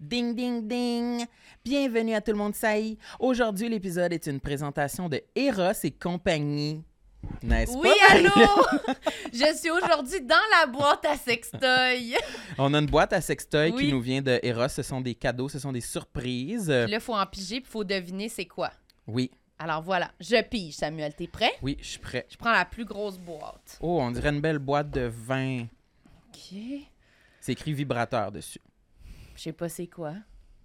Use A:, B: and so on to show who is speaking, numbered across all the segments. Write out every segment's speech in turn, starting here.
A: Ding, ding, ding! Bienvenue à Tout le monde saillit. Aujourd'hui, l'épisode est une présentation de Eros et compagnie. N'est-ce
B: Oui,
A: pas?
B: allô?
A: Marie-Lou?
B: Je suis aujourd'hui dans la boîte à sextoy.
A: On a une boîte à sextoy qui
B: Oui.
A: nous vient de Eros. Ce sont des cadeaux, ce sont des surprises. Euh,
B: Là, faut en piger, puis faut deviner c'est quoi.
A: Oui,
B: Alors voilà, je pige, Samuel, t'es prêt?
A: oui, je suis prêt.
B: Je prends la plus grosse boîte.
A: Oh, on dirait une belle boîte de vin.
B: OK. Je
A: C'est écrit vibrateur dessus.
B: sais pas c'est quoi.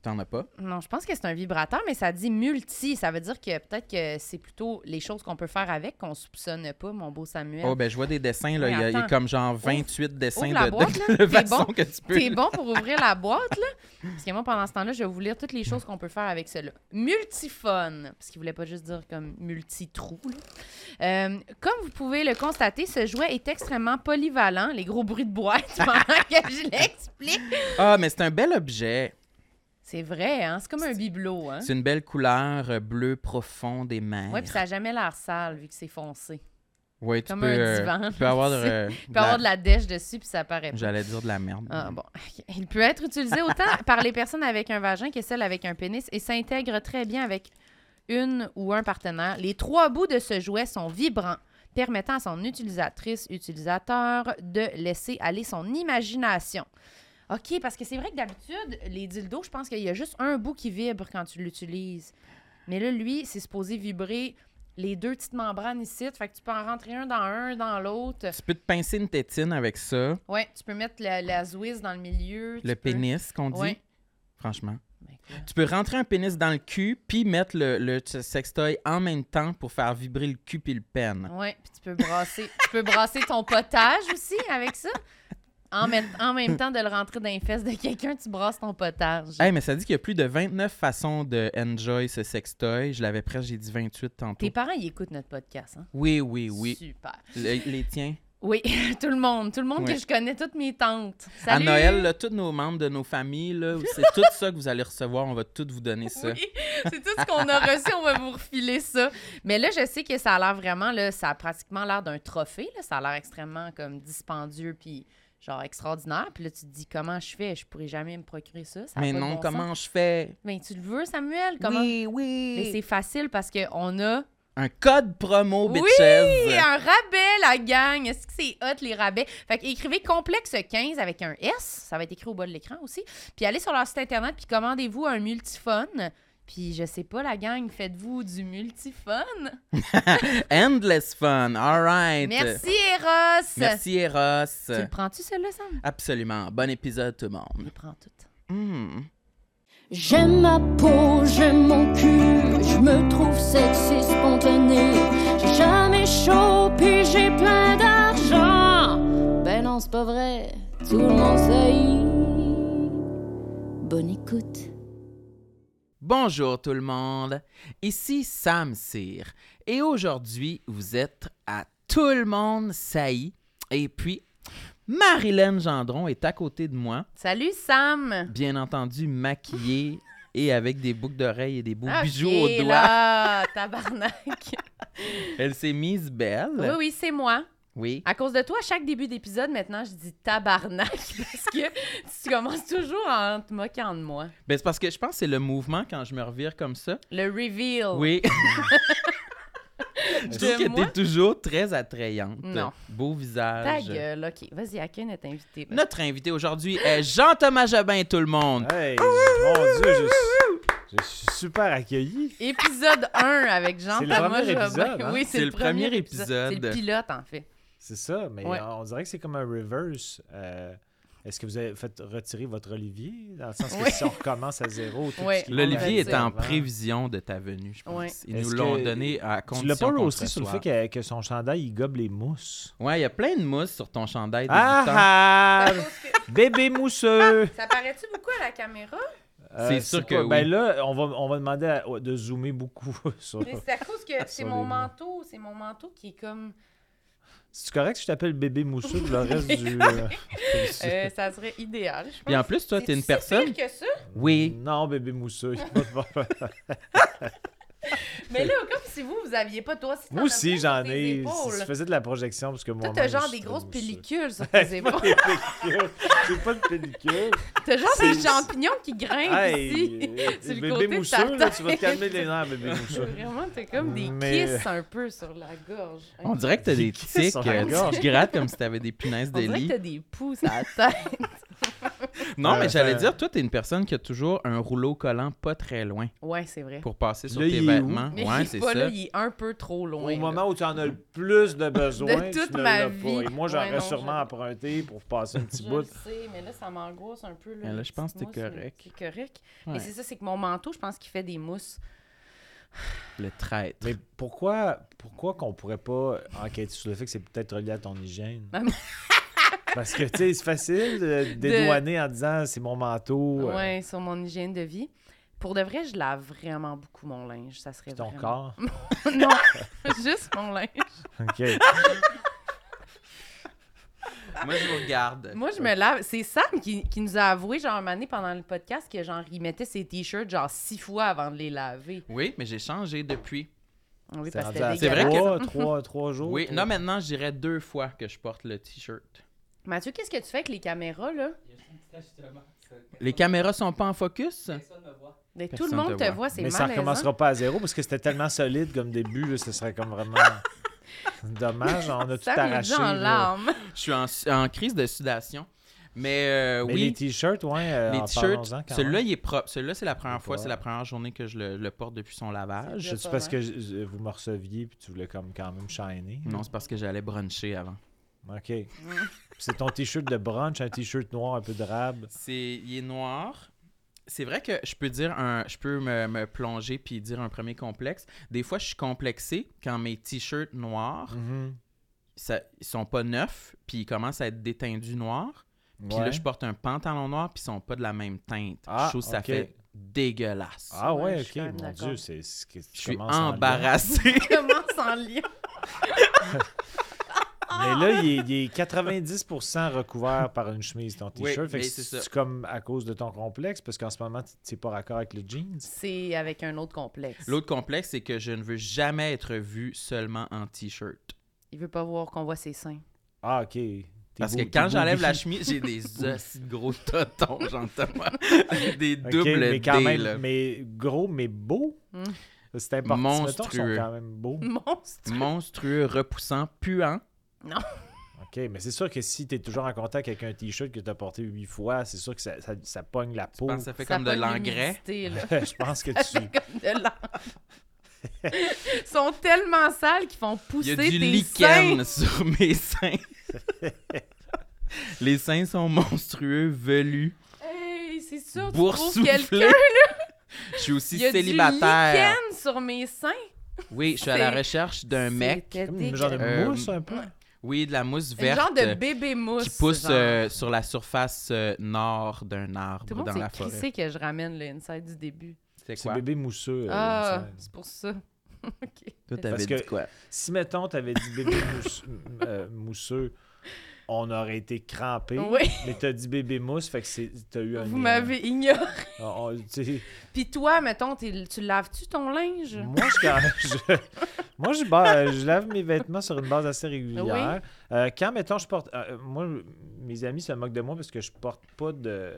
A: T'en as pas?
B: Non, je pense que c'est un vibrateur, mais ça dit multi. Ça veut dire que peut-être que c'est plutôt les choses qu'on peut faire avec qu'on soupçonne pas, mon beau Samuel.
A: Oh, ben je vois des dessins, là.
B: Oui,
A: Il y a- il y a,
B: attends.
A: comme genre 28 dessins
B: ouvre la
A: de, de-
B: boîte,
A: de
B: là. T'es
A: façon
B: bon?
A: que tu peux.
B: T'es bon pour ouvrir la boîte, là? Parce que moi, pendant ce temps-là, je vais vous lire toutes les choses qu'on peut faire avec cela. Multiphone, parce qu'il voulait pas juste dire comme multitrou. là. Euh, comme vous pouvez le constater, ce jouet est extrêmement polyvalent. Les gros bruits de boîte pendant que je l'explique.
A: Ah, mais c'est un bel objet.
B: C'est vrai, hein? C'est comme un bibelot, hein?
A: C'est une belle couleur euh, bleue profonde et mère.
B: Ouais, puis ça a jamais l'air sale vu que c'est foncé.
A: Ouais, tu
B: comme
A: peux,
B: un
A: euh,
B: divan,
A: tu peux avoir de,
B: tu sais.
A: euh,
B: Il
A: de
B: peut
A: la-
B: avoir de la dèche dessus puis ça paraît pas.
A: J'allais dire de la merde.
B: Ah, bon. Ok. Il peut être utilisé autant par les personnes avec un vagin que celles avec un pénis et s'intègre très bien avec une ou un partenaire. Les trois bouts de ce jouet sont vibrants, permettant à son utilisatrice, utilisateur de laisser aller son imagination. OK, parce que c'est vrai que d'habitude, les dildos, je pense qu'il y a juste un bout qui vibre quand tu l'utilises. Mais là, lui, c'est supposé vibrer les deux petites membranes ici. Fait que tu peux en rentrer un dans un, dans l'autre.
A: Tu peux te pincer une tétine avec ça,
B: Ouais, tu peux mettre la, la zouise dans le milieu. tu
A: le
B: peux-
A: pénis qu'on dit,
B: Ouais.
A: franchement.
B: Ben, quoi.
A: Tu peux rentrer un pénis dans le cul, puis mettre le, le t- sextoy en même temps pour faire vibrer le cul puis le penne.
B: Ouais, puis tu peux brasser, tu peux brasser ton potage aussi avec ça. En, met- en même temps de le rentrer dans les fesses de quelqu'un, tu brasses ton potage.
A: Hey, mais ça dit qu'il y a plus de 29 façons de enjoy ce sextoy. Je l'avais presque, j'ai dit 28 tantôt.
B: Tes parents, ils écoutent notre podcast, hein?
A: Oui, oui, oui.
B: Super.
A: Le- les tiens.
B: Oui, tout le monde, tout le monde
A: Ouais.
B: que je connais, toutes mes tantes. Salut!
A: À Noël, là, tous nos membres de nos familles, là, c'est tout ça que vous allez recevoir. On va tout vous donner ça.
B: Oui, c'est tout ce qu'on a reçu, on va vous refiler ça. Mais là, je sais que ça a l'air vraiment, là, ça a pratiquement l'air d'un trophée, là. ça a l'air extrêmement comme dispendieux, puis genre extraordinaire. Puis là, tu te dis, comment je fais? Je pourrais jamais me procurer ça. ça a
A: Mais
B: pas de
A: non,
B: bon sens.
A: comment je fais?
B: Ben, tu le veux, Samuel? Comment? Mais c'est facile parce qu'on a
A: Un code promo,
B: Oui!
A: bitches!
B: un rabais, la gang. Est-ce que c'est hot, les rabais? Fait que écrivez complexe 15 avec un S. Ça va être écrit au bas de l'écran aussi. Puis allez sur leur site internet, puis commandez-vous un multifone. Puis je sais pas, la gang, faites-vous du multifone.
A: Endless fun, all right!
B: Merci, Eros.
A: Merci,
B: Tu le
A: Eros!
B: prends-tu, celui-là, Sam?
A: Absolument. Bon épisode, tout le
B: Je
A: monde.
B: le prends tout.
A: Hmm.
C: J'aime ma peau, j'aime mon cul, je me trouve sexy spontané. J'ai jamais chaud, puis j'ai plein d'argent. Ben non, c'est pas vrai, tout le monde sait. Bonne écoute.
A: Bonjour tout le monde, ici Sam Cyr et aujourd'hui vous êtes à Tout le monde saillit et puis Marilyn Gendron est à côté de moi,
B: Salut, Sam.
A: bien entendu maquillée et avec des boucles d'oreilles et des beaux
B: Ah,
A: bijoux
B: ok,
A: aux doigts.
B: là, tabarnak.
A: Elle s'est mise belle.
B: oui, oui, c'est moi.
A: Oui.
B: À cause de toi, à chaque début d'épisode, maintenant, je dis tabarnak parce que tu commences toujours en te moquant de moi.
A: Ben, c'est parce que je pense que c'est le mouvement quand je me revire comme ça.
B: Le reveal.
A: Oui. je trouve
B: Oh. De
A: que
B: moi?
A: t'es toujours très attrayante.
B: Non.
A: Beau
B: Ta
A: visage.
B: gueule, OK. Vas-y, Akin est invité. vas-y.
A: Notre invité aujourd'hui est Jean-Thomas Jobin, tout le monde.
D: Hey, mon Dieu, je, suis- je suis super accueilli.
B: Épisode 1 avec Jean-Thomas
D: premier
B: Jobin.
D: épisode, hein?
B: Oui, c'est le, premier épisode. C'est
A: épisode.
B: le pilote, en fait.
D: C'est ça, mais
B: Ouais.
D: on dirait que c'est comme un reverse. Euh, Est-ce que vous avez fait retirer votre Olivier? Dans le sens que
B: Ouais.
D: si on recommence à zéro, tout
B: Ouais.
D: ce qui-
A: L'Olivier
B: On
A: est
B: l'a
A: en
D: dit avant.
A: prévision de ta venue, je pense.
B: Ouais.
A: Ils
D: Est-ce
A: nous l'ont
D: que-
A: donné à condition
D: Tu l'as pas
A: qu'on te
D: roasté sur le fait
A: reçoive.
D: que, que son chandail, il gobe les mousses.
A: Ouais, il y a plein de mousse sur ton chandail. débutant.
D: Ah ah! Bébé mousseux!
B: Ça paraît-tu beaucoup à la caméra?
D: Euh,
A: C'est sûr que
D: quoi?
A: oui.
D: Ben là, on va, on va demander à- de zoomer beaucoup sur...
B: c'est à cause que
D: c'est mon les mots.
B: manteau. C'est mon manteau qui est comme...
D: C'est correct si je t'appelle bébé mousseux pour le reste du... euh,
A: Euh,
B: euh, ça serait idéal, je pense.
A: Puis en plus, toi, t'es une
B: C'est-tu si
A: personne.
B: pire que ça?
A: Oui.
D: Non, bébé mousseux, il y a pas de problème.
B: Mais là, comme si vous, vous aviez pas toi aussi. t'en
D: Moi
B: as
D: aussi,
B: plein
D: j'en
B: sur tes
D: ai.
B: épaules.
D: Je faisais de la projection parce que moi.
B: Toi, t'as genre des grosses pellicules sur tes
D: Pas
B: épaules.
D: des pellicules. J'ai pas de pellicule.
B: T'as genre des
D: C'est-
B: champignons qui grimpent ici. sur le
D: bébé
B: côté de ta
D: mousseux, euh, là, tu vas
B: tête.
D: te calmer les nerfs, bébé mousseux.
B: Vraiment, t'es comme des
D: Mais-
B: kisses un peu sur la gorge.
A: On dirait que t'as des
D: Des kisses
A: tics,
D: sur la
A: euh, tu
D: gorge.
A: te grattes comme si t'avais des punaises
B: On
A: de
B: dirait que
A: lit.
B: t'as des poux à la tête.
A: Non, mais
D: Euh,
A: j'allais
D: euh,
A: dire, toi, t'es une personne qui a toujours un rouleau collant pas très loin
B: Ouais, c'est vrai.
A: pour passer sur
D: Là,
A: tes
D: il est où?
A: vêtements.
B: Mais
A: Ouais,
B: il est
A: c'est
B: pas
A: ça.
B: là, il est un peu trop loin.
D: Au
B: là.
D: moment où tu en as le plus de besoin,
B: De toute
D: tu ne
B: ma
D: l'as
B: vie.
D: pas. Et moi, j'aurais
B: Ouais, non,
D: sûrement
B: je-
D: emprunté pour passer un petit
B: Je
D: bout.
B: le sais, mais là, ça m'angoisse un peu. Là,
A: Mais là,
B: les
A: je pense que
B: petites
A: t'es
B: mousses, là.
A: correct.
B: C'est correct.
A: Ouais.
B: Mais c'est ça, c'est que mon manteau, je pense qu'il fait des mousses.
A: Le traître.
D: Mais pourquoi, pourquoi qu'on pourrait pas enquêter sur le fait que c'est peut-être relié à ton hygiène?
B: Non, mais-
D: Parce que, tu sais, c'est facile de dédouaner en disant c'est mon manteau, euh,
B: Ouais, sur mon hygiène de vie. Pour de vrai, je lave vraiment beaucoup mon linge. Ça serait
D: c'est ton
B: vraiment...
D: corps.
B: non, juste mon linge.
D: OK.
A: Moi, je vous regarde.
B: Moi, je me lave. C'est Sam qui, qui nous a avoué, genre, un moment donné, pendant le podcast, que genre, il mettait ses t-shirts, genre, six fois avant de les laver.
A: Oui, mais j'ai changé depuis.
B: Oui,
D: C'est
B: parce
D: rendu
B: que
D: à
B: c'était
A: C'est vrai
B: dégueulasse.
D: trois, trois, trois jours.
A: Oui,
D: toi.
A: non, maintenant, je dirais deux fois que je porte le T-shirt.
B: Mathieu, qu'est-ce que tu fais avec les caméras, là?
A: Les caméras sont pas en focus?
B: Mais tout
A: Personne
B: le monde
A: te
B: te,
A: voit.
B: voit, c'est
D: Mais ça
B: malaisant.
D: recommencera pas à zéro parce que c'était tellement solide comme début, là, ce serait comme vraiment dommage. On a tout
B: Sam, il est
D: arraché.
B: déjà en
D: là.
B: larmes.
A: Je suis en, en crise de sudation. Mais euh,
D: Mais
A: oui,
D: les t-shirts, ouais, euh,
A: les
D: en
A: t-shirts,
D: parlons-en quand
A: celui-là,
D: même.
A: il est propre. Celui-là, c'est la première
D: est
A: fois,
D: propre.
A: c'est la première journée que je le, le porte depuis son lavage.
B: C'est
D: C'est parce que je- je- vous me receviez puis tu voulais comme quand même shiner.
A: Non, c'est parce que j'allais bruncher avant.
D: OK.
B: Mm.
D: C'est ton t-shirt de brunch, un t-shirt noir un peu de rab.
A: C'est, il est noir. C'est vrai que je peux dire un, je peux me, me plonger puis dire un premier complexe. Des fois, je suis complexé quand mes t-shirts noirs,
D: Mhm.
A: ça, ils sont pas neufs puis ils commencent à être détendus noirs. Puis
D: Ouais.
A: là, je porte un pantalon noir puis ils sont pas de la même teinte. je
D: Ah,
A: trouve que ça
D: ok.
A: fait dégueulasse.
D: Ah
B: Ouais, je
D: ouais,
B: suis
D: OK.
B: quand même
D: Mon
B: d'accord.
D: Dieu, c'est ce que tu
A: je suis
D: commences en
A: embarrassé.
B: Commence en lion.
D: Mais
A: Ah!
D: là, il est, il est 90% recouvert par une chemise, ton
A: Oui,
D: t-shirt. fait
A: mais
D: que
A: c'est
D: c'est
A: ça.
D: c'est comme à cause de ton complexe, parce qu'en ce moment, tu- tu n'es pas raccord avec le jeans.
B: C'est avec un autre complexe.
A: L'autre complexe, c'est que je ne veux jamais être vu seulement en t-shirt.
B: Il veut pas voir qu'on voit ses seins.
D: Ah, OK. T'es
A: Parce que
D: booby-
A: quand
D: t'es
A: j'enlève la
D: booby.
A: chemise, j'ai des aussi de gros totons, Jean-Thomas. des
D: OK,
A: doubles
D: mais quand
A: D,
D: même,
A: là. Hmm.
D: mais gros, mais beau.
B: Mm.
D: C'est important. Mettons
A: Monstrueux.
D: qu'ils
A: Hmm.
D: sont quand même beaux.
B: Monstre.
A: Monstrueux, repoussant, puant.
D: OK, mais c'est sûr que si tu es toujours en contact avec un t-shirt que tu as porté huit fois, c'est sûr que ça, ça- ça pogne la
A: Je
D: peau.
A: pense que ça fait comme de l'engrais.
D: Je pense que
B: C'est
D: tu...
B: comme de l'engrais. Ils sont tellement sales qu'ils
A: Il
B: font
A: y
B: pousser
A: a du
B: tes
A: lichen sur mes seins. Les seins sont monstrueux, velus,
B: seins. Hey, c'est sûr, tu trouves
A: boursouflés.
B: quelqu'un.
A: Je suis aussi
B: Il y a
A: célibataire.
B: du lichen sur mes seins.
A: Oui, je suis à la
B: C'est-
A: recherche d'un mec.
B: C'était
D: Comme une genre de
B: dégueulasse.
A: Euh,
D: mousse un peu.
A: Oui, de la mousse
B: Une
A: verte.
B: genre de
A: euh,
B: bébé mousse.
A: qui pousse
B: genre.
A: euh, sur la surface euh, nord d'un arbre
B: Tout le monde
A: dans la
B: s'est
A: forêt.
B: crissé que je ramène le inside du début.
A: C'est
D: C'est
A: quoi?
D: bébé mousseux. euh,
B: ah,
D: ça.
B: c'est pour ça. OK.
A: Toi,
D: Parce
A: t'avais
D: que-
A: dit quoi?
D: Si, mettons, t'avais dit bébé mousse- m- euh, mousseux, on aurait été crampé.
B: Oui,
D: Mais t'as dit bébé mousse, fait que c'est- t'as eu un.
B: vous
D: lien.
B: m'avez ignoré.
D: On- on- tu sais,
B: Puis toi, mettons, t'es- tu laves-tu ton linge?
D: moi, je, quand- je- moi je, ba- je lave mes vêtements sur une base assez régulière. Euh, quand, mettons, je porte. euh, moi, mes amis se moquent de moi parce que je porte pas de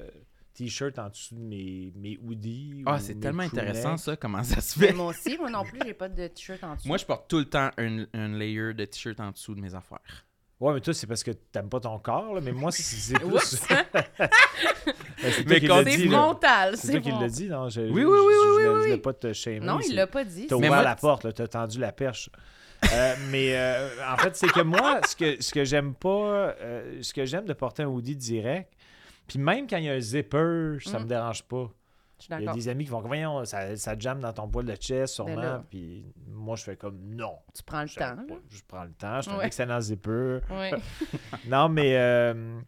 D: t-shirt en dessous de mes, mes hoodies.
A: Ah,
D: ou
A: c'est
D: mes
A: tellement intéressant
D: crewnecks.
A: ça, comment ça se
B: Mais
A: fait.
B: moi aussi, moi non plus, j'ai pas de t-shirt en dessous.
A: Moi, je porte tout le temps une, une layer de t-shirt en dessous de mes affaires.
D: Ouais, mais toi, c'est parce que t'aimes pas ton corps, là, mais moi, c'est- c'est plus.
B: Oups!
D: Ben, c'est toi
A: Mais
D: qui
A: quand
D: l'as
A: t'es
B: c'est
D: dit, là.
B: frontal,
D: C'est toi
B: c'est
D: qui l'a
B: frontal.
D: dit, non? Je,
A: oui, oui,
D: je-
A: oui,
D: je voulais-
A: oui,
D: Je voulais
A: oui.
D: pas te shamer.
B: Non,
D: c'est-
B: il l'a pas dit.
D: T'as
A: Mais
D: ouvert
A: moi-
D: la porte, là, t'as tendu la perche. Euh, mais euh, en fait, c'est que moi, ce que, ce que j'aime pas, euh, ce que j'aime de porter un hoodie direct, puis même quand il y a un zipper, ça
B: Mm.
D: me dérange pas.
B: Je suis
D: Il y a
B: d'accord.
D: des amis qui vont comme, voyons, ça, ça jamme dans ton poil de chest,
B: Ben
D: sûrement.
B: là.
D: Puis moi, je fais comme, non.
B: Tu prends le
D: Je,
B: temps. là.
D: je prends le temps, je suis un
B: Ouais.
D: excellent zipper.
B: Ouais.
D: Non, mais euh,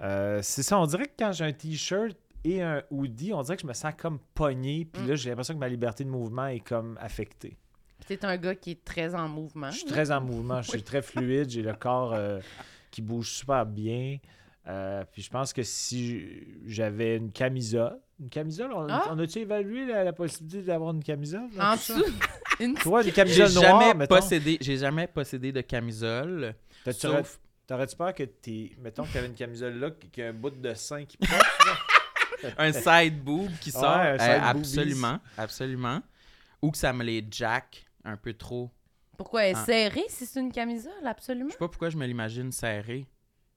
D: euh, c'est ça. On dirait que quand j'ai un t-shirt et un hoodie, on dirait que je me sens comme pogné. Puis
B: Mm.
D: là, j'ai l'impression que ma liberté de mouvement est comme affectée.
B: Puis T'es un gars qui est très en mouvement.
D: Je suis très en mouvement, je suis très fluide, j'ai le corps euh, qui bouge super bien. Euh, puis je pense que si j'avais une camisole, Une camisole? On,
B: Ah.
D: on a-tu évalué la, la possibilité d'avoir une camisole?
B: En
D: dans tout ça?
B: dessous, une
D: Toi, des
A: J'ai
D: camisoles
A: jamais,
D: noires, mettons.
A: possédé- j'ai jamais possédé de camisole.
D: T'as- t'aurais-
A: Sauf,
D: T'aurais-tu peur que t'es... Mettons que t'avais une camisole là, qu'il y a un bout de sein qui passe, là?
A: un side boob qui sort.
D: un
A: euh,
D: side boobies.
A: absolument. Absolument. Ou que ça me les jack un peu trop.
B: Pourquoi elle est
A: Ah.
B: serrée si c'est une camisole, absolument?
A: Je sais pas pourquoi je me l'imagine serrée.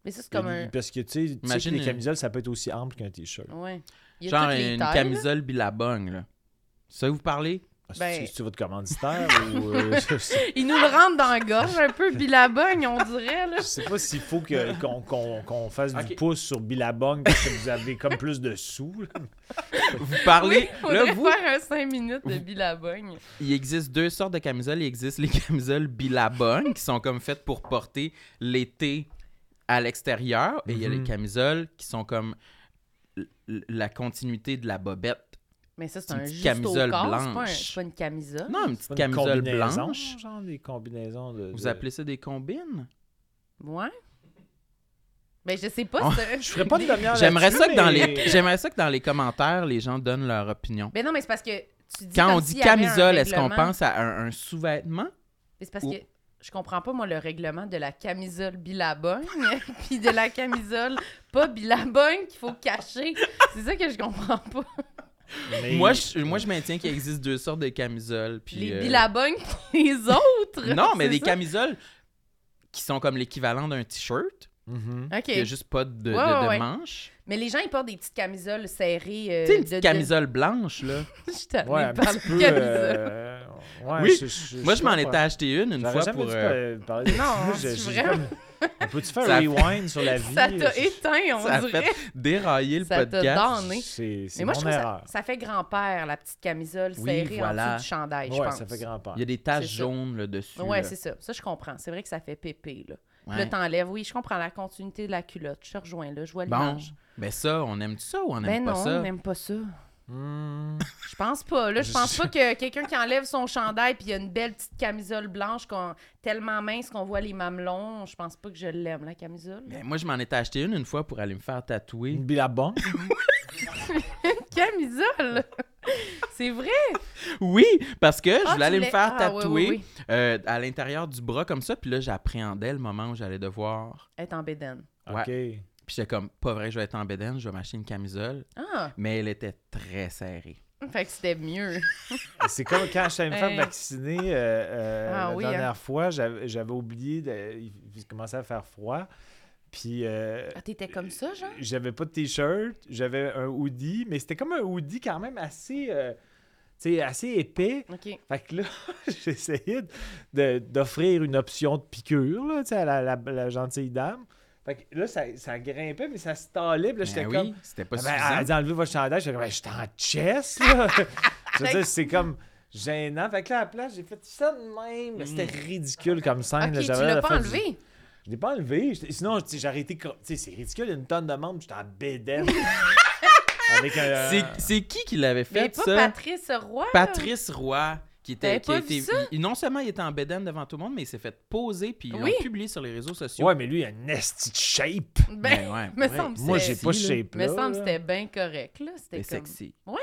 B: Mais ça, c'est comme un.
D: Parce que, tu sais, tu sais,
A: Imagine euh,
D: les
A: une-
D: camisoles, ça peut être aussi ample qu'un T-shirt.
B: Ouais. Il y a
A: Genre
B: toutes les
A: une
B: tailles, là.
A: camisole bilabong, là. Ça, vous parlez?
D: Ah, c'est-
B: Ben-
D: C'est-tu votre commanditaire ou... euh, je, sais-
B: Il nous le rentre dans la gorge, un peu bilabogne, on dirait, là.
D: je sais pas s'il faut que- qu'on qu'on- qu'on fasse
A: Ok.
D: du pouce sur Billabong parce que vous avez comme plus de sous. là.
A: Vous
B: Oui,
A: parlez. là,
B: faudrait
A: vous,
B: faire un 5 minutes de bilabogne.
A: il existe deux sortes de camisoles. Il existe les camisoles bilabong, qui sont comme faites pour porter l'été à l'extérieur. Et il y a les
D: Mhm.
A: camisoles qui sont comme l- l- la continuité de la bobette.
B: Mais ça, c'est
A: C'est une
B: un
A: petite
B: juste camisole
A: camisole
B: au corps, c'est pas, un-
A: blanche.
B: c'est pas une camisole.
A: Non, une petite
D: Pas une
A: camisole
D: combinaison,
A: blanche.
D: genre des combinaisons de...
A: Vous
D: de-
A: appelez ça des combines?
B: Ouais. Ben, je sais pas.
A: Oh,
B: ça-
D: Je ferais pas de demi-heure
A: J'aimerais ça,
D: là-dessus,
A: que dans
D: mais-
A: les... j'aimerais ça que dans les commentaires, les gens donnent leur opinion.
B: Ben non, mais c'est parce que tu dis.
A: Quand
B: comme
A: on dit
B: s'il y avait un
A: camisole, est-ce qu'on
B: règlement.
A: pense à un, un sous-vêtement?
B: Mais C'est parce
A: Ou-
B: que je comprends pas, moi, le règlement de la camisole bilabogne, puis de la camisole pas bilabogne qu'il faut cacher. C'est ça que je comprends pas.
D: mais-
A: Moi, je, moi, je maintiens qu'il existe deux sortes de camisoles. Puis,
B: les
A: euh,
B: bilabognes puis les autres.
A: Non, mais
B: c'est
A: des
B: ça?
A: camisoles qui sont comme l'équivalent d'un t-shirt.
D: Mhm.
B: OK.
A: Il n'y a juste pas de, de,
B: Ouais, ouais,
A: de
B: ouais.
A: manches.
B: Mais les gens, ils portent des petites camisoles serrées. euh,
A: tu sais, une
B: de-
A: petite
B: de-
A: camisole blanche, là.
B: Je suis tannée
D: Ouais,
B: de
D: un
B: parler
D: petit
B: de
D: peu.
B: camisole.
D: euh, ouais,
A: Oui.
D: je- je-
A: moi, je m'en
D: comprends.
A: étais acheté une une
D: J'aurais
A: fois
D: jamais
A: pour...
D: dû
A: euh,
D: par- parler de
B: Non,
D: ça.
B: c'est
D: Je- j'ai
B: vrai.
D: comme- On peut-tu faire
A: Ça
D: un rewind sur la vie?
B: Ça t'a éteint, on
A: ça a
B: dirait.
A: fait dérailler le
B: Ça t'a
A: podcast.
B: donné.
D: C'est c'est
B: Mais
D: mon
B: moi, je trouve ça,
D: erreur.
B: ça fait grand-père, la petite camisole
A: Oui,
B: serrée en
A: voilà.
B: dessous du chandail, je
D: Ouais,
B: pense.
D: ça fait grand-peur.
A: Il y a des taches
B: C'est ça.
A: jaunes là, dessus.
B: Ouais,
A: là.
B: c'est ça. Ça, je comprends. C'est vrai que ça fait pépé, là. Puis
A: Ouais.
B: Là, t'enlèves. Oui, je comprends la continuité de la culotte. Je te rejoins, là. Je vois
A: Bon,
B: l'image.
A: ben ça, on aime ça ou on
B: ben
A: n'aime
B: non,
A: pas ça?
B: on n'aime pas ça.
D: Hmm.
B: Je pense pas, là. Je
D: Je-
B: pense pas que quelqu'un qui enlève son chandail puis il y a une belle petite camisole blanche qu'on- tellement mince qu'on voit les mamelons. Je pense pas que je l'aime, la camisole.
A: Ben, moi, je m'en étais acheté une une fois pour aller me faire tatouer.
D: Une bilabong.
B: Camisole! C'est vrai!
A: Oui, parce que je
B: Ah,
A: voulais
B: tu
A: aller me
B: voulais-
A: faire
B: Ah, ouais,
A: tatouer
B: ouais, ouais.
A: euh, à l'intérieur du bras comme ça. Puis là, j'appréhendais le moment où j'allais devoir.
B: Être en bédaine.
A: Ouais.
D: OK.
A: Puis j'étais comme, pas vrai, je vais être en bédaine, je vais m'acheter une camisole.
B: Ah!
A: Mais elle était très serrée.
B: Fait que c'était mieux.
D: C'est comme quand je suis allé me
B: Hey.
D: faire vacciner euh, euh,
B: Ah
D: la
B: oui,
D: dernière fois, j'avais j'avais oublié, de- il il commençait à faire froid. Puis euh,
B: Ah, t'étais comme ça, genre?
D: j'avais pas de t-shirt, j'avais un hoodie, mais c'était comme un hoodie quand même assez, euh, tu sais, assez épais.
B: OK.
D: Fait que là, j'essayais de- d'offrir une option de piqûre là, tu sais, à la, la- la gentille dame. Fait que là, ça, ça grimpait, mais ça se talait. Puis là, j'étais
A: Ben
D: comme.
A: oui, c'était pas
D: Ah ben,
A: suffisant.
D: elle dit enlevez votre chandail. J'étais comme, Ben, j'étais en chess, là. Je veux dire, c'est comme gênant. Fait que là, à la place, j'ai fait ça de même. Mais C'était
A: Hmm.
D: ridicule comme scène.
B: OK,
D: là.
B: tu
D: J'avais l'air
B: l'as
D: de
B: pas
D: faire du-
B: enlevé?
D: Je l'ai pas enlevé. J'étais- Sinon, tu sais, j'aurais été. co- Tu sais, c'est ridicule, il y a une tonne de membres, j'étais en bédaine. Avec un.
A: C'est- C'est qui qui l'avait
B: Mais
A: fait
B: pas
A: ça?
B: Patrice Roy?
A: Patrice Roy. Qui était,
B: T'avais
A: qui a
B: pas vu
A: été- il- non seulement il était en bédaine devant tout le monde, mais il s'est fait poser puis ils l'ont
B: Oui.
A: publié sur les réseaux sociaux.
D: Ouais, mais lui, il a une esti de shape.
B: Ben,
A: Ben ouais,
B: me
A: ouais.
B: semble que
D: Moi,
B: c'est-
D: j'ai pas
A: Si,
D: ce
A: là.
D: shape.
B: me
D: là,
B: semble que
D: là.
B: c'était bien correct, là. C'était
A: C'est
B: comme...
A: Ben, sexy.
B: Ouais.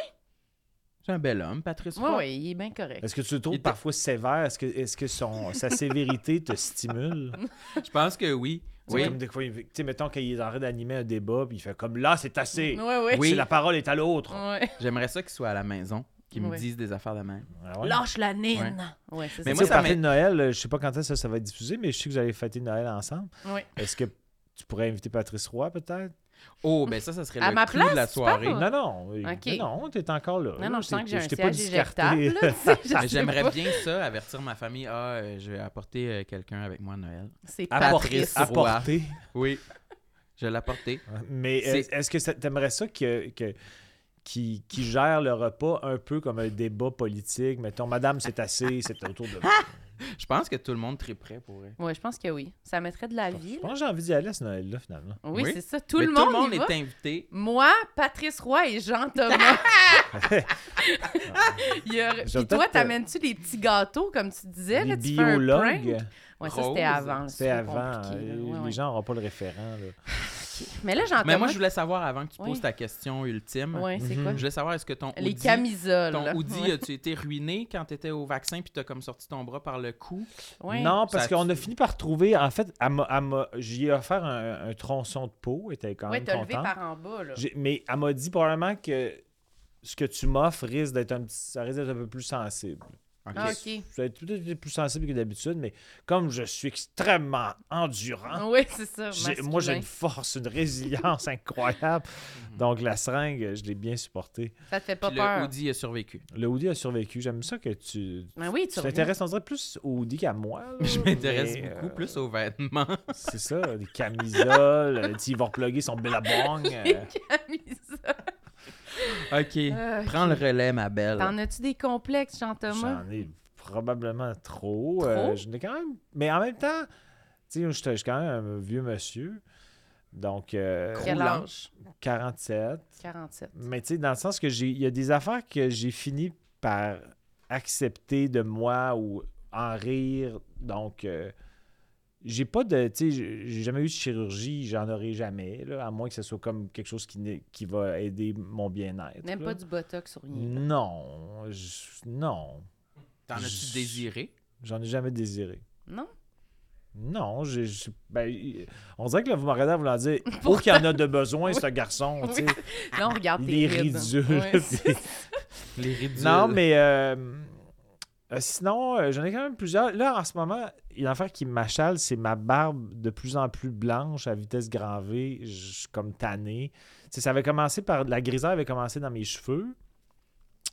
A: C'est un bel homme, Patrice
B: Ouais,
A: Roy.
B: ouais, il est bien correct.
D: Est-ce que tu le trouves
A: Il était-
D: parfois sévère? Est-ce que, est-ce que son, sa sévérité te stimule?
A: Je pense que oui.
D: C'est
A: Oui.
D: Comme des fois, il- tu sais, mettons qu'il est en train d'animer un débat, puis il fait comme là, c'est assez.
B: Ouais, ouais.
A: Oui.
D: C'est La parole est à l'autre.
B: Ouais.
A: J'aimerais ça qu'il soit à la maison, qu'il me
B: Ouais.
A: dise des affaires de même.
D: Ah ouais.
B: Lâche la nine! Ouais, c'est
A: Mais moi,
B: ça.
D: Mais moi,
A: ça
D: party
A: m'in-
D: de Noël, euh, je sais pas quand est-ce que ça, ça va être diffusé, mais je sais que vous allez fêter Noël ensemble.
B: Ouais.
D: Est-ce que tu pourrais inviter Patrice Roy, peut-être?
A: Oh, ben ça, ça serait
B: À
A: le
B: ma
A: clou
B: place,
A: de la
B: tu
A: soirée.
B: parles?
D: Non, non. euh,
B: Hmm. Ok.
D: mais Non, t'es encore là.
B: Non, non, je
D: C'est-
B: sens que j'ai un
D: je t'ai pas
B: siège
D: discarté.
B: éjectable. là, tu sais, je sais
A: J'aimerais
B: pas.
A: bien ça, avertir ma famille. Ah, euh, je vais apporter euh, quelqu'un avec moi à Noël.
B: C'est
D: Ah,
A: Patrice.
B: Patrice.
A: Roy.
D: Apporté.
A: Oui. Je vais l'apporter.
D: Mais euh,
A: C'est-
D: est-ce que ça- t'aimerais ça que... que- qui, qui gère le repas un peu comme un débat politique. Mettons, madame, c'est assez, c'est autour de.
A: Je pense que tout le monde triperait pour elle.
B: Ouais, je pense que oui. Ça mettrait de la
D: Je
B: vie. là.
D: pense que j'ai envie d'y aller à ce Noël-là, finalement.
B: Oui,
A: Oui.
B: c'est ça. Tout
A: Mais
B: le monde,
A: tout le monde
B: y va.
A: est invité.
B: Moi, Patrice Roy et Jean Thomas. Il y a- Puis
D: Je vais
B: toi,
D: peut-être, euh,
B: t'amènes-tu des petits gâteaux, comme tu disais?
D: Les
B: là, tu fais un prank?
D: biologues,
B: Ouais, ça, c'était
A: Rose.
B: avant. là,
D: c'est avant.
B: compliqué, là.
D: euh,
B: Ouais,
D: les
B: ouais.
D: gens n'auront pas le référent. là.
B: OK. Mais là, j'entends.
A: Mais moi, je voulais savoir avant que tu
B: Oui.
A: poses ta question ultime.
B: Ouais, c'est
D: Mhm.
B: quoi?
A: Je voulais savoir est-ce que ton
B: Les
A: hoodie-
B: camisoles.
A: Ton
B: là.
A: hoodie,
B: Ouais.
A: as-tu été ruiné quand t'étais au vaccin puis t'as comme sorti ton bras par le cou?
B: Ouais.
D: Non,
A: Ça
D: parce
A: a-
D: qu'on a fini par trouver. En fait, elle m'a- elle m'a- j'y ai offert un, un tronçon de peau. Elle était quand
B: Ouais,
D: même
B: t'as levé
D: contente.
B: par en bas, là.
D: J'ai- Mais elle m'a dit probablement que ce que tu m'offres risque d'être un petit- ça risque d'être un peu plus sensible.
B: Ah,
D: Yes.
B: OK.
D: Ça va être peut-être plus sensible que d'habitude, mais comme je suis extrêmement endurant,
B: Oui, Ah c'est ça.
D: j'ai- moi
B: masculin.
D: j'ai
B: Mhm.
D: une force, une résilience incroyable. Donc la seringue, je l'ai bien supportée.
B: Ça te fait pas
A: Puis le
B: peur.
A: hoodie a survécu.
D: Le Woody a survécu. J'aime ça que tu
B: Ben oui, tu
D: tu
B: reviens.
D: t'intéresses, on dirait plus au Woody qu'à moi. là,
A: Je m'intéresse
D: mais,
A: beaucoup
D: euh,
A: plus aux vêtements.
D: C'est ça, des camisoles, euh, tu sais, ils vont reploguer son billabong. euh.
B: Camisole.
A: OK.
B: Euh,
A: Prends le relais, ma belle.
B: T'en as-tu des complexes, Jean-Thomas?
D: J'en ai probablement trop.
B: Trop?
D: Euh, je l'ai quand même. Mais en même temps, tu sais, je suis- je suis quand même un vieux monsieur. Donc, euh,
B: Quel
A: Roulant.
B: âge?
D: 47.
B: 47.
D: Mais tu sais, dans le sens que j'ai. Il y a des affaires que j'ai fini par accepter de moi ou en rire. Donc, euh, j'ai pas de. Tu sais, j'ai j'ai jamais eu de chirurgie. J'en aurai jamais. là, à moins que ce soit comme quelque chose qui, n'est- qui va aider mon bien-être.
B: Même
D: là.
B: pas du botox sur rien. là.
D: Non. je- non.
A: T'en as-tu
D: Je-
A: désiré?
D: J'en ai jamais désiré.
B: Non?
D: Non, j'ai. j'ai- ben, il- on dirait que là, vous me regardez en voulant dire Oh, qu'il y en a de besoin, ce garçon. tu sais.
B: Là, on regarde
D: Il
B: tes
D: est
B: rides.
D: ridule.
B: Ouais.
A: Les ridules.
D: non, mais euh, euh, sinon, euh, j'en ai quand même plusieurs. Là, en ce moment, l'affaire qui m'achale, c'est ma barbe de plus en plus blanche à vitesse grand V. Je suis comme tanné. Tu sais, ça avait commencé par. La grisaille avait commencé dans mes cheveux.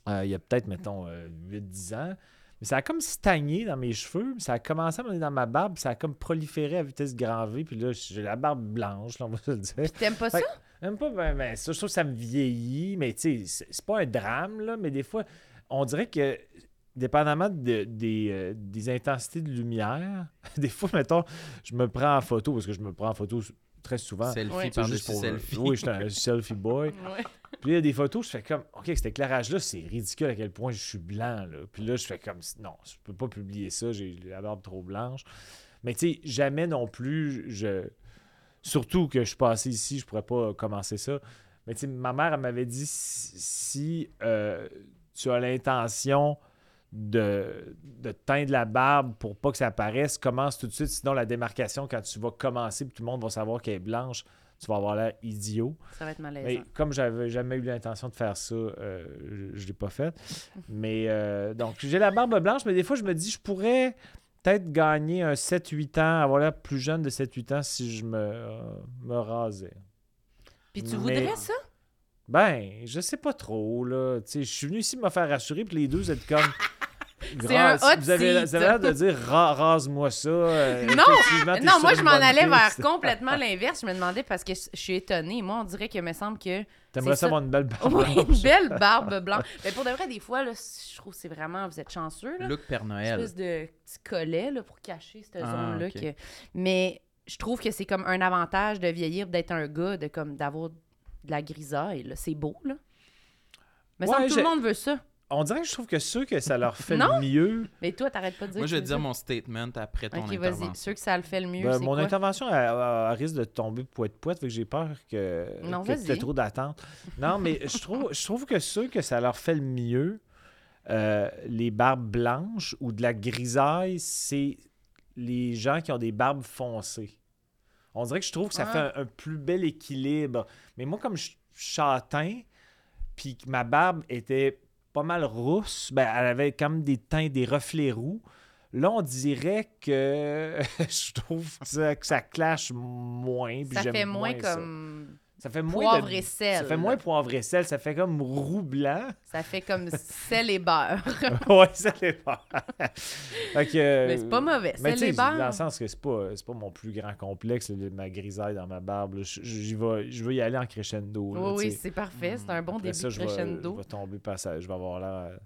D: euh, il y a peut-être, mettons, euh, 8-10 ans. Mais ça a comme stagné dans mes cheveux. puis Ça a commencé à m'aller dans ma barbe. puis Ça a comme proliféré à vitesse grand V. Puis là, j'ai la barbe blanche, là, on va se le dire.
B: T'aimes pas ça?
D: Fait que- Même pas, ben, ben, ça, je trouve que ça me vieillit, mais tu sais, c'est- c'est pas un drame, là, mais des fois, on dirait que, dépendamment de- des, euh, des intensités de lumière, des fois, mettons, je me prends en photo, parce que je me prends en photo s- très souvent.
A: Selfie
B: Ouais.
D: Tu sais,
A: par-dessus
D: juste pour- euh,
A: selfie.
D: Oui, je suis un selfie boy.
B: Ouais.
D: Puis il y a des photos, je fais comme, OK, cet éclairage-là, c'est ridicule à quel point je suis blanc. Là. Puis là, je fais comme, non, je peux pas publier ça, j'ai la barbe trop blanche. Mais tu sais, jamais non plus, je. Surtout que je suis passé ici, je pourrais pas commencer ça. Mais tu sais, ma mère, elle m'avait dit, si, si, euh, tu as l'intention de, de teindre la barbe pour pas que ça apparaisse, commence tout de suite. Sinon, la démarcation, quand tu vas commencer, puis tout le monde va savoir qu'elle est blanche, tu vas avoir l'air idiot.
B: Ça va être
D: Mais
B: malaisant.
D: comme j'avais jamais eu l'intention de faire ça, euh, je- je l'ai pas fait. Mais euh, donc, j'ai la barbe blanche, mais des fois, je me dis, je pourrais peut-être gagner un 7-8 ans, avoir l'air plus jeune de 7-8 ans si je me, euh, me rasais.
B: Puis tu
D: mais-
B: voudrais ça?
D: Ben, je sais pas trop, là. Tu sais, je suis venu ici me faire rassurer, puis les deux, vous êtes comme.
B: un hot
D: vous avez, vous avez
B: seat.
D: l'air de dire, Ra- rase-moi ça. euh,
B: Non!
D: effectivement, t'es
B: Non,
D: sur
B: moi,
D: une
B: je m'en
D: bonne
B: allais vers
D: piste.
B: complètement l'inverse. Je me demandais parce que je je suis étonnée. Moi, on dirait que me semble que. c'est
D: T'aimerais ça
B: ça.
D: avoir une belle barbe.
B: Oui, une belle barbe blanche. Mais pour de vrai, des fois, là, je trouve que c'est vraiment. Vous êtes chanceux, là.
A: Look Père
B: Une
A: Noël.
B: espèce de petit collet là, pour cacher cette
A: Ah,
B: zone-là.
A: ok.
B: que- Mais je trouve que c'est comme un avantage de vieillir, d'être un gars, de comme d'avoir de la grisaille. là. C'est beau, là. Mais
D: Ouais,
B: semble que tout le
D: j'ai-
B: monde veut ça.
D: On dirait que je trouve que ceux que ça leur fait
B: Non.
D: le mieux,
B: Mais toi, t'arrêtes pas de dire.
A: Moi,
B: que
A: je vais
B: tu
A: dire
B: veux
A: mon statement après
B: ça.
A: ton
B: Ok, vas-y.
A: intervention.
B: Ceux que ça le fait le mieux,
D: Ben,
B: c'est
D: mon
B: quoi?
D: intervention elle- elle- elle risque de tomber poète-poète, vu que j'ai peur que,
B: Non,
D: que
B: vas-y.
D: tu aies trop d'attente. Non, mais je trouve, je trouve que ceux que ça leur fait le mieux, euh, les barbes blanches ou de la grisaille, c'est les gens qui ont des barbes foncées. On dirait que je trouve que ça
B: Ah.
D: fait un, un plus bel équilibre. Mais moi, comme je suis châtain, puis que ma barbe était pas mal rousse, ben, elle avait quand même des teints, des reflets roux. Là, on dirait que je trouve que ça, que ça clash moins. puis
B: Ça
D: j'aime
B: fait moins
D: ça.
B: comme
D: Ça fait moins
B: poivre
D: de-
B: et sel.
D: Ça fait moins poivre et sel, ça fait comme roux blanc.
B: Ça fait comme sel et beurre.
D: ouais, ça dépend. Fait que- euh,
B: Mais c'est pas mauvais. Sel
D: Mais Ben, tu
B: et
D: sais, dans
B: beurre.
D: le sens que c'est pas, c'est pas mon plus grand complexe, le- ma grisaille dans ma barbe. là. Je- J'y vais, je veux y aller en crescendo. là,
B: Oui,
D: tu
B: oui,
D: sais.
B: c'est parfait. C'est un bon
D: Après
B: début
D: ça,
B: de
D: je vais-
B: crescendo.
D: Je vais tomber par ça. Je vais avoir l'air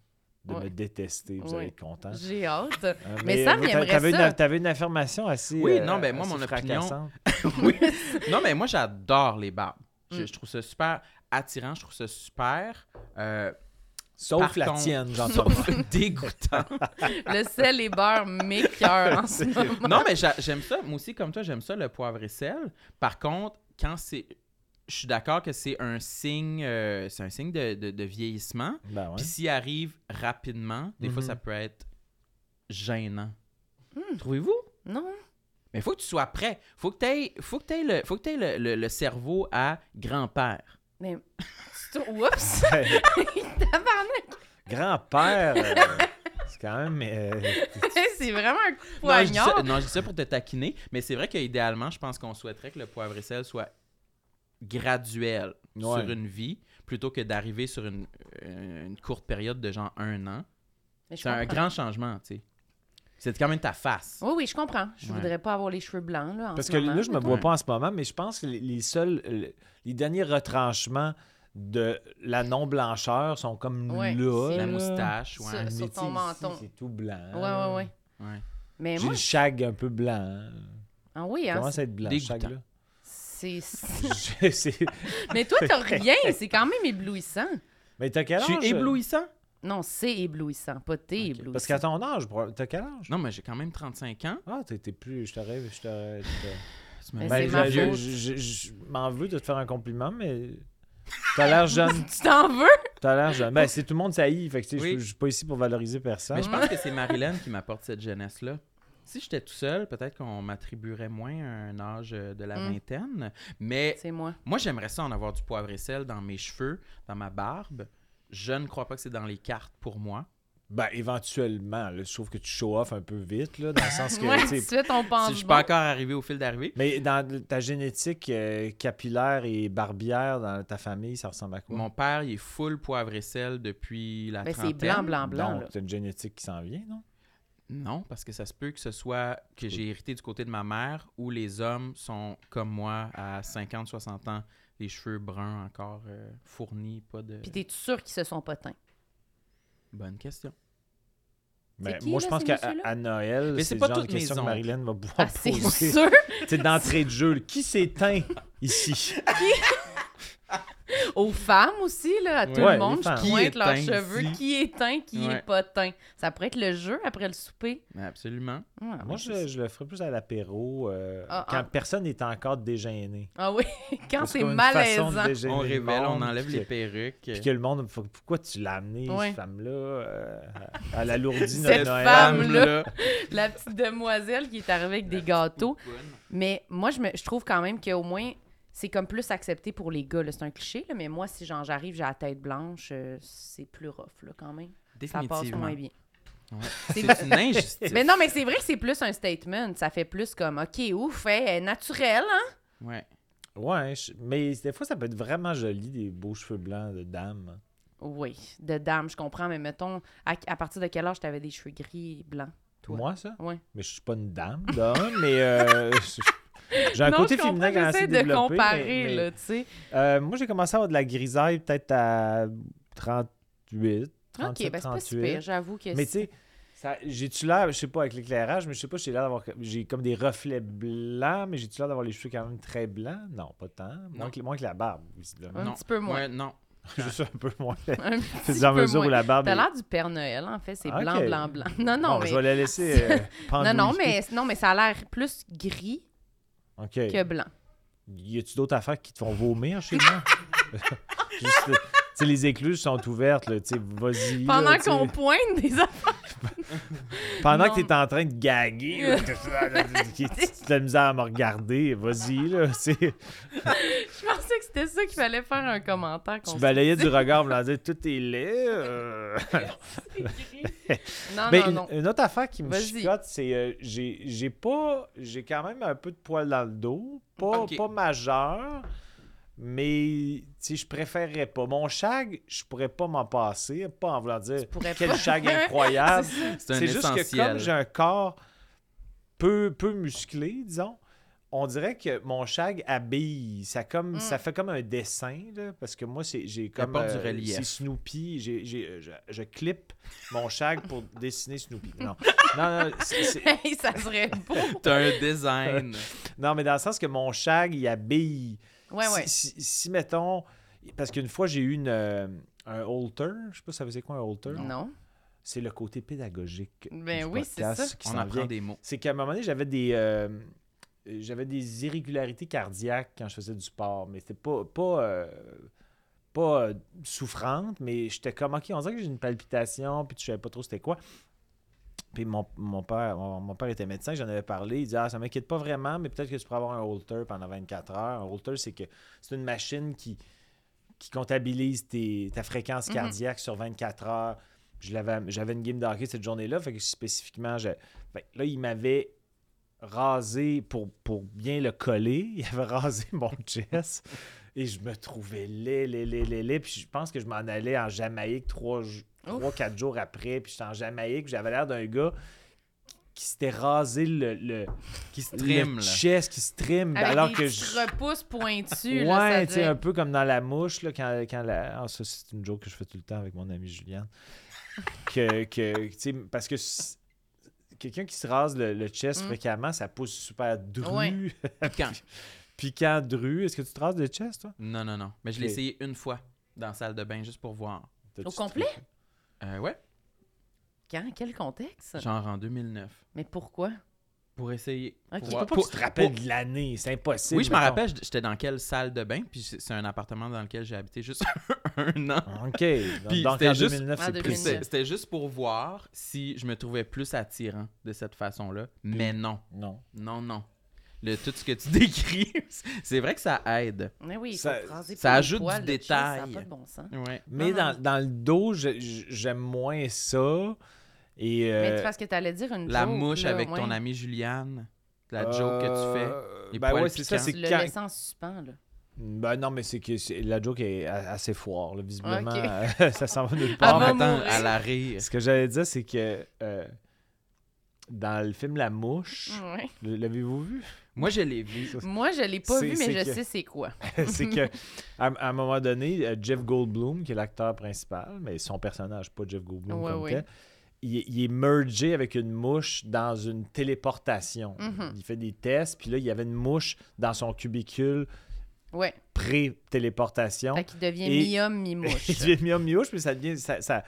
D: de
B: Ouais.
D: me détester. Vous
B: Ouais.
D: allez être content.
B: J'ai hâte.
D: Euh,
B: Mais Sam,
D: vous-
B: il
D: t'a-
B: aimerait
D: t'avais
B: ça.
D: Une, t'avais une affirmation assez.
A: Oui,
D: euh,
A: non, ben, moi,
D: assez
A: mon opinion-
D: fracassante.
A: Oui. Non, mais moi, j'adore les barbes. Je,
B: Mm.
A: je trouve ça super attirant. Je trouve ça super euh,
D: Sauf
A: Par
D: la
A: contre-
D: tienne, j'entends.
A: sauf dégoûtant.
B: Le sel et beurre m'écœure en ce moment.
A: Non, mais j'a- j'aime ça. Moi aussi, comme toi, j'aime ça, le poivre et sel. Par contre, quand c'est. Je suis d'accord que c'est un signe, euh, c'est un signe de, de- de vieillissement.
D: Ben ouais.
A: Puis s'il arrive rapidement, des fois,
D: Mhm. Hmm.
A: ça peut être gênant. Trouvez-vous?
B: Non.
A: Mais faut que tu sois prêt. Faut que t'aies, faut que t'aies le, faut que t'aies le, le- le cerveau à grand-père.
B: Mais. c'est trop- Oups! Tabarnak!
D: Ben, Grand-père, euh, c'est quand même. euh,
B: c'est vraiment un coup de
A: Non, je dis ça,
B: poignard.
A: non, je dis ça pour te taquiner, mais c'est vrai qu'idéalement, je pense qu'on souhaiterait que le poivre et sel soit graduel
D: Ouais.
A: sur une vie plutôt que d'arriver sur une, euh, une courte période de genre un an.
B: Mais je
A: C'est un
B: comprends.
A: grand changement, tu sais. C'est quand même ta face.
B: Oui, oui, je comprends. Je
A: Ouais.
B: voudrais pas avoir les cheveux blancs, là. en
D: Parce
B: ce
D: que
B: moment,
D: là, je me
B: mettons.
D: vois pas en ce moment, mais je pense que les, les seuls, le- les derniers retranchements de la non-blancheur sont comme
B: Ouais,
D: là.
B: c'est-
A: La
D: là.
A: moustache, ouais.
B: Ça-
D: Mais
B: sur
D: tu
B: ton
D: sais,
B: menton.
D: ici, C'est tout blanc.
B: Ouais, ouais, ouais.
A: ouais.
B: Mais
D: euh, J'ai
B: moi,
D: le shag un peu blanc.
B: ah oui,
D: Il
B: hein,
D: commence à être blanc, le shag,
A: dégoûtant.
D: là.
B: c'est... c'est-
D: Je- c'est-
B: Mais toi, t'as rien, c'est quand même éblouissant.
D: Mais t'as quel
A: Je
D: âge?
A: suis éblouissant.
B: Non, c'est éblouissant, pas t'es
D: Ok.
B: éblouissant.
D: Parce qu'à ton âge, probable- t'as quel âge?
A: Non, mais j'ai quand même 35 ans.
D: Ah, t'es t'es plus. Je t'arrive, je t'arrive.
A: Tu me
B: Mais
A: rends
B: c'est
D: Ben,
B: ma
D: je- je
A: vieux.
B: faute.
D: je- je- je m'en veux de te faire un compliment, mais t'as l'air jeune.
B: Tu t'en veux?
D: T'as l'air jeune. Ben, c'est tout le monde saillit. Fait que, tu sais,
A: Oui.
D: je je suis pas ici pour valoriser personne.
A: Mais je pense que c'est Marilyn qui m'apporte cette jeunesse-là. Si j'étais tout seul, peut-être qu'on m'attribuerait moins un âge euh, de la
B: Mm.
A: vingtaine. Mais
B: C'est moi.
A: moi, j'aimerais ça en avoir du poivre et sel dans mes cheveux, dans ma barbe. Je ne crois pas que c'est dans les cartes pour moi.
D: Ben, éventuellement, là, je trouve que tu show off un peu vite, là, dans le sens que,
B: Ouais,
D: tu
B: tout de
D: sais,
B: suite, on pense
A: Si je suis pas encore arrivé au fil d'arrivée.
D: Mais dans ta génétique euh, capillaire et barbière dans ta famille, ça ressemble à quoi?
A: Mon père, il est full poivre et sel depuis la
B: Mais Ben, c'est
A: trentaine.
B: blanc, blanc, blanc, là.
D: Donc, t'as une génétique qui s'en vient, non?
A: Non, parce que ça se peut que ce soit que j'ai hérité du côté de ma mère où les hommes sont comme moi à 50-60 ans, les cheveux bruns encore euh, fournis, pas de...
B: Puis t'es sûr qu'ils se sont pas teints?
A: Bonne question.
D: Ben,
B: qui,
D: moi,
B: là,
D: je pense
B: ces
D: qu'à
B: messieurs-là?
D: à Noël,
A: Mais
D: c'est
A: c'est
D: le
A: pas
D: genre de
A: toutes mes
D: question que
A: oncles.
D: Marilyn va pouvoir
B: Ah, c'est
D: poser.
B: sûr?
D: C'est d'entrée de jeu. là. Qui s'éteint ici?
B: Aux femmes aussi, là, à tout
D: Ouais,
B: le monde,
D: les
B: je
D: femmes.
A: Qui est
B: pointe leurs
A: teint
B: cheveux.
A: ici?
B: Qui est teint, qui
A: Ouais.
B: est pas teint? Ça pourrait être le jeu après le souper.
A: Mais Absolument.
B: Ah,
D: moi,
B: oui,
D: je, je le ferais plus à l'apéro, euh,
B: Ah,
D: quand
B: ah.
D: personne n'est encore dégêné.
B: Ah oui, quand
D: Parce
B: c'est
D: qu'on a une façon de
B: malaisant.
D: dégêner
A: On
D: le
A: révèle, on
D: monde,
A: enlève
D: puis
A: les
D: que-
A: perruques.
D: Puis que le monde, faut- pourquoi tu l'as amenée,
B: Ouais.
D: cette femme-là, euh, à à la lourdine de
B: Cette
D: Noël?
B: femme. femme-là. La petite demoiselle qui est arrivée avec
D: Ben,
B: des gâteaux. Mais moi, je, me, je trouve quand même qu'au moins, c'est comme plus accepté pour les gars. là. C'est un cliché, là, mais moi, si genre, j'arrive, j'ai la tête blanche, euh, c'est plus rough là, quand même. Ça passe
A: Définitivement.
B: moins bien.
A: Ouais.
B: C'est-
A: C'est une injustice.
B: Mais non, mais c'est vrai que c'est plus un statement. Ça fait plus comme, OK, ouf, hey, elle est naturelle, hein?
A: Ouais.
D: Ouais, je- mais des fois, ça peut être vraiment joli, des beaux cheveux blancs de dame.
B: Oui, de dame, je comprends, mais mettons, à, à partir de quel âge t'avais des cheveux gris et blancs? Toi.
D: Moi, ça?
B: Ouais.
D: Mais je suis pas une dame, d'un, mais euh, je- j'ai un
B: non,
D: côté
B: je comprends,
D: féminin qui est
B: j'essaie
D: assez
B: de
D: développé.
B: comparer,
D: mais- mais-
B: là, tu sais.
D: Euh, moi, j'ai commencé à avoir de la grisaille peut-être à 38, 37,
B: OK, ben c'est pas
D: 38.
B: si pire, j'avoue que
D: mais tu
B: c'est-
D: sais, ça- j'ai-tu l'air, je sais pas, avec l'éclairage, mais je sais pas, j'ai l'air d'avoir, j'ai comme des reflets blancs, mais j'ai-tu l'air d'avoir les cheveux quand même très blancs? Non, pas tant. Moins,
A: Non.
D: Que, moins que la barbe, visiblement.
B: Un
A: non.
B: petit peu moins.
A: Ouais, non.
D: Juste un peu moins.
B: un
D: C'est
B: petit
D: dans
B: peu
D: mesure où
B: moins.
D: la barbe
B: T'as
D: est-
B: l'air du Père Noël, en fait. C'est
D: Ah,
B: blanc,
D: ok.
B: blanc, blanc. Non, non,
D: Bon,
B: mais...
D: Je vais la laisser euh,
B: Non, non,
D: pendouiller.
B: mais, non, mais ça a l'air plus gris
D: OK.
B: que blanc.
D: Y a-tu d'autres affaires qui te font vomir chez moi? Juste, euh, tu sais, les écluses sont ouvertes, là, tu sais, vas-y. là,
B: Pendant
D: tu sais.
B: qu'on pointe des affaires.
D: Pendant
B: Non.
D: que t'es en train de gaguer, là, t'as de la misère à me regarder, vas-y, là, tu sais. tu
B: Je pensais que c'était ça qu'il fallait faire un commentaire. qu'on se-
D: balayais du regard, me dire tout est laid. euh.
B: Non,
D: Mais
B: non,
D: une,
B: non.
D: une autre affaire qui me
B: Vas-y.
D: chicote, c'est euh, j'ai j'ai pas. J'ai quand même un peu de poils dans le dos. Pas,
A: Ok.
D: pas majeur. Mais tu sais, je préférerais pas. Mon shag, je pourrais pas m'en passer. Pas en voulant dire
B: pourrais
D: quel
B: pas.
D: shag incroyable.
A: C'est un
D: C'est juste que
A: essentiel.
D: comme j'ai un corps peu, peu musclé, disons, on dirait que mon shag habille. Ça, comme,
B: Mm.
D: ça fait comme un dessin, là, parce que moi, c'est- j'ai comme. euh,
A: apporte du relief.
D: C'est Snoopy. j'ai- j'ai- euh, je, je clip mon shag pour dessiner Snoopy. Non, non, non, c'est- c'est-
B: Hey, ça serait beau.
A: T'as un design.
D: non, mais dans le sens que mon shag, il habille.
B: Ouais,
D: Si-
B: ouais.
D: Si, si, mettons. Parce qu'une fois, j'ai eu une, euh, un halter. Je sais pas si ça faisait quoi un halter.
B: Non.
D: C'est le côté pédagogique.
B: Ben
D: du
B: oui, c'est
D: podcast
B: ça.
D: qui
A: On
D: s'en
A: apprend
D: vient.
A: des mots.
D: c'est qu'à un moment donné, j'avais des. euh, euh, j'avais des irrégularités cardiaques quand je faisais du sport, mais c'était pas pas euh, pas euh, souffrante, mais j'étais comme ok, on dirait que j'ai une palpitation, puis tu savais pas trop c'était quoi. Puis mon, mon père mon, mon père était médecin, j'en avais parlé, il dit ah ça m'inquiète pas vraiment, mais peut-être que tu pourrais avoir un holter pendant 24 heures. Un holter c'est que c'est une machine qui qui comptabilise tes- ta fréquence
B: Mhm.
D: cardiaque sur 24 heures. Je l'avais- J'avais une game de hockey cette journée-là, fait que spécifiquement, je- fait que là, il m'avait rasé pour, pour bien le coller. Il avait rasé mon chest. Et je me trouvais laid, laid, laid, laid, laid. Puis je pense que je m'en allais en Jamaïque trois, jou-
B: Ouf.
D: trois, quatre jours après. Puis j'étais en Jamaïque. puis J'avais l'air d'un gars qui s'était rasé le, le- qui se
A: Trim,
D: le
A: là.
D: chest, qui se trim.
B: Avec
D: alors
B: des
D: que
B: petites
D: je
B: repousses pointues,
D: ouais,
B: là,
D: tu
B: ça
D: sais, un
B: devait-
D: peu comme dans la mouche, là, quand, quand la... Ah, ça, c'est une joke que je fais tout le temps avec mon ami Julien. que, que, tu sais, parce que s- quelqu'un qui se rase le, le chest
B: Mm.
D: fréquemment, ça pousse super dru.
B: Ouais.
A: Piquant.
D: Piquant dru. Est-ce que tu te rases le chest, toi?
A: Non, non, non. Mais je l'ai
D: Ok.
A: essayé une fois dans la salle de bain juste pour voir.
D: T'as-tu
B: complet?
D: trippé?
A: Euh, ouais,
B: Quand? Quel contexte?
A: genre en 2009.
B: Mais pourquoi?
A: Pour essayer.
B: Ok.
A: Pour
B: Tu peux
A: voir-
D: Pas que
A: pour-
D: tu te rappelles
A: pour-
D: de l'année, c'est impossible.
A: Oui, je me
D: mettons.
A: rappelle, j- j'étais dans quelle salle de bain, puis c'est c'est un appartement dans lequel j'ai habité juste un an.
D: OK. Donc,
A: Puis
D: donc,
A: c'était
D: en
A: juste-
D: 2009,
B: En
D: c'est
A: Puis
D: plus...
B: 2009.
A: C'était c'était juste pour voir si je me trouvais plus attirant de cette façon-là. Mais non,
D: Non.
A: non, non. Le, tout ce que tu décris, c'est vrai que ça aide.
B: Mais oui, il faut
D: Ça-
B: te raser
A: ça
B: plein de
A: ajoute du
B: poils, le chest, ça a
A: détail.
B: pas de bon sens.
A: Ouais.
D: Mais
B: Non,
D: dans,
B: non.
D: dans le dos, je- je- j'aime moins ça. Et,
B: Mais
D: euh,
B: c'est parce que t'allais dire une
A: La
B: joke,
A: mouche
B: là,
A: avec
B: ouais.
A: ton amie Juliane, la joke que tu fais.
D: Euh,
A: les
D: ben
A: poils
D: ouais, c'est ça,
A: piquants.
D: c'est
B: Le
D: quand-
B: laissant en suspens, là.
D: Ben non, mais c'est que c'est- la joke est a- assez foire, là, visiblement.
B: Ok.
D: euh, ça s'en va nulle
B: Ah,
A: Oh,
D: part.
B: va
A: attends,
B: mourir.
A: à la rire.
D: Ce que j'allais dire, c'est que euh, dans le film La Mouche,
B: Ouais.
D: le- l'avez-vous vu?
A: Moi, je l'ai vu.
B: Moi, je l'ai pas
D: C'est-
B: vu,
D: c'est
B: mais je
D: que-
B: sais c'est quoi.
D: c'est que à, à un moment donné, euh, Jeff Goldblum, qui est l'acteur principal, mais son personnage, pas Jeff Goldblum
B: Ouais,
D: comme
B: ouais.
D: tel, il, est- il est mergé avec une mouche dans une téléportation.
B: Mhm.
D: Il fait des tests, puis là, il y avait une mouche dans son cubicule
B: Ouais.
D: pré-téléportation.
B: Fait qu'il devient
D: Et-
B: mi-homme, mi-mouche.
D: Il devient miam miouche, puis ça devient. Ça, ça,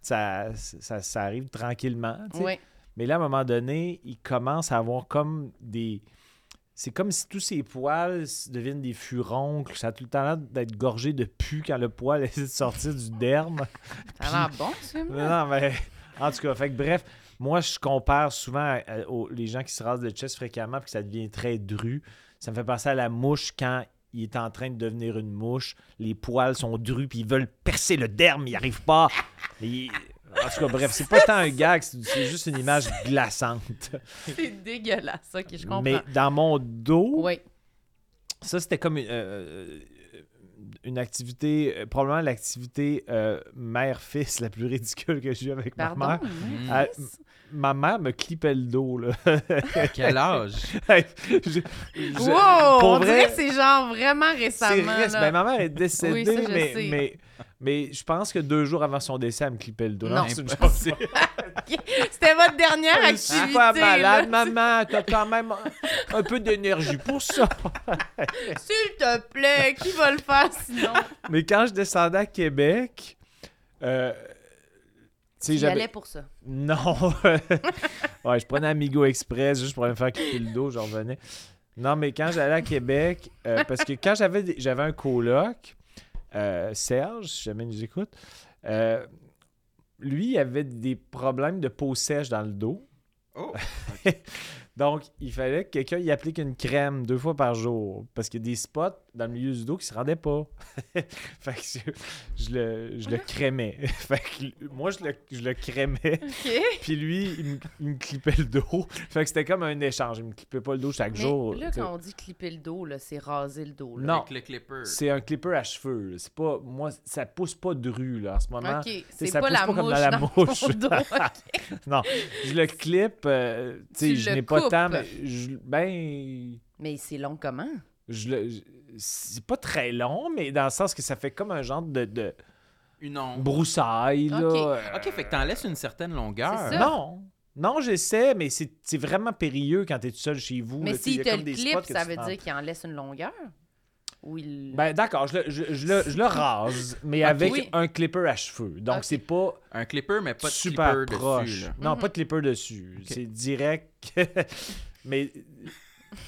D: ça, ça- ça arrive tranquillement. tu sais.
B: ouais.
D: Mais là, à un moment donné, il commence à avoir comme des. C'est comme si tous ses poils s- deviennent des furoncles. Ça a tout le temps l'air d'être gorgé de pu quand le poil essaie de sortir du derme.
B: Ça a l'air bon, ce film
D: Non, non, mais. En tout cas, fait que bref, moi, je compare souvent à- à- aux les gens qui se rasent le chest fréquemment puis que ça devient très dru. Ça me fait penser à la mouche quand il est en train de devenir une mouche. Les poils sont drus puis ils veulent percer le derme, ils n'y arrivent pas. Et ils- En tout cas, bref, c'est pas tant un gag, c'est c'est juste une image glaçante.
B: C'est dégueulasse, ok, je comprends.
D: Mais dans mon dos,
B: Oui.
D: ça, c'était comme une, euh, une activité, euh, probablement l'activité euh, mère-fils la plus ridicule que j'ai eue avec ma mère.
B: Pardon,
A: Mm.
D: Ah,
B: mais Chris?
D: Ma mère me clippait le dos, là.
A: À quel âge?
D: Je- je-
B: Wow!
D: pour
B: on dirait
D: vrai,
B: que c'est genre vraiment
D: c'est
B: récemment.
D: risque.
B: là.
D: Ben, ma mère est décédée,
B: Oui, ça, je
D: mais,
B: sais.
D: mais, mais je pense que deux jours avant son décès, elle me clippait le dos.
B: Non.
D: c'est une
A: Impossible.
D: chose-
B: Ok, C'était votre dernière
D: Je
B: activité.
D: suis pas malade,
B: là.
D: maman. T'as quand même un peu d'énergie pour ça.
B: S'il te plaît, qui va le faire sinon?
D: Mais quand je descendais à Québec, euh, tu sais,
B: J'y
D: j'avais.
B: allais pour ça.
D: Non. ouais, je prenais Amigo Express juste pour me faire quitter le dos, je revenais. Non, mais quand j'allais à Québec, euh, parce que quand j'avais des- j'avais un coloc, euh, Serge, si jamais il nous écoute, euh, lui, il avait des problèmes de peau sèche dans le dos.
A: Oh.
D: Donc, il fallait que quelqu'un y applique une crème deux fois par jour. Parce qu'il y a des spots dans le milieu du dos qui se rendaient pas. fait que je, je le, je le crémais. fait que moi, je le, je le crémais.
B: OK.
D: Puis lui, il me, il me clippait le dos. fait que c'était comme un échange. Il me clippait pas le dos chaque
B: Mais
D: jour.
B: là,
D: t'sais.
B: quand on dit clipper le dos, là, c'est raser le dos. Là.
D: Non,
A: Avec le clipper.
D: c'est un clipper à cheveux. là. C'est pas, moi, ça pousse pas de rue là, en ce moment.
B: OK,
D: T'sais,
B: c'est
D: ça
B: pas
D: pousse
B: la
D: pas
B: mouche
D: comme dans la
B: ton
D: mouche.
B: dos.
D: Non, je le clip. euh, t'sais,
B: Tu
D: je
B: le
D: n'ai pas
B: coupes.
D: tant. mais je- ben,
B: Mais c'est long comment?
D: je le- je- c'est pas très long, mais dans le sens que ça fait comme un genre de, de
A: Une ombre.
D: broussaille là.
B: Ok.
D: euh,
A: Ok, fait que t'en laisses une certaine longueur.
B: C'est ça.
D: Non. Non, j'essaie, mais c'est c'est vraiment périlleux quand t'es tout seul chez vous.
B: Mais
D: là, t'sais, il y
B: s'il
D: a
B: te
D: comme
B: le
D: des
B: clip,
D: spots que
B: ça
D: tu
B: veut
D: prends
B: dire qu'il en laisse une longueur? Ou il...
D: Ben d'accord, je, le- je, je le, je le rase, mais
B: Ok.
D: avec
B: Oui.
D: un clipper à cheveux. Donc
B: Ok.
D: c'est pas,
A: Un clipper, mais pas de
D: super
A: clipper
D: proche.
A: dessus. là.
D: Non,
B: Mhm.
D: pas de clipper dessus.
A: Ok.
D: C'est direct. mais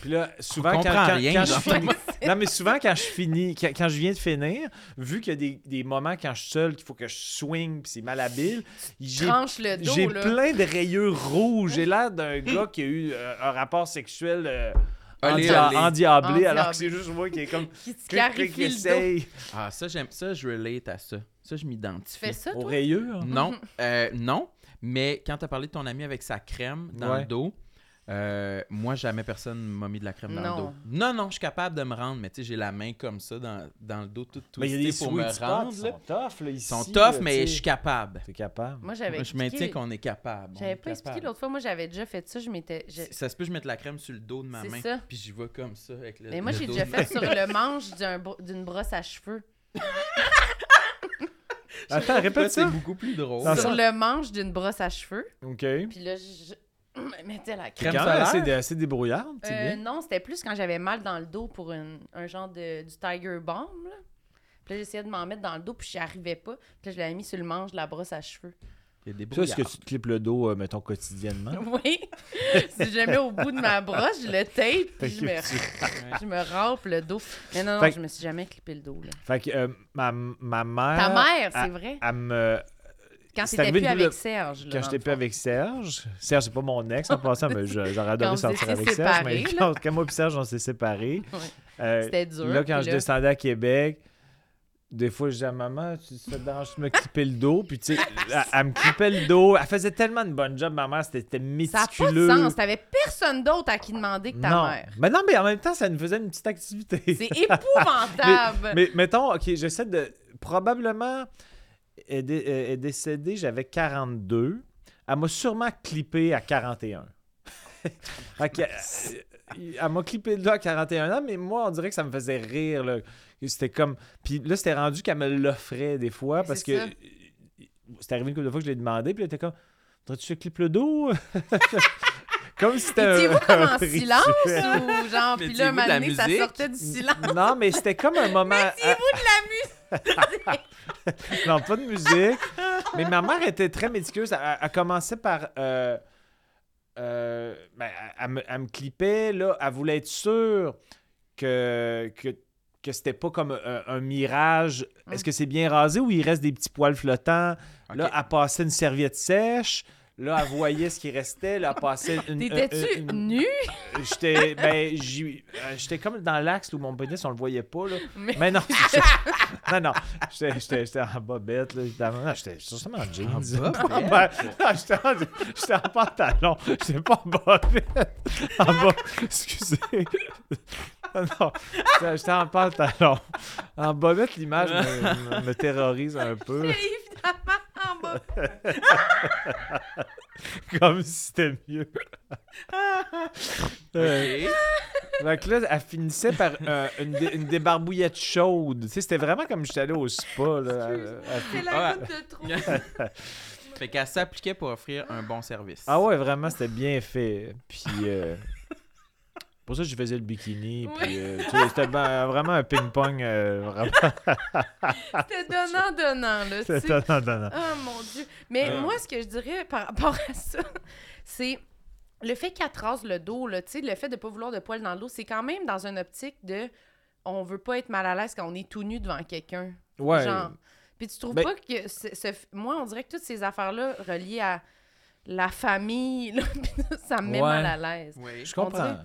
D: Puis là, souvent, quand,
A: comprend
D: quand-
A: rien,
D: quand je
A: genre.
D: finis. Non, mais souvent, quand je finis, quand, quand je viens de finir, vu qu'il y a des, des moments quand je suis seul qu'il faut que je swing, puis c'est malhabile, j'ai
B: Tranche le
D: j'ai
B: dos, là.
D: plein de rayures rouges. J'ai l'air d'un gars qui a eu euh, un rapport sexuel euh,
A: Allez,
D: endia-
A: allez.
D: endiablé,
B: Endiablé.
D: alors que c'est juste moi qui est comme.
B: Qui se
D: clic, clic,
B: clarifie le dos.
D: essaye.
A: Ah, ça, j'aime ça, je relate à ça. Ça, je m'identifie.
B: Tu fais ça,
D: Aux
B: toi?
D: rayures.
A: Non, euh, non. Mais quand t'as parlé de ton ami avec sa crème dans
D: Ouais.
A: le dos, euh, moi, jamais personne m'a mis de la crème dans
B: Non.
A: le dos. Non, non, je suis capable de me rendre, mais tu sais, j'ai la main comme ça dans, dans le dos, tout
D: Mais il y a
A: twistée
D: des
A: pour me
D: sweet spots.
A: rendre.
D: Ils
A: là.
D: sont tough, là, ici.
A: Ils sont
D: là,
A: tough, mais
D: tu sais.
A: je suis capable.
D: T'es capable.
B: Moi, j'avais
A: je maintiens
B: expliqué-
A: qu'on est capable. on
B: J'avais
A: est
B: pas expliqué
A: capable.
B: l'autre fois. Moi, j'avais déjà fait ça. Je m'étais. je-
A: Ça se peut que je mette la crème sur le dos de ma
B: C'est
A: main.
B: ça.
A: Puis j'y vais comme ça avec le
B: Mais moi,
A: le
B: j'ai
A: dos
B: déjà
A: de
B: fait sur le manche d'un bro- d'une brosse à cheveux.
D: Attends,
A: ma- Toi,
D: répète
A: C'est
D: ça.
A: beaucoup plus drôle.
D: Dans
B: Sur
D: ça-
B: le manche d'une brosse à cheveux.
D: OK. T'es
B: Puis là, je je mettais la crème.
A: Crème
D: quand même
A: solaire.
D: assez, dé- assez débrouillarde, c'est
B: Euh,
D: bien.
B: non, c'était plus quand j'avais mal dans le dos pour une- un genre de du Tiger Balm. Là. Puis là, j'essayais de m'en mettre dans le dos, puis j'y arrivais pas. Puis là, je l'avais mis sur le manche de la brosse à cheveux.
A: Il y a des
D: Ça, est-ce que
A: brouillards.
D: tu te clippes le dos, euh, mettons, quotidiennement?
B: Oui. si je le mets au bout de ma brosse, je le tape, puis je me, je me rampe le dos. Mais non, non,
D: Fait que-
B: je me suis jamais clippé le dos. là.
D: Fait que euh, ma, ma mère.
B: Ta mère,
D: à-
B: c'est vrai.
D: Elle me.
B: Quand
D: Ah. c'est
B: t'étais
D: arrivé
B: plus
D: une double-
B: avec Serge. là,
D: Quand
B: dans
D: j'étais
B: le
D: plus
B: fond.
D: avec Serge, Serge, c'est pas mon ex en passant, mais je- j'aurais
B: Quand
D: adoré
B: vous
D: sortir
B: étiez
D: avec Serge. Mais
B: séparés,
D: quand, quand moi et Serge, on s'est séparés.
B: Ouais.
D: euh,
B: C'était dur.
D: Là, quand
B: puis
D: je descendais à Québec, des fois, je disais à maman, tu ça te dérange de me clipper le dos. Puis, tu sais, elle, elle me clippait le dos. Elle faisait tellement de bonne job, maman. C'était c'était
B: Ça n'a pas de
D: méticuleux.
B: sens. T'avais personne d'autre à qui demander que ta
D: non.
B: mère.
D: Mais non, mais en même temps, ça nous faisait une petite activité.
B: C'est épouvantable.
D: Mais, mais mettons, OK, j'essaie de. Probablement, elle est dé- elle est décédée, j'avais 42. Elle m'a sûrement clippé à 41. Fait que, euh, elle m'a clippé là à 41 ans, mais moi, on dirait que ça me faisait rire. là. C'était comme. Puis là, c'était rendu qu'elle me l'offrait des fois parce
B: C'est
D: que.
B: ça.
D: C'était arrivé une couple de fois que je l'ai demandé, puis elle était comme. Voudrais-tu que je clippe le dos? comme si c'était
B: Étiez-vous
D: un-
B: comme en
D: un
B: silence
D: rituel.
B: ou genre,
A: Mais
B: puis là,
A: étiez-vous de
B: un moment
A: la
B: donné, ça
A: musique?
B: sortait du silence.
D: Non, mais c'était comme un moment. euh,
B: Étiez-vous de la musique?
D: non, pas de musique. Mais ma mère était très méticuleuse. Elle, elle commençait par. euh, euh, ben, elle, me, elle me clippait, là. Elle voulait être sûre que, que, que c'était pas comme un, un mirage.
B: Mm.
D: Est-ce que c'est bien rasé ou il reste des petits poils flottants? Là,
A: Ok.
D: elle passait une serviette sèche. Là, elle voyait ce qui restait. Là, elle passait une. une-
A: euh,
B: T'étais-tu
D: une-
B: nu?
D: J'étais ben, j'y- euh, j'étais comme dans l'axe où mon pénis, on le voyait pas. Là.
B: Mais-
D: Mais... non, j'étais- non, non, j'étais- j'étais j'étais en bobette. là. J'étais en- non, J'étais sûrement en jeans.
A: En bobette?
D: Ah, ben, non, j'étais en, j'étais en pantalon. J'étais pas en bobette. En bo- Excusez. Non, non, j'étais- j'étais en pantalon. En bobette, l'image me, me- me terrorise un peu.
B: Évidemment, en bas.
D: Comme si c'était mieux. Euh,
A: Ok.
D: Donc là, elle finissait par euh, une, dé- une débarbouillette chaude. Tu sais, c'était vraiment comme j'étais allé au spa. Là, Elle- elle fin-
B: C'est la
A: Ouais.
B: goutte de trop.
A: Euh, fait qu'elle s'appliquait pour offrir un bon service.
D: Ah ouais, vraiment, c'était bien fait. Puis. euh, Pour ça, je faisais le bikini. Puis, euh, tu sais, c'était ben- vraiment un ping-pong. euh, vraiment.
B: C'était donnant-donnant, là. tu sais.
D: C'était- non, non, non.
B: Oh mon Dieu. Mais
A: Ah.
B: moi, ce que je dirais par rapport à ça, c'est le fait qu'elle te rase le dos, là, tu sais, le fait de pas vouloir de poils dans le dos, c'est quand même dans une optique de on veut pas être mal à l'aise quand on est tout nu devant quelqu'un.
D: Ouais.
B: Genre. Puis tu trouves
D: Ben-
B: pas que ce- ce- moi on dirait que toutes ces affaires là reliées à la famille là, puis tout, ça me met
D: Ouais.
B: mal à l'aise.
A: Oui.
D: Je
B: On
D: comprends.
B: dirait-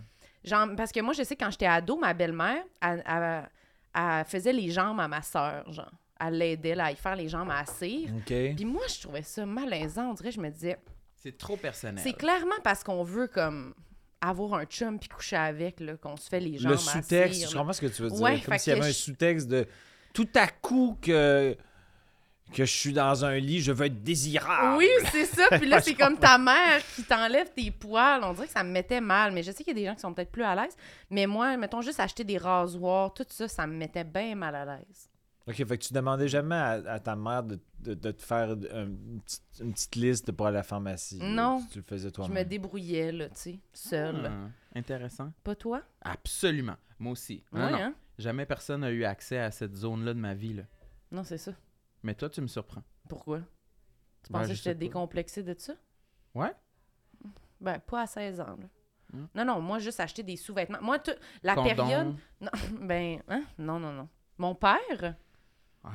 B: Genre parce que moi je sais quand j'étais ado ma belle-mère elle, elle- elle faisait les jambes à ma sœur genre elle l'aidait là, à y faire les jambes à assir.
D: OK.
B: Puis moi je trouvais ça malaisant, on dirait je me disais
A: C'est trop personnel.
B: c'est clairement parce qu'on veut comme avoir un chum puis coucher avec là qu'on se fait les jambes
D: Le
B: à
D: sous-texte,
B: assir,
D: je
B: là.
D: comprends ce que tu veux dire.
B: Ouais,
D: comme
B: fait
D: s'il y
B: que
D: avait un
B: je-
D: sous-texte de tout à coup que. Que je suis dans un lit, je veux être
A: Ah,
D: désirable.
B: Oui, c'est ça. Puis là, c'est comme ta mère qui t'enlève tes poils. On dirait que ça me mettait mal. Mais je sais qu'il y a des gens qui sont peut-être plus à l'aise. Mais moi, mettons juste acheter des rasoirs, tout ça, ça me mettait bien mal à l'aise.
D: OK, fait que tu demandais jamais à, à ta mère de, de- de te faire un- une petite, une petite liste pour aller à la pharmacie. là.
B: Non.
D: Tu, tu le faisais
B: Je me
D: toi-même.
B: débrouillais, là, tu sais,
A: Ah,
B: seule.
A: Intéressant.
B: Pas toi?
A: Absolument. Moi aussi. Non,
B: Ouais,
A: non.
B: hein?
A: Jamais personne n'a eu accès à cette zone-là de ma vie. Là.
B: Non, c'est ça.
A: Mais toi, tu me surprends.
B: Pourquoi? Tu
A: Ben,
B: pensais
A: je
B: que j'étais
A: sais pas.
B: décomplexée de ça?
A: Ouais.
B: Ben, pas à 16 ans, là.
A: Hmm.
B: Non, non, moi, juste acheter des sous-vêtements. Moi, tout- la
A: Condom.
B: période. Non, ben, hein? Non, non, non. Mon père?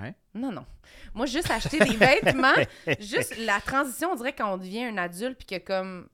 A: Ouais.
B: Non, non. Moi, juste acheter des vêtements, juste la transition, on dirait quand on devient un adulte, puis que comme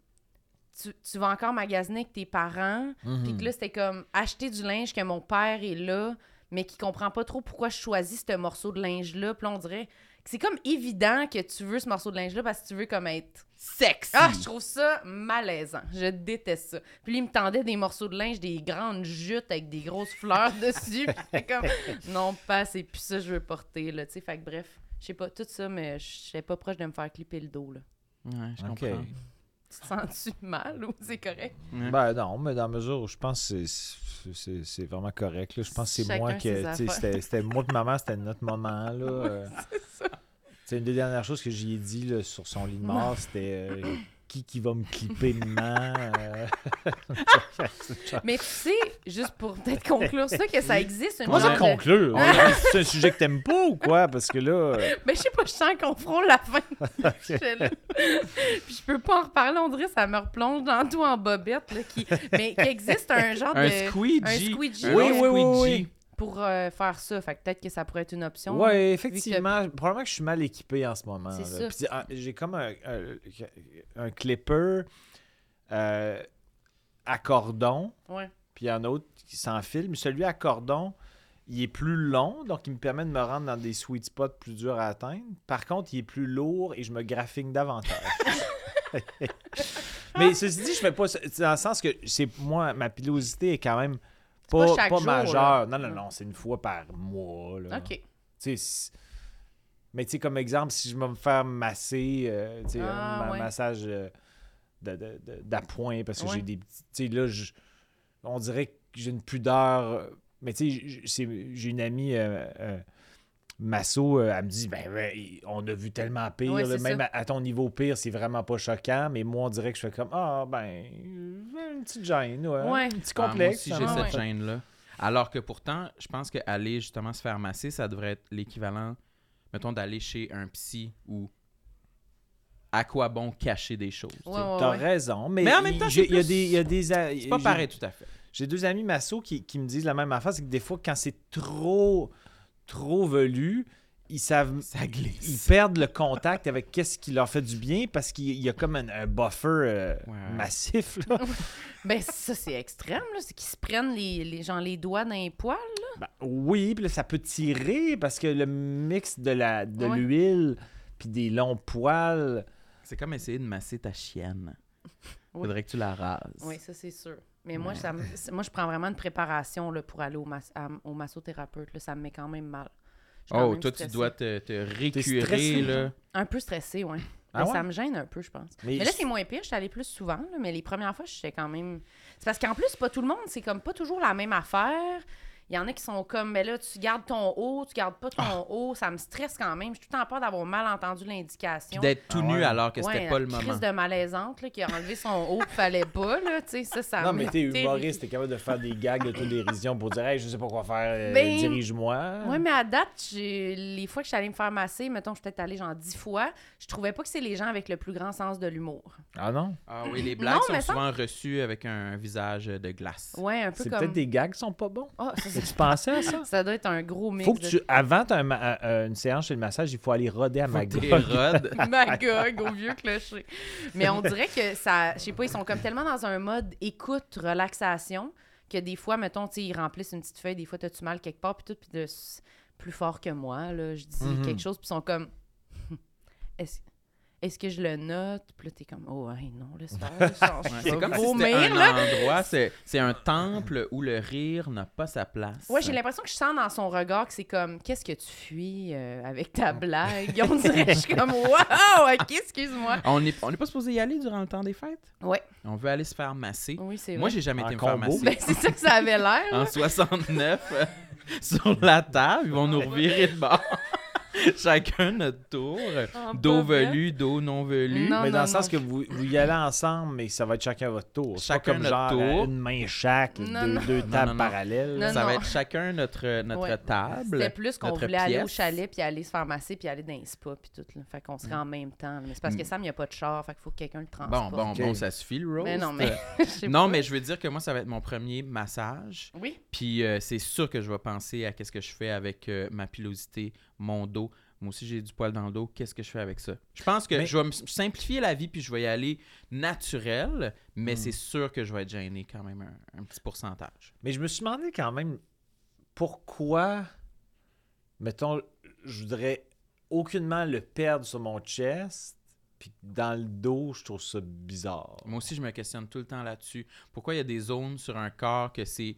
B: tu, tu vas encore magasiner avec tes parents, puis que là, c'était comme acheter du linge que mon père est là, mais qui comprend pas trop pourquoi je choisis ce morceau de linge-là. Puis là, on dirait que c'est comme évident que tu veux ce morceau de linge-là parce que tu veux comme être.
A: Sexe.
B: Ah, je trouve ça malaisant. Je déteste ça. Puis lui, il me tendait des morceaux de linge, des grandes jutes avec des grosses fleurs dessus. Puis j'étais comme, non, pas, c'est plus ça que je veux porter, là. Tu sais, fait que bref, je sais pas, tout ça, mais je sais pas proche de me faire clipper le dos, là.
A: Ouais, je
D: Ok.
A: comprends.
B: Tu te sens-tu mal ou c'est correct?
A: Ouais.
D: Ben non, mais dans la mesure où je pense que c'est- c'est c'est vraiment correct. là. Je pense que c'est
B: Chacun
D: moi
B: ses
D: que. tu sais,
B: affaires.
D: C'était c'était moi et maman, c'était notre moment. là. euh. C'est une des dernières choses que j'y ai dit là, sur son lit de mort, c'était euh, qui qui va me clipper maintenant. euh.
B: Mais tu sais, juste pour peut-être conclure ça, que ça existe une
D: Comment ça
B: genre de-
D: conclure? C'est un sujet que t'aimes pas ou quoi? Parce que là. euh,
B: Mais Ben, je sais pas, je sens qu'on frôle la fin. Je- Puis je peux pas en reparler, on dirait que ça me replonge dans tout en bobette. Là, qui... Mais qu'il existe un genre
A: Un
B: de.
A: squeegee.
B: un squeegee.
A: Un
B: Oui,
A: long
D: oui, oui,
A: squeegee.
B: Pour euh, faire ça, fait que peut-être que ça pourrait être une option. là.
D: Ouais, effectivement. Probablement que je suis mal équipé en ce moment.
B: C'est
D: là.
B: ça.
D: Puis, ah, J'ai comme un, un- un clipper euh, à cordon,
B: Ouais.
D: puis un autre qui s'enfile. Mais celui à cordon, il est plus long, donc il me permet de me rendre dans des sweet spots plus durs à atteindre. Par contre, il est plus lourd et je me graphique davantage. Mais ceci dit, je fais pas. ça- c'est Dans le sens que c'est moi, ma pilosité est quand même
B: pas
D: pas,
B: chaque
D: pas
B: jour,
D: majeure. Non, non,
B: Mm.
D: non, c'est une fois par mois. Là.
B: Ok.
D: Tu sais, c'est- mais tu sais, comme exemple, si je vais me faire masser, euh, tu sais,
B: Ah,
D: un ma-
B: ouais.
D: massage euh, de- de- de- d'appoint, parce que
B: Ouais.
D: j'ai des petits. Tu sais, là, je- on dirait que j'ai une pudeur. euh, Mais tu sais, j- c'est- j'ai une amie. euh, euh, Masso, euh, elle me dit, ben, ouais, on a vu tellement pire,
B: Ouais,
D: là,
B: c'est
D: même
B: ça.
D: à, à ton niveau pire, c'est vraiment pas choquant, mais moi, on dirait que je fais comme, ah, ben, euh, une petite gêne, ouais,
B: Ouais.
D: un petit
A: Ah,
D: complexe.
A: moi aussi, j'ai
D: hein.
B: ça.
A: cette gêne-là. Alors que pourtant, je pense qu'aller justement se faire masser, ça devrait être l'équivalent, mettons, d'aller chez un psy ou à quoi bon cacher des choses. tu
B: Ouais,
A: sais.
B: ouais,
D: T'as
B: ouais.
D: raison, mais,
A: Mais en même temps,
D: j'ai-
A: c'est
D: il y a
A: plus-
D: des... il y a des a-
A: C'est pas
D: j'ai-
A: pareil tout à fait.
D: J'ai deux amis massos qui, qui me disent la même affaire, c'est que des fois, quand c'est trop, trop velu, ils savent...
A: Ça glisse.
D: Ils perdent le contact avec qu'est-ce qui leur fait du bien parce qu'il y a comme un, un buffer euh,
A: Ouais.
D: massif. là.
B: Ben, ça, c'est extrême, là. C'est qu'ils se prennent les, les, genre, les doigts dans les poils.
D: Ben, oui, puis là, ça peut tirer parce que le mix de la de
B: Ouais.
D: l'huile puis des longs poils.
A: C'est comme essayer de masser ta chienne.
B: Oui.
A: Faudrait que tu la rases.
B: Oui, ça, c'est sûr. Mais moi, ça me- c'est- moi, je prends vraiment une préparation là, pour aller au, mas- à- au massothérapeute. Là. Ça me met quand même mal. Je suis quand
A: Oh,
B: même
A: toi, tu
B: stressée.
A: dois te, te
D: stressé,
A: récurer, là.
B: Un peu stressée, oui.
D: Ah ouais?
B: Ça me gêne un peu, je pense.
D: Mais
B: Mais, là,
D: je-
B: c'est moins pire. Je suis allée plus souvent, là, mais les premières fois, je sais quand même. C'est parce qu'en plus, c'est pas tout le monde, c'est comme pas toujours la même affaire. Il y en a qui sont comme, mais là, tu gardes ton haut, tu gardes pas ton
D: Ah.
B: haut, ça me stresse quand même. Je suis tout le temps peur d'avoir mal entendu
A: Puis
B: l'indication.
A: d'être tout
D: Ah
A: nu
D: ouais.
A: alors que c'était
B: Ouais,
A: pas le
B: la
A: moment.
B: crise de malaisante là, qui a enlevé son haut, qu'il fallait pas, là, tu sais, ça, ça
D: Non,
B: m'est
D: mais t'es
B: terrifiée.
D: humoriste, t'es capable de faire des gags de dérision pour dire, hey, je sais pas quoi faire, euh,
B: Ben,
D: dirige-moi.
B: Oui, mais à date, j'ai- les fois que je suis allée me faire masser, mettons, je suis peut-être allée genre dix fois, je trouvais pas que c'est les gens avec le plus grand sens de l'humour.
D: Ah non?
A: Ah oui, les blagues
B: Non,
A: sont
B: mais ça-
A: souvent reçues avec un visage de glace.
B: Ouais, un peu
D: C'est
B: comme.
D: peut-être des gags qui sont pas bons.
B: Ah, ça,
D: Tu pensais à ça?
B: ça- ça doit être un gros mix.
D: Faut que
B: de-
D: tu, avant t'as un ma- un- un- une séance chez le massage, il faut aller roder à
A: Faut que t'es
D: Magog.
A: rode.
B: Magog au vieux clocher. Mais on dirait que ça, je sais pas, ils sont comme tellement dans un mode écoute, relaxation, que des fois, mettons, tu sais, ils remplissent une petite feuille, des fois, t'as-tu mal quelque part, puis tout, puis de s- plus fort que moi, là, je dis
D: Mhm.
B: quelque chose, puis ils sont comme, est-ce est-ce que je le note? Puis là, t'es comme, oh, hey, non, laisse faire, je change.
A: Ouais,
B: Je
A: c'est
B: vais
A: comme si
B: vomir,
A: c'était un
B: là.
A: endroit, c'est c'est un temple où le rire n'a pas sa place.
B: Ouais, j'ai l'impression que je sens dans son regard que c'est comme qu'est-ce que tu fuis euh, avec ta blague. On dirait, je suis comme waouh, ok, excuse-moi.
A: On n'est on est pas supposé y aller durant le temps des fêtes?
B: Ouais.
A: On veut aller se faire masser.
B: Oui, c'est vrai.
A: Moi, j'ai jamais
D: En
A: été me faire
D: combo.
A: masser.
B: Ben, c'est ça que ça avait l'air.
A: En 69, euh, sur la table, ils vont nous revirer de bord. Chacun notre tour.
B: En
A: Dos
B: bas, là.
A: velu, dos non velu.
B: Non.
D: mais dans le sens que vous, vous y allez ensemble, mais ça va être chacun à votre tour. C'est pas
A: Chacun
D: comme
A: notre
D: genre
A: tour.
D: euh, une main chaque,
B: Non,
D: deux,
B: non.
D: deux
A: Non,
D: tables
A: non, non.
D: parallèles.
B: Non,
A: ça
B: non.
A: va être chacun notre, euh, notre
B: Ouais.
A: table.
B: C'était plus qu'on
A: notre
B: voulait aller au
A: pièce.
B: chalet, puis aller se faire masser, puis aller dans les spas, puis tout. Là. Fait qu'on serait en même temps. là. Mais c'est parce que Sam, il n'y a pas de char, fait qu'il faut que quelqu'un le
A: Mm. Bon,
B: transporte.
A: bon,
D: Ok.
A: bon, ça suffit le roast. Euh,
B: Mais Ben non, mais. je sais
A: Non,
B: pas.
A: mais je veux dire que moi, ça va être mon premier massage.
B: Oui.
A: Puis euh, c'est sûr que je vais penser à qu'est-ce que je fais avec euh, ma pilosité, mon dos. Moi aussi, j'ai du poil dans le dos. Qu'est-ce que je fais avec ça? Je pense que
D: Mais-
A: je vais me s- simplifier la vie puis je vais y aller naturel,
D: Hmm.
A: mais c'est sûr que je vais être gêné quand même un, un petit pourcentage.
D: Mais je me suis demandé quand même pourquoi, mettons, je voudrais aucunement le perdre sur mon chest, puis dans le dos, je trouve ça bizarre.
A: Moi aussi, je me questionne tout le temps là-dessus. Pourquoi il y a des zones sur un corps que c'est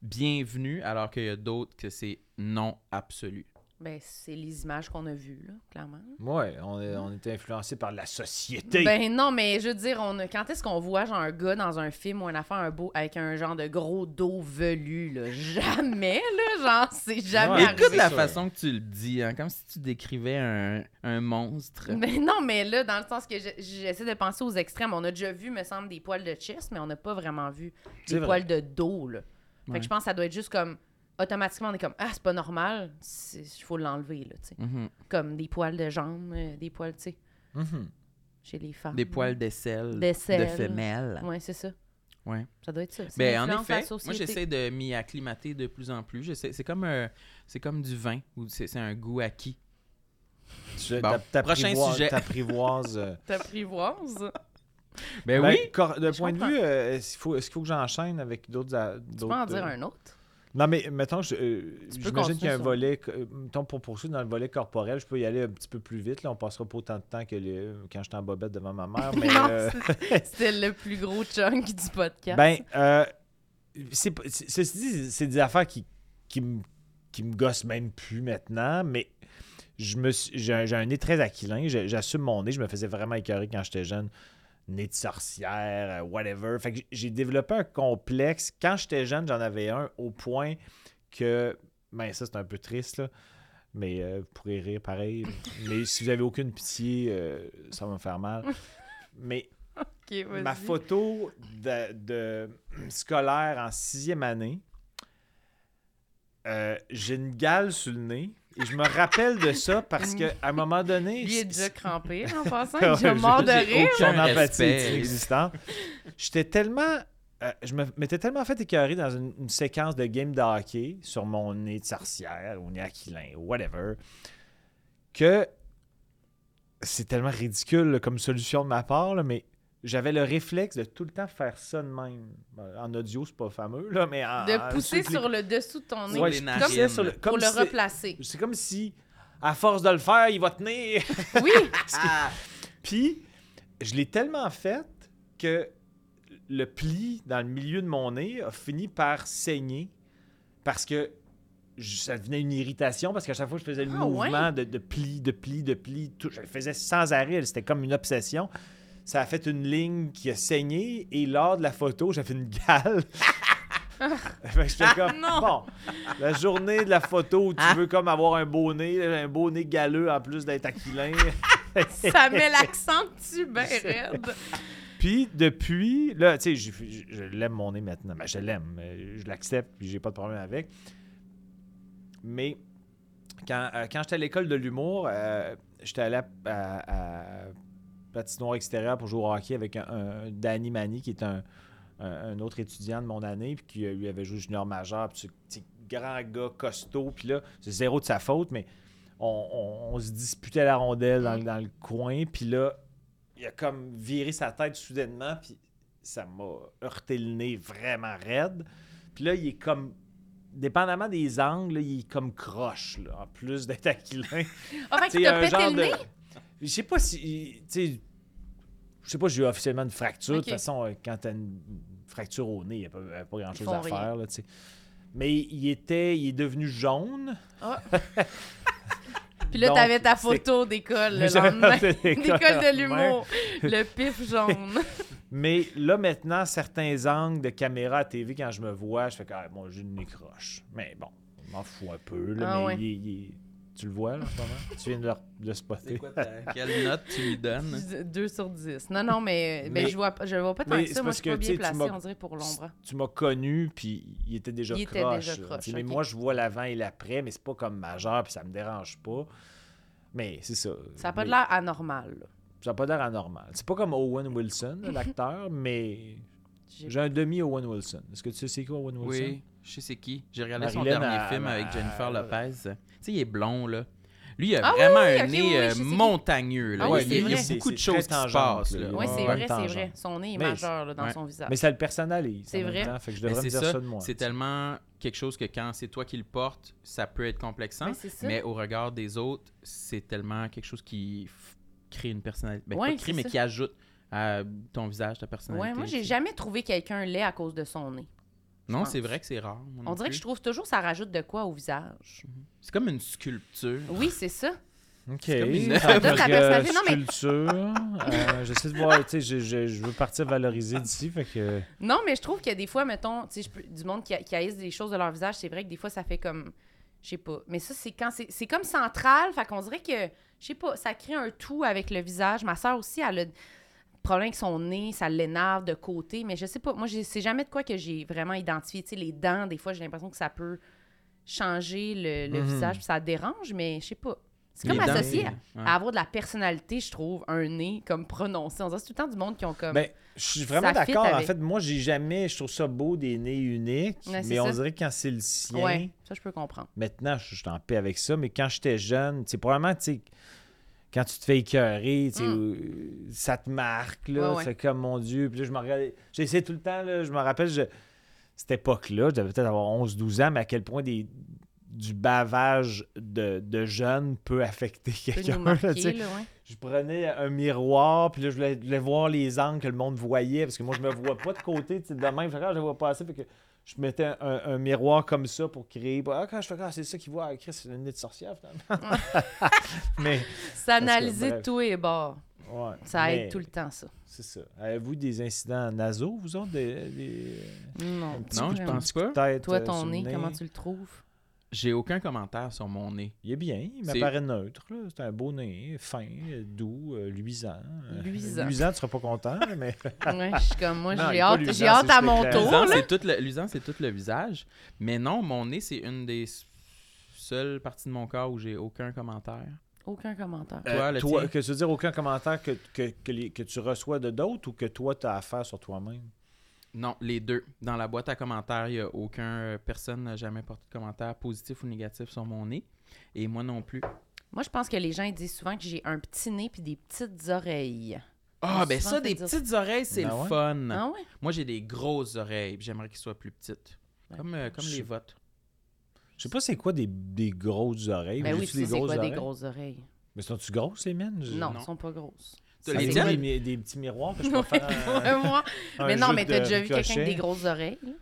A: bienvenu alors qu'il y a d'autres que c'est non absolu?
B: Ben, c'est les images qu'on a vues, là, clairement.
D: Ouais, on est, on est influencé par la société.
B: Ben non, mais je veux dire, on a- quand est-ce qu'on voit genre un gars dans un film ou une affaire un beau avec un genre de gros dos velu là Jamais là, genre c'est jamais
D: Ouais.
B: arrivé.
A: Écoute
D: c'est
A: la
D: sûr.
A: façon que tu le dis, hein, comme si tu décrivais un, un monstre.
B: Mais non, mais là dans le sens que je- j'essaie de penser aux extrêmes, on a déjà vu me semble des poils de chest, mais on n'a pas vraiment vu
D: C'est
B: des
D: vrai.
B: poils de dos là. Fait
A: Ouais.
B: que je pense que ça doit être juste comme automatiquement on est comme ah c'est pas normal, il faut l'enlever là, tu sais.
A: Mhm.
B: Comme des poils de jambes, euh, des poils tu sais
D: Mhm.
B: chez les femmes.
A: Des poils d'aisselle, de
B: D'aisselle.
A: femelles.
B: Ouais, c'est ça.
A: Ouais.
B: Ça doit être ça. C'est
A: Ben, en
B: l'influence de la
A: effet, moi
B: société.
A: j'essaie de m'y acclimater de plus en plus. J'essaie- C'est comme, euh, c'est comme du vin, ou c'est c'est un goût acquis. Bon,
D: Tu- t'a- t'apprivoises-
A: prochain sujet.
D: t'apprivoises, euh,
B: T'apprivoises.
A: Ben,
D: ben,
A: oui,
D: cor- de
B: Je
D: point de
B: comprends.
D: vue, euh, est-ce qu'il faut, est-ce qu'il faut que j'enchaîne avec d'autres. a-
B: Tu peux en
D: d'autres,
B: dire
D: euh,
B: un autre?
D: Non, mais mettons, je, euh,
B: Tu peux
D: j'imagine qu'il y a
B: continuer ça.
D: un volet, euh, mettons, pour poursuivre dans le volet corporel, je peux y aller un petit peu plus vite. Là, on passera pas autant de temps que le- quand j'étais en bobette devant ma mère. Mais,
B: Non,
D: euh,
B: c'est- c'était le plus gros chunk du podcast.
D: ben, euh, c'est, pas- c'est- ceci dit, c'est des affaires qui, qui, me, qui me gossent même plus maintenant, mais je me suis- j'ai, un, j'ai un nez très aquilin, j'ai- j'assume mon nez, je me faisais vraiment écœurer quand j'étais jeune. Nez de sorcière, euh, whatever. Fait que j'ai développé un complexe. Quand j'étais jeune, j'en avais un au point que. Ben, ça, c'est un peu triste, là. Mais euh, vous pourrez rire pareil. Mais si vous avez aucune pitié, euh, ça va me faire mal. Mais
B: Ok, vas-y.
D: ma photo de, de scolaire en sixième année, euh, j'ai une gale sur le nez. Et je me rappelle de ça parce qu'à un moment donné.
B: Lui est déjà crampé en passant.
D: Ouais,
B: Il est
D: je-
B: mort de
A: j'ai
B: rire.
A: aucun
D: son empathie
A: respect.
D: est inexistante. J'étais tellement. euh, je me- m'étais tellement fait écœurer dans une, une séquence de game de hockey sur mon nez de sorcière, ou nez aquilin, whatever, que c'est tellement ridicule là, comme solution de ma part, là, mais j'avais le réflexe de tout le temps faire ça de même. Bon, En audio, c'est pas fameux, là, mais en, en-
B: De pousser
D: sous le-
B: sur le dessous de ton nez
A: Ouais,
D: je
A: les
D: poussais
A: narines.
D: sur le-
B: pour
D: comme
B: le
D: si-
B: replacer.
D: C'est comme si, à force de le faire, il va tenir.
B: Oui,
A: ah,
D: Puis, je l'ai tellement fait que le pli dans le milieu de mon nez a fini par saigner parce que je- ça devenait une irritation parce qu'à chaque fois que je faisais le
B: Ah,
D: mouvement de, de pli, de pli, de pli, tout- je le faisais sans arrêt. C'était comme une obsession. Ça a fait une ligne qui a saigné et lors de la photo, j'avais une gale. Fait que j'étais comme,
B: Ah non. Ah.
D: bon, la journée de la photo où tu veux comme avoir un beau nez, un beau nez galeux en plus d'être aquilin.
B: ça met l'accent dessus, ben raide.
D: Puis depuis, là, tu sais, j'ai- je, je l'aime mon nez maintenant. Ben, je l'aime, euh, je l'accepte, puis j'ai pas de problème avec. Mais quand, euh, quand j'étais à l'école de l'humour, euh, j'étais allé à, à- à patinoire extérieure pour jouer au hockey avec un, un Danny Mani, qui est un, un- un autre étudiant de mon année, puis qui euh, lui avait joué junior majeur, puis c'est grand gars costaud, puis là, c'est zéro de sa faute, mais on, on- on se disputait la rondelle dans, le- dans le coin, puis là, il a comme viré sa tête soudainement, puis ça m'a heurté le nez vraiment raide. Puis là, il est comme, dépendamment des angles, là, il est comme croche, là, en plus d'être aquilin.
B: Ah, fait
D: Tu sais,
B: qu'il t'a pété le
D: de-
B: nez?
D: Je sais pas si. Tu sais, je sais pas, j'ai eu officiellement une fracture. De
B: Ok.
D: toute façon, euh, quand t'as une une fracture au nez, il n'y a pas, euh, pas grand-chose
B: font
D: à
B: rien.
D: faire. Là, tu sais. Mais il était. Il est devenu jaune.
B: Ah. Puis là,
D: Donc,
B: t'avais ta
D: c'est-
B: photo d'école le
D: J'avais
B: lendemain.
D: fait l'école
B: D'école de
D: le lendemain.
B: l'humour. Le pif jaune.
D: Mais là, maintenant, certains angles de caméra à TV, quand je me vois, je fais que ah, mon j'ai le nez croche. Mais bon, je m'en fous un peu. là,
B: Ah
D: mais
B: ouais.
D: il est- il est- Tu le vois, là, en ce moment? Tu viens de le, de le spotter.
A: Quelle note tu lui donnes?
B: 2 sur 10. Non, non, mais, ben,
D: Hum. Mais-
B: je vois pas- je le vois pas tant
D: mais
B: que
D: c'est
B: ça. Moi,
D: parce
B: je suis
D: que,
B: pas
D: tu sais,
B: bien
D: tu
B: placée,
D: m'as-
B: on dirait, pour l'ombre.
D: Tu m'as connu, puis il était déjà
B: Il était
D: croche.
B: déjà
D: là.
B: croche,
D: Tu sais, Mais
B: ok.
D: moi, je vois l'avant et l'après, mais c'est pas comme majeur, puis ça me dérange pas. Mais c'est ça.
B: Ça n'a pas de
D: Mais
B: l'air anormal. là.
D: Ça n'a pas l'air anormal. C'est pas comme Owen Wilson, là, l'acteur, mais
B: J'ai-
D: j'ai un demi Owen Wilson. Est-ce que tu sais c'est quoi Owen Wilson?
A: Oui, je sais c'est qui. J'ai regardé
D: Marilyn euh,
A: son dernier
D: à-
A: film
D: à-
A: avec Jennifer Lopez. Tu sais, il est blond, là. Lui, il a
B: Ah oui,
A: vraiment
B: oui,
A: un
B: ok, oui, oui,
A: nez
B: je
A: euh,
B: sais qui.
A: montagneux. Là.
B: Ah oui,
A: il, y a-
B: c'est
A: il y
B: vrai.
A: a beaucoup de
D: C'est
A: choses
D: très
A: qui se
D: tangente,
A: passent.
D: là.
A: Là.
B: Oui,
D: Ouais,
B: c'est
D: ouais.
B: vrai, c'est
D: Tangente.
B: vrai. Son nez est
D: Mais
B: majeur là, dans
A: ouais.
B: son visage.
D: Mais ça le personnalise.
B: C'est
D: en même
B: vrai.
D: temps, fait que je
A: Mais
D: devrais
A: Ben,
D: me
A: c'est
D: dire
A: ça,
D: ça, de moi.
A: c'est
D: tu sais.
A: tellement quelque chose que quand c'est toi qui le portes, ça peut être complexant,
B: Mais c'est ça.
A: mais au regard des autres, c'est tellement quelque chose qui f- crée une personnalité. Ben,
B: Ouais,
A: pas crée,
B: c'est
A: mais
B: ça.
A: qui ajoute à ton visage, ta personnalité.
B: Ouais, moi, j'ai
A: C'est-
B: jamais trouvé quelqu'un laid à cause de son nez.
A: Non,
B: pense.
A: c'est vrai que c'est rare. moi non
B: On dirait que
A: plus.
B: je trouve toujours ça rajoute de quoi au visage.
A: C'est comme une sculpture.
B: Oui, c'est ça.
D: OK.
A: comme une-
D: En
A: Ça
B: donne la
D: tant que
B: personnalité. Non, mais-
D: sculpture, euh, j'essaie de voir, tu sais, je, je- je veux partir valoriser d'ici, fait que...
B: Non, mais je trouve qu'il y a des fois, mettons, tu sais, je peux- du monde qui, qui haïsse des choses de leur visage, c'est vrai que des fois, ça fait comme. Je sais pas. Mais ça, c'est quand c'est c'est comme central. Fait qu'on dirait que, je sais pas, ça crée un tout avec le visage. Ma soeur aussi, elle a le problème avec son nez, ça l'énerve de côté. Mais je sais pas. Moi, j'ai- c'est jamais de quoi que j'ai vraiment identifié. Tu sais, les dents, des fois, j'ai l'impression que ça peut changer le, le
D: Mhm.
B: visage. puis ça dérange, mais je sais pas. C'est comme
A: Les dents,
B: associé à,
A: ouais.
B: à avoir de la personnalité, je trouve, un nez comme prononcé. On dirait que c'est tout le temps du monde qui ont comme.
D: Ben, je suis vraiment
B: Ça fit
D: d'accord. En
B: avec.
D: fait, moi, j'ai jamais... Je trouve ça beau, des nez uniques,
B: Ouais, c'est
D: mais on
B: ça.
D: dirait que quand c'est le sien...
B: ouais, ça, je peux comprendre.
D: Maintenant, je je suis en paix avec ça, mais quand j'étais jeune, c'est probablement, tu sais, quand tu te fais écœurer, tu sais,
B: Mm.
D: euh, ça te marque, là.
B: Ouais, ouais.
D: C'est comme, mon Dieu. Puis là, je me regardais. J'ai essayé tout le temps, là. Je me rappelle, je- cette époque-là, je devais peut-être avoir 11-12 ans, mais à quel point des du bavage de, de jeunes peut affecter
B: Ça peut
D: quelqu'un.
B: nous
D: là, tu
B: marquer,
D: sais.
B: là, ouais.
D: je prenais un miroir, puis là, je voulais, je voulais voir les angles que le monde voyait, parce que moi, je me vois pas de côté, tu sais, de même, je fais, Ah, je le vois pas assez, fait que je mettais un, un- un miroir comme ça pour créer. Ah, quand je fais, ah, c'est ça qu'il voit, Ah, Chris, c'est une nez de sorcière, finalement. mais,
B: S'analyser
D: Parce que, bref.
B: tous les bords.
D: ouais.
B: Ça
D: mais
B: aide tout le temps, ça.
D: C'est ça. Avez-vous des incidents nasaux, vous autres, des, des-
B: Non.
A: Non, je
B: vraiment.
A: pense pas.
D: peut-être,
B: Toi,
D: euh, sur
B: ton
D: le
B: nez, comment tu le trouves?
A: J'ai aucun commentaire sur mon nez.
D: Il est bien, il
A: C'est-
D: m'apparaît neutre. là. C'est un beau nez, fin, euh, doux, euh, luisant. Euh,
B: Luisant.
D: Luisant, tu seras pas content, mais...
B: Ouais, je suis comme moi,
D: Non, il
B: j'ai
D: est pas
B: hâte,
D: luisant,
B: j'ai hâte
D: c'est
B: à mon
D: clair.
B: tour.
A: L'usant,
B: là.
A: c'est tout, le- l'usant, c'est tout le visage. Mais non, mon nez, c'est une des s- seules parties de mon corps où j'ai aucun commentaire.
B: Aucun commentaire.
A: Toi,
D: Euh,
A: le
D: toi,
A: tien?
D: que tu veux dire aucun commentaire que, que, que, les- que tu reçois de d'autres ou que toi, tu as à faire sur toi-même?
A: Non, les deux. Dans la boîte à commentaires, il n'y a aucun euh, personne n'a jamais porté de commentaire positif ou négatif sur mon nez. Et moi non plus.
B: Moi, je pense que les gens ils disent souvent que j'ai un petit nez puis des petites oreilles.
A: Ah,
B: Je
A: ben
B: suis
A: ça,
B: en train
A: des
B: de dire-
A: petites oreilles, c'est
D: Ah
A: le
D: ouais?
A: fun.
B: Ah ouais?
A: Moi, j'ai des grosses oreilles. puis J'aimerais qu'elles soient plus petites. Comme, euh, comme
D: je-
A: les votes.
D: Je sais pas c'est quoi des, des grosses oreilles.
B: Ben
D: Vous
B: oui,
D: dites
B: tu sais, c'est quoi des
D: oreilles?
B: grosses oreilles?
D: Mais sont-tu grosses, les miennes? Je-
B: Non,
A: non.
B: elles sont pas grosses.
A: T'as
D: Ah,
A: les
D: c'est
A: tiennes?
D: des, mi- des petits miroirs que je peux faire un-
B: Moi.
D: un
B: Mais non,
D: jeu
B: mais
D: de
B: t'as déjà vu quelqu'un
D: crochet.
B: avec des grosses oreilles? là?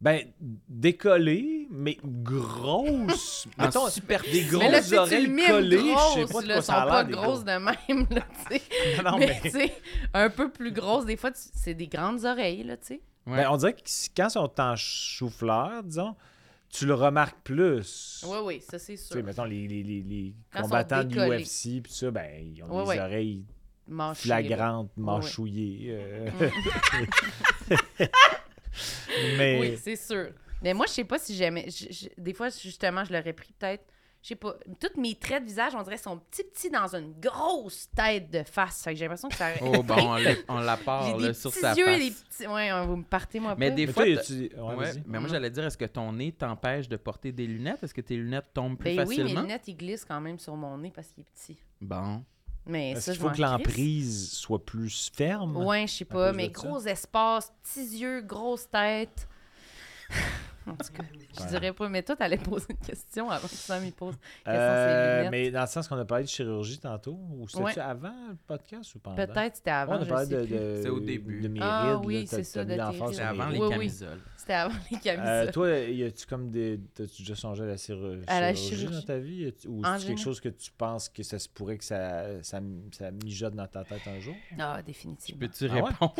D: Ben, décollées, mais grosses.
A: En
D: Mettons,
A: super
D: des grosses
B: Ah, Mais là, si tu
D: oreilles
B: le mimes
D: collées, je sais pas
B: grosses,
D: de
B: là,
D: quoi
B: sont
D: ça a
B: pas
D: l'air, des
B: grosses de même, là, tu sais.
D: grosses. Non, non,
B: mais
D: mais...
B: tu sais, un peu plus grosse, des fois, tu- c'est des grandes oreilles, là, tu sais.
A: Ouais.
D: Ben, on dirait que si- quand ils sont en chou-fleur, disons, tu le remarques plus.
B: Oui, oui, ça, c'est
D: Tu sais,
B: sûr.
D: mettons, les, les, les, les
B: Quand
D: combattants
B: sont
D: de
B: décollés.
D: l'UFC, puis ça, ben, ils ont
B: Ouais,
D: des
B: ouais.
D: oreilles
B: Mâcher, là.
D: flagrantes,
B: ouais. Mm.
D: mâchouillées. euh. Mais
B: Oui, c'est sûr. Mais moi, je sais pas si j'aimais. je- je- Des fois, justement, je l'aurais pris peut-être. Je sais pas. Toutes mes traits de visage, on dirait, sont petits, petits dans une grosse tête de face. Fait que j'ai l'impression que ça.
A: Oh, ben, on, l'a- on la
B: J'ai
A: part
B: des
A: là, sur sa
B: petits yeux,
A: face.
B: des petits. Ouais, hein, vous me partez, moi.
A: Mais
B: pas.
A: des
D: mais
A: fois,
D: toi,
A: t'as-
D: tu... ouais,
A: Ouais,
D: vas-y.
A: mais moi,
B: Non.
A: j'allais dire, est-ce que ton nez t'empêche de porter des lunettes? Est-ce que tes lunettes tombent plus
B: Ben oui, mes
A: facilement?
B: lunettes, ils glissent quand même sur mon nez parce qu'il est petit.
A: Bon.
B: Mais
D: Est-ce
B: ça, je
D: qu'il faut
B: m'en
D: que
B: crisse.
D: l'emprise soit plus ferme?
B: Ouais, je sais
D: À
B: pas,
D: cause
B: mais
D: de ça.
B: gros espace, petits yeux, grosse tête. en tout cas, je
D: Ouais.
B: dirais pas, mais toi, t'allais poser une question avant que ça m'y pose. Quelles sont ses
D: Euh,
B: lunettes?
D: mais dans le sens qu'on a parlé de chirurgie tantôt, ou c'était-tu
B: Ouais.
D: avant le podcast ou pendant?
B: Peut-être c'était
D: Ouais,
B: avant,
D: on a
B: je
D: parlé
B: sais
D: de,
B: plus.
D: de-
A: C'est au début.
D: de mes
B: Ah
D: rides, là,
B: oui,
D: t'as-
B: c'est
D: t'as
B: ça,
D: mis
B: de
D: l'emphase
B: tes
A: C'est
D: sur
A: avant les
D: rides.
B: Oui, oui.
A: camisoles.
B: C'était avant les
D: Euh,
B: camisoles.
D: toi, y a-tu comme des. T'as-tu déjà songé à la, chiru-
B: À la
D: chirurgie,
B: chirurgie.
D: dans ta vie? Y a-tu- Ou
B: En
D: c'est quelque
B: général.
D: chose que tu penses que ça se pourrait que ça, ça, ça mijote dans ta tête un jour?
B: Ah, définitivement.
A: Peux-tu
D: Ah ouais?
A: répondre?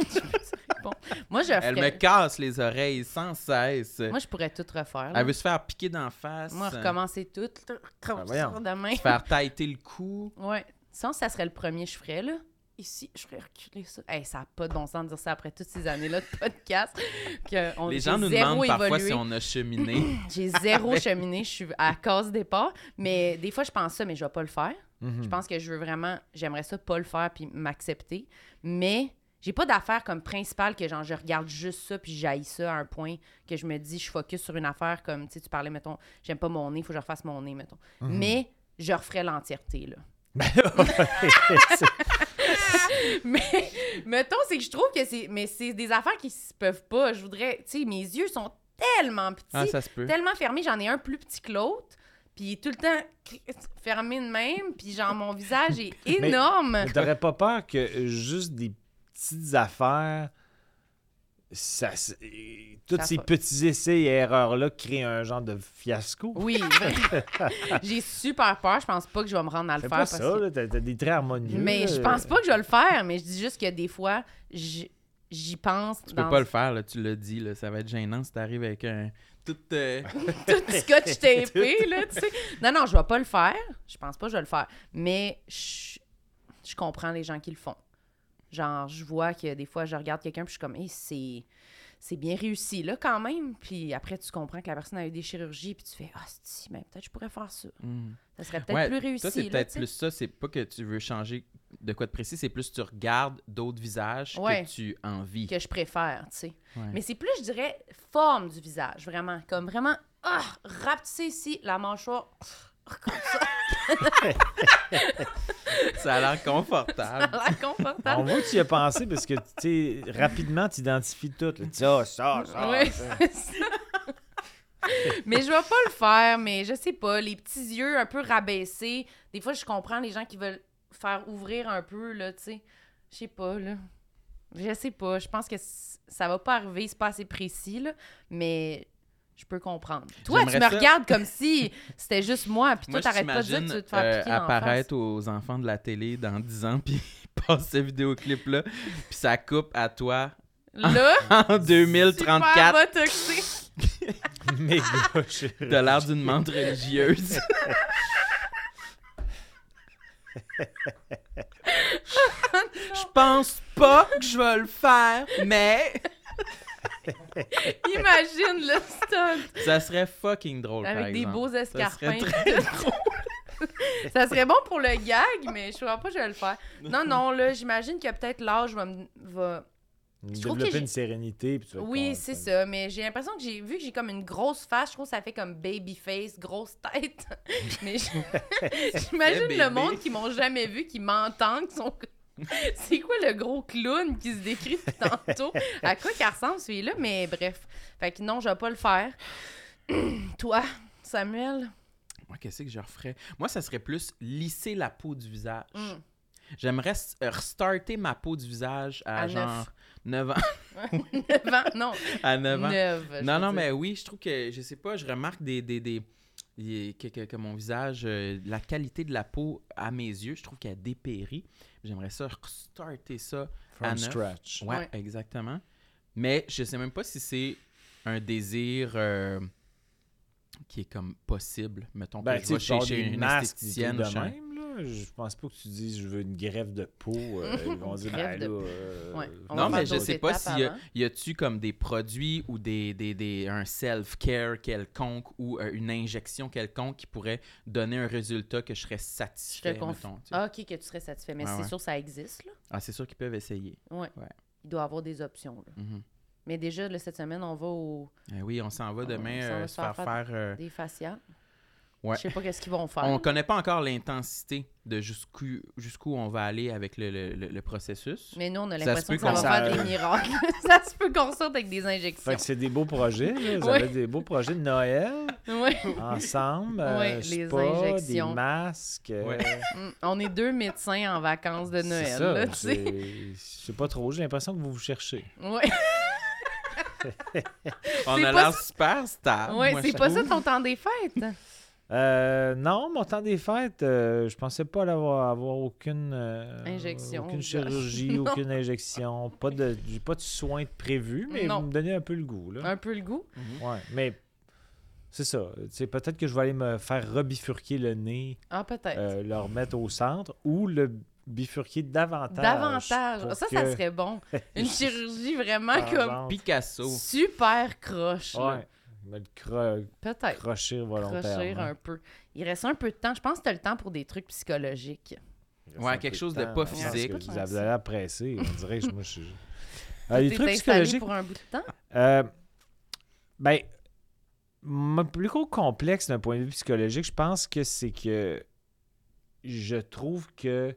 B: bon. Moi, je
A: Elle me
B: ferais...
A: casse les oreilles sans
D: euh,
A: cesse.
B: Moi, je pourrais tout refaire. là.
A: Elle veut se faire piquer d'en face.
B: Ah
A: euh,
B: Moi, recommencer tout. là, Comme ça,
D: Ben, voyons.
B: demain.
A: se faire tailler le cou.
B: Ouais. Ça, ça serait le premier que je ferais, là. Ici, je ferais reculer ça. Hey, ça n'a pas de bon sens de dire ça après toutes ces années-là de podcast. Que on,
A: Les
B: j'ai
A: gens nous
B: zéro
A: demandent parfois
B: évolué.
A: si on a cheminé.
B: J'ai zéro cheminée, je suis à cause des pas. Mais des fois, je pense ça, mais je vais pas le faire.
D: Mm.
B: Je pense que je veux vraiment, j'aimerais ça pas le faire puis m'accepter. Mais j'ai pas d'affaire comme principale que genre je regarde juste ça puis j'aille ça à un point que je me dis je focus sur une affaire comme tu sais, tu parlais, mettons, j'aime pas mon nez, faut que je refasse mon nez, mettons. Mais je referais l'entièreté, là. Mais mettons, c'est que je trouve que c'est. Mais c'est des affaires qui se peuvent pas. Je voudrais. Tu sais, mes yeux sont tellement petits,
A: ah, ça se peut.
B: tellement fermés. J'en ai un plus petit que l'autre. Puis il est tout le temps fermé de même. Puis genre, mon visage est énorme.
D: Mais t'aurais pas peur que juste des petites affaires, ça, se- et tous
B: Ça
D: ces
B: fa-
D: petits essais et erreurs-là créent un genre de fiasco?
B: Oui, vraiment. j'ai super peur. Je pense pas que je vais me rendre à le
D: Fais
B: faire.
D: pas
B: parce
D: ça,
B: que-
D: là, euh, t'as t'as des traits harmonieux.
B: Mais je pense pas que je vais le faire. Mais je dis juste que des fois, j- j'y pense.
A: Tu
B: dans...
A: peux pas le faire, là, tu l'as dit. Là, ça va être gênant si t'arrives avec un. Tout. euh,
B: tout scotch tapé, là, tu sais. Non, non, je vais pas le faire. Je pense pas que je vais le faire. Mais je, je comprends les gens qui le font. Genre, je vois que des fois, je regarde quelqu'un puis je suis comme, hey, c'est... C'est bien réussi, là, quand même. Puis après, tu comprends que la personne a eu des chirurgies, puis tu fais Ah, si, ben, peut-être je pourrais faire ça.
A: hmm.
B: Ça serait peut-être
A: Ouais,
B: plus réussi.
A: Ça, c'est
B: là,
A: peut-être
B: tu sais.
A: plus ça. C'est pas que tu veux changer de quoi de précis, c'est plus tu regardes d'autres visages
B: Ouais.
A: que tu envies.
B: que je préfère, tu sais.
A: Ouais.
B: Mais c'est plus, je dirais, forme du visage, vraiment. Comme vraiment, ah, rapetisser ici, la mâchoire.
A: Ça a l'air confortable.
B: la confortable.
D: On voit que tu y as pensé parce que, tu sais, rapidement, tu identifies tout. là. Tu dis, ah, ça, ça.
B: Ouais,
D: ça.
B: c'est ça. mais je vais pas le faire, mais je sais pas, les petits yeux un peu rabaissés. Des fois, je comprends les gens qui veulent faire ouvrir un peu, là, tu sais. Je sais pas, là. Je sais pas, je pense que c- ça va pas arriver, c'est pas assez précis, là, mais je peux comprendre. Toi, tu me
A: J'aimerais ça.
B: regardes comme si c'était juste moi, puis
A: Moi,
B: toi,
A: je
B: t'arrêtes pas de dire que
A: t'imagine
B: tu veux te faire
A: euh,
B: piquer dans la
A: apparaître aux enfants de la télé dans 10 ans, puis passe ce vidéoclip-là, puis ça coupe à toi
B: face. Là,
A: en
B: super
A: 2034.
B: botoxé.
D: Méga chirurgie.
A: T'as l'air d'une menthe religieuse. Je pense pas que je vais le faire, mais
B: Imagine le stunt.
A: ça serait fucking drôle. par
B: Avec des
A: exemple.
B: beaux escarpins.
A: Ça
B: Ça serait, bon pour le gag, mais je crois pas que je vais le faire. Non, non, là, j'imagine que peut-être l'âge va me. va- trouve que
D: Développer
B: j'ai-
D: une sérénité. Puis tu vas
B: Oui,
D: comprendre.
B: c'est ça, mais j'ai l'impression que j'ai vu que j'ai comme une grosse face, je trouve que ça fait comme baby face, grosse tête. mais je- j'imagine le
A: bébé.
B: monde qui m'ont jamais vu, qui m'entend, qui sont. comme, C'est quoi le gros clown qui se décrit depuis tantôt? À quoi qu'il ressemble celui-là? Mais bref. Fait que non, je vais pas le faire. Toi, Samuel?
A: Moi, qu'est-ce que je referais? Moi, ça serait plus lisser la peau du visage.
B: Mm.
A: J'aimerais s- euh, restarter ma peau du visage à,
B: À neuf.
A: genre 9 ans.
B: Vent- non,
A: À 9 ans.
B: neuve. je
A: Non,
B: veux
A: non,
B: dire.
A: mais oui, je trouve que, je sais pas, je remarque des... des, des- des- que, que- que mon visage, euh, la qualité de la peau à mes yeux, je trouve qu'elle dépérit. J'aimerais ça restarter ça. à
D: From
A: neuf.
D: scratch.
A: Ouais,
B: Ouais.
A: exactement. Mais je sais même pas si c'est un désir euh, qui est comme possible. Mettons que
D: Ben, tu
A: je
D: sais,
A: vais
D: tu
A: chez,
D: pars
A: chez
D: des
A: une
D: masques, des
A: esthéticienne.
D: trucs
A: chez
D: de
A: un-
D: même, là. Je pense pas que tu dises je veux une greffe de peau. euh, ils vont dire,
B: Greffe
D: ben
B: de
D: là,
B: peau.
D: euh,
B: Ouais, on va
A: Non, mais
B: faire
A: je
B: d'autres
A: sais pas
B: étapes
A: s'il y, a-
B: avant.
A: y a-tu comme des produits ou des, des, des- un self-care quelconque ou euh, une injection quelconque qui pourrait donner un résultat que je serais satisfait,
B: Je te conf-
A: mettons, tu sais.
B: Ah, ok, que tu serais satisfait. Mais
A: Ouais,
B: c'est
A: ouais.
B: sûr, ça existe. Là.
A: Ah, c'est sûr qu'ils peuvent essayer.
B: Il doit y avoir des options. Là.
A: Mhm.
B: Mais déjà, là, cette semaine, on va aux
A: Eh oui, on s'en va
B: On
A: demain
B: s'en Ah, va
A: euh, se faire faire... euh,
B: des faciales.
A: Ouais.
B: Je sais pas qu'est-ce qu'ils vont faire.
A: on connaît pas encore l'intensité de jusqu'où jusqu'où on va aller avec le, le- le- le processus.
B: Mais nous, on
A: Ça
B: a
A: se
B: l'impression
A: peut
B: que ça
A: qu'on
B: va faire
D: s'en-
B: des miracles. ça se peut qu'on sorte avec des injections.
D: Fait que c'est des beaux projets. là. Vous
B: Ouais.
D: avez des beaux projets de Noël
B: Ouais.
D: ensemble. euh,
B: Ouais,
D: je sais
B: les
D: pas,
B: injections.
D: Des masques. euh,
A: Ouais.
B: Mm. on est deux médecins en vacances de
D: c'est
B: Noël.
D: ça,
B: là, tu sais.
D: c'est- Je sais pas trop. J'ai l'impression que vous vous cherchez.
B: Ouais,
A: On
B: C'est
A: a
B: pas
A: l'air super star.
B: Ouais,
A: moi,
B: c'est
A: Ah, je
B: pas ça
A: trouve.
B: ton temps des fêtes.
D: Euh, non, mon temps des fêtes, euh, je pensais pas l'avoir- avoir aucune euh,
B: Injection,
D: aucune
B: gosh.
D: chirurgie,
B: Non.
D: aucune injection, pas de j'ai pas de soins de prévus, mais
B: Non.
D: vous me donnez un peu le goût là.
B: Un peu le goût.
A: Mhm.
D: Ouais, mais c'est ça. Tu sais, peut-être que je vais aller me faire rebifurquer le nez,
B: Ah, peut-être.
D: euh, le remettre au centre ou le bifurquer davantage.
B: Davantage.
D: pour
B: Ça, ça
D: que-
B: serait bon. Une chirurgie vraiment
A: Ah,
D: par
B: comme
D: exemple,
A: Picasso.
B: super croche. là.
D: Ouais, me le cro-
B: Peut-être. Crochir
D: crochir volontairement.
B: un peu. Il reste un peu de temps. Je pense que tu as le temps pour des trucs psychologiques.
A: Ouais, quelque chose de pas physique.
D: Vous avez l'air pressé. On dirait que je- moi, je suis. Euh,
B: Tu
D: les
B: t'es
D: trucs
B: installé
D: psychologiques.
B: pour un bout de temps.
D: euh, ben, mon plus gros complexe d'un point de vue psychologique, je pense que c'est que je trouve que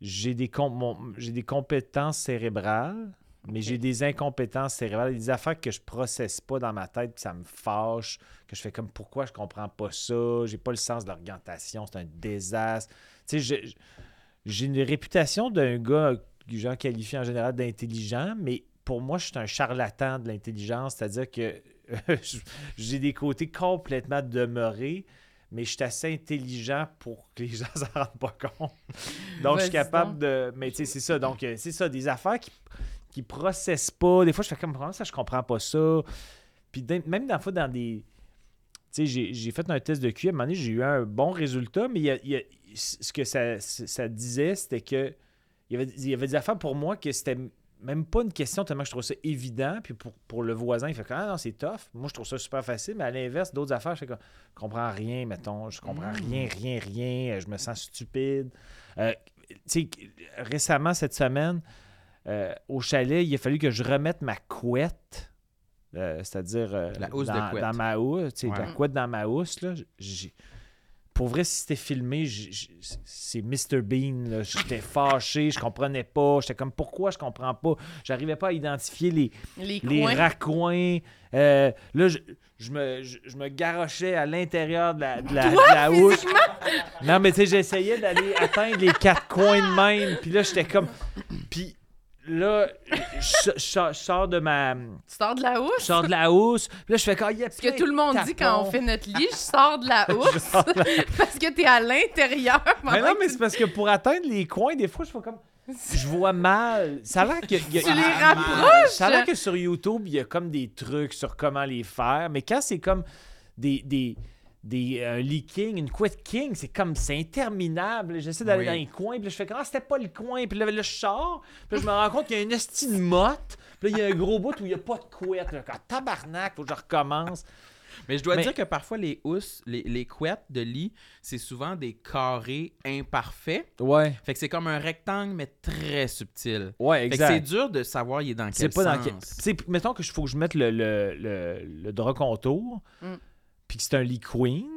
D: j'ai des, com- mon- j'ai des compétences cérébrales, mais j'ai des incompétences cérébrales, des affaires que je processe pas dans ma tête, puis ça me fâche, que je fais comme pourquoi je comprends pas ça, j'ai pas le sens de l'orientation, c'est un désastre. Tu sais, je- je- j'ai une réputation d'un gars que gens qualifient en général d'intelligent, mais pour moi, je suis un charlatan de l'intelligence, c'est-à-dire que je- j'ai des côtés complètement demeurés, mais je suis assez intelligent pour que les gens s'en rendent pas compte. Donc, je
B: Vas-y
D: suis capable
B: donc.
D: de. Mais tu sais, c'est ça. Donc, euh, c'est ça, des affaires qui, qui processent pas. Des fois, je fais comme comment ça, je comprends pas ça. Puis, d'un- même des fois, dans des tu sais, j'ai- j'ai fait un test de QI. À un moment donné, j'ai eu un bon résultat, mais il y a- il y a- ce que ça, ça disait, c'était que il y, avait, il y avait des affaires pour moi que c'était même pas une question tellement que je trouve ça évident. Puis pour, pour le voisin, il fait comme Ah non, c'est tough. Moi, je trouve ça super facile, mais à l'inverse, d'autres affaires, je fais comme Je comprends rien, mettons. Je comprends
A: Mm.
D: rien, rien, rien. Euh, Je me sens stupide. Euh, tu sais, récemment, cette semaine, euh, au chalet, il a fallu que je remette ma couette. euh, C'est-à-dire euh,
A: La housse de
D: dans,
A: couette.
D: dans ma housse, tu sais,
A: Ouais.
D: la couette dans ma housse, là, j'ai- pour vrai, si c'était filmé, j- j- c'est Mr. Bean. là. J'étais fâché, je comprenais pas. J'étais comme pourquoi je comprends pas. J'arrivais pas à identifier les,
B: Les,
D: les
B: coins.
D: raccoins. Euh, là, je, je me, je, je me garochais à l'intérieur de la, de la, de la housse. Non, mais tu sais, j'essayais d'aller atteindre les quatre coins de même. Puis là, j'étais comme. Puis là, je, je sors- je sors de ma.
B: Tu sors de la housse.
D: Je sors de la housse. Puis là, je fais quand il y a
B: Ce que tout le monde dit quand on fait notre lit, je sors de la housse parce que t'es à l'intérieur.
D: Mais
B: pendant
D: non,
B: que
D: mais
B: tu-
D: c'est parce que pour atteindre les coins, des fois, je fais comme. Je vois mal. Ça a l'air que. il y a-
B: Tu les
D: Ah,
B: rapproches?
D: Ça a l'air que sur YouTube, il y a comme des trucs sur comment les faire. Mais quand c'est comme des. des des euh, leaking, une quit king, c'est comme c'est interminable. J'essaie d'aller
A: Oui.
D: dans les coins, puis là, je fais comme ah, c'était pas le coin, puis là, là, je sors, puis là, je me rends compte qu'il y a une esti de motte, puis là, il y a un gros bout où il y a pas de couette. Là, Quand tabarnak, faut que je recommence.
A: Mais je dois
D: Mais-
A: dire que parfois, les housses, les, les couettes de lit, c'est souvent des carrés imparfaits.
D: Ouais,
A: Fait que c'est comme un rectangle, mais très subtil.
D: ouais,
A: Fait que c'est dur de savoir il est dans
D: C'est
A: quel
D: pas dans
A: sens.
D: quel- c'est- Mettons que je faut que je mette le, le, le, le drap contour,
B: Mm.
D: puis que c'est un lit queen.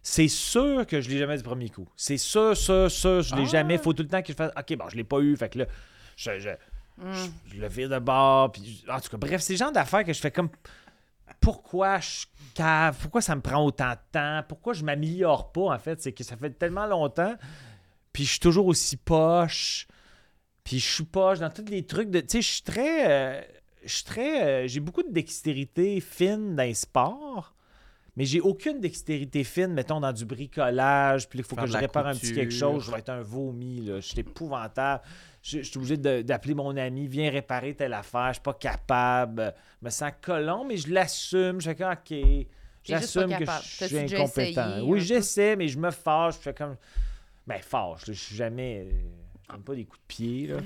D: C'est sûr que je l'ai jamais du premier coup. C'est sûr, sûr, sûr, je l'ai
A: Ah.
D: jamais. Faut tout le temps que je fasse. Ok, bon, je l'ai pas eu. Fait que là, je, je,
B: Hum,
D: je- je le vire de bord. Puis, en tout cas, bref, c'est le genre d'affaires que je fais comme. Pourquoi je cave? Pourquoi ça me prend autant de temps? Pourquoi je m'améliore pas, en fait? C'est que ça fait tellement longtemps. Puis je suis toujours aussi poche. Puis je suis poche dans tous les trucs de. Tu sais, je suis très. euh, je suis très. euh, j'ai beaucoup de dextérité fine dans les sports. Mais j'ai aucune dextérité fine, mettons, dans du bricolage. Puis il faut
A: Faire
D: que
A: de
D: je
A: la
D: répare un petit quelque
A: couture.
D: chose. Je vais être un vomi, là. Je suis épouvantable. Je, je suis obligé de- d'appeler mon ami, viens réparer telle affaire. Je suis pas capable. Je me sens colon, mais je l'assume. Je fais comme, OK. J'assume
B: pas
D: que
B: capable.
D: je
B: T'as-tu
D: suis
B: déjà
D: incompétent.
B: essayé un
D: Oui,
B: peu?
D: j'essaie, mais je me fâche. Je fais comme. Ben, fâche. là, Je suis jamais. euh, Je donne pas des coups de pied, là.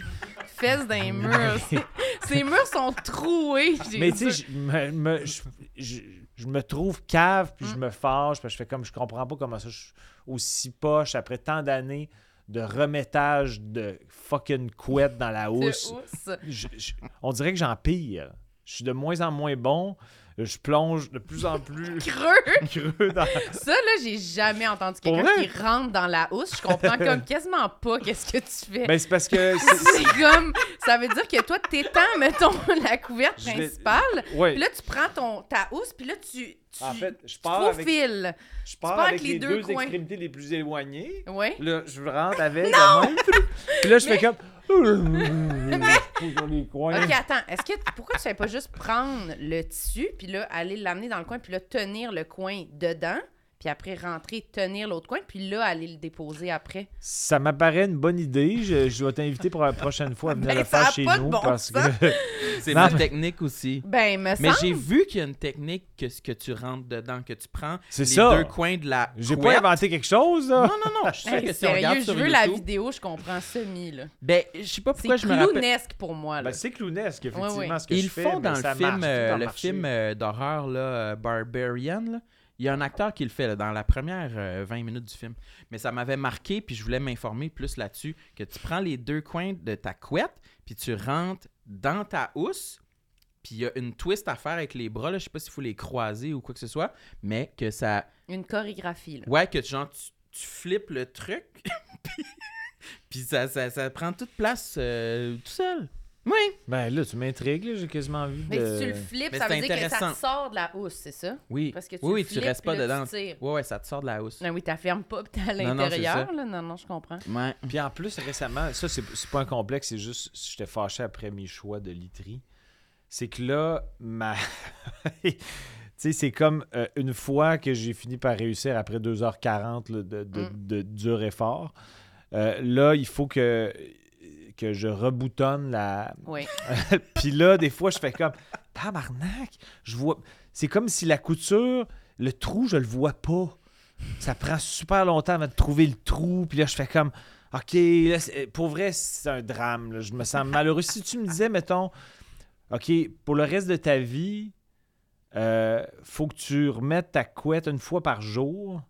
B: fesses d'un mur. Ces murs sont troués. j'ai
D: Mais tu sais,
B: dit.
D: je me, me- je, je- je me trouve cave,
B: Hein?
D: puis je me fâche, parce que je fais comme je comprends pas comment ça, je suis aussi poche après tant d'années de remettage de fucking couette dans la
B: De
D: housse.
B: housse.
D: Je- je- on dirait que j'empire. Je suis de moins en moins bon. Je plonge de plus en plus
B: Creux.
D: creux dans
B: Ça, là, j'ai jamais entendu
D: Pour
B: quelqu'un
D: vrai?
B: qui rentre dans la housse. Je comprends comme quasiment pas qu'est-ce que tu fais.
D: Ben, c'est parce que. c'est-
B: C'est comme, ça veut dire que toi, t'étends, mettons, la couverte
D: Je l'ai-
B: principale.
D: Ouais.
B: Puis là, tu prends ton, ta housse, puis là, tu, tu,
D: En fait, je
B: tu
D: pars avec-
B: faufiles.
D: je
B: pars avec les deux coins.
D: extrémités les plus éloignées.
B: Oui.
D: Là, je rentre avec. la main. Puis là, je fais comme. Je pousse les coins.
B: Ok, attends. Est-ce que pourquoi tu fais pas juste prendre le tissu puis là aller l'amener dans le coin puis là tenir le coin dedans puis après rentrer, tenir l'autre coin, puis là, aller le déposer après.
D: Ça m'apparaît une bonne idée. Je, je vais t'inviter pour la prochaine fois à venir
B: Ben,
D: le
B: ça
D: faire
B: a
D: chez
B: pas de
D: nous
B: bon
D: parce que
B: sens.
A: C'est
D: Non,
A: ma
D: mais-
A: technique aussi.
B: Ben, me
A: Mais
B: semble.
A: j'ai vu qu'il y a une technique que ce que tu rentres dedans, que tu prends
D: C'est
A: les
D: ça.
A: deux coins de la
D: j'ai pas
A: couette.
D: inventé quelque chose.
A: Non,
D: là.
A: non, non, je suis sûr
B: Hey,
A: que si on regarde
B: sérieux, je
A: sur
B: veux
A: YouTube...
B: la vidéo, je comprends semi, là.
A: Ben, je sais pas
B: C'est
A: pourquoi je me rappelle...
B: clownesque pour moi, là.
D: Ben, c'est clownesque, effectivement,
B: Ouais, ouais.
D: ce que
A: Ils
D: je
A: le
D: fais.
A: font
D: mais
A: dans
D: ça
A: le
D: marche,
A: film,
D: tout a
A: euh, le
D: marché.
A: film euh, d'horreur là, euh, Barbarian. là. Il y a un acteur qui le fait là, dans la première euh, 20 minutes du film. Mais ça m'avait marqué, puis je voulais m'informer plus là-dessus, que tu prends les deux coins de ta couette, puis tu rentres dans ta housse, puis il y a une twist à faire avec les bras. Là, je sais pas s'il faut les croiser ou quoi que ce soit, mais que ça...
B: Une chorégraphie, là.
A: Ouais, que tu- genre, tu, tu flippes le truc, puis- puis ça, ça, ça prend toute place euh, tout seul. Oui.
D: Ben là, tu m'intrigues, là, j'ai quasiment envie
B: Mais
D: de...
B: si tu le flippes,
A: Mais
B: ça
A: c'est
B: veut dire que ça
A: intéressant.
B: te sort de la housse, c'est ça?
A: Oui,
B: Parce que tu
A: oui,
B: le
A: oui, tu
B: flippes,
A: restes pas
B: puis là,
A: dedans.
B: tu tires.
A: Ouais, ouais, ça te sort de la housse.
B: Non, oui, t'affermes pas, puis t'es à
A: Non, non, c'est
B: l'intérieur, là. Non, non, je comprends.
A: Ouais.
D: Puis en plus, récemment, ça, c'est c'est pas un complexe, c'est juste j'étais fâché après mes choix de literie. C'est que là, ma. tu sais, c'est comme euh, une fois que j'ai fini par réussir après 2h40 là, de, de,
B: Mm.
D: de dur effort, euh, là, il faut que, que je reboutonne la.
B: Oui.
D: Puis là, des fois, je fais comme tabarnak, je vois. C'est comme si la couture, le trou, je le vois pas. Ça prend super longtemps avant de trouver le trou. Puis là, je fais comme OK, là, c'est- euh, pour vrai, c'est un drame. là. Je me sens malheureux. Si tu me disais, mettons, OK, pour le reste de ta vie, euh, faut que tu remettes ta couette une fois par jour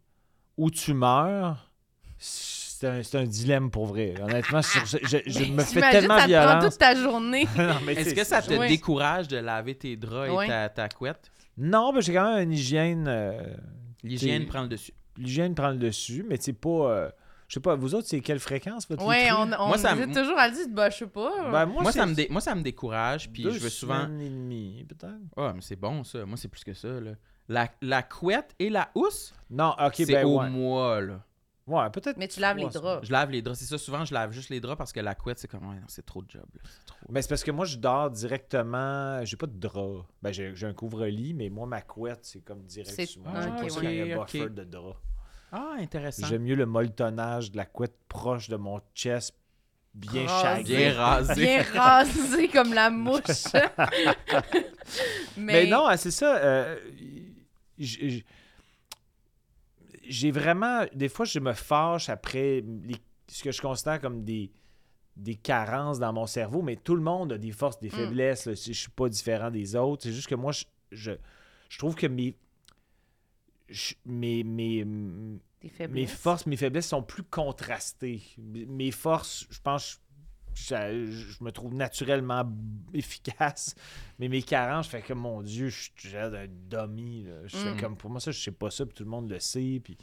D: ou tu meurs. C'est un, c'est un dilemme pour vrai. Honnêtement, sur- je, je- je me fais
B: J'imagine,
D: tellement
B: ça te prend
D: violence.
B: toute ta journée.
D: Non, mais
A: Est-ce
D: c'est-
A: que ça te
B: Oui.
A: décourage de laver tes draps
B: Oui.
A: et ta, ta couette?
D: Non, mais j'ai quand même une hygiène. euh,
A: L'hygiène
D: T'es-
A: prend le dessus.
D: L'hygiène prend le dessus, mais c'est pas. euh, je sais pas, vous autres, c'est quelle fréquence votre
B: Oui,
D: literie?
B: on, on
A: Moi, ça
B: nous
A: me-
B: dit toujours, elle dit, bah, je sais pas.
D: Ben,
A: Moi,
D: c'est
A: ça me dé- moi, ça me décourage, puis
D: deux
A: je veux souvent...
D: semaines et demie, peut-être.
A: Ah, mais c'est bon, ça. Moi, c'est plus que ça, là. La, la couette et la housse,
D: Non, ok,
A: c'est
D: ben
A: au
D: ouais.
A: mois, là.
D: Ouais, peut-être.
B: Mais tu laves les
D: trois
B: draps.
A: Je lave les draps. C'est ça, souvent, je lave juste les draps parce que la couette, c'est comme... Ouais, non, c'est trop de job, là. C'est trop...
D: Mais c'est parce que moi, je dors directement. J'ai pas de drap. Ben, j'ai j'ai un couvre-lit, mais moi, ma couette, c'est comme direct
B: C'est-
D: sur moi.
B: Ah,
D: J'aime
B: ok,
D: pas ça
B: ouais.
D: qu'il y ait un
A: Ok, ok.
D: buffer de drap.
A: Ah, intéressant.
D: J'aime mieux le molletonnage de la couette proche de mon chest, bien
B: Rasé.
D: chagué.
A: Bien rasé.
B: Bien rasé comme la mouche.
D: Mais, non, ah, c'est ça. euh, j- j- J'ai vraiment. Des fois, je me fâche après les- ce que je considère comme des, des carences dans mon cerveau, mais tout le monde a des forces, des faiblesses. là. Je suis pas différent des autres. C'est juste que moi, je, je, je trouve que mes. je- mes, mes,
B: T'es
D: mes forces, mes faiblesses sont plus contrastées. Mes forces, je pense, je, je- je me trouve naturellement efficace, mais mes carences, je fais comme mon Dieu, je suis j'ai l'air d'un dummy. là. Je fais
B: Mm.
D: comme pour moi, ça, je sais pas ça, puis tout le monde le sait. Puis...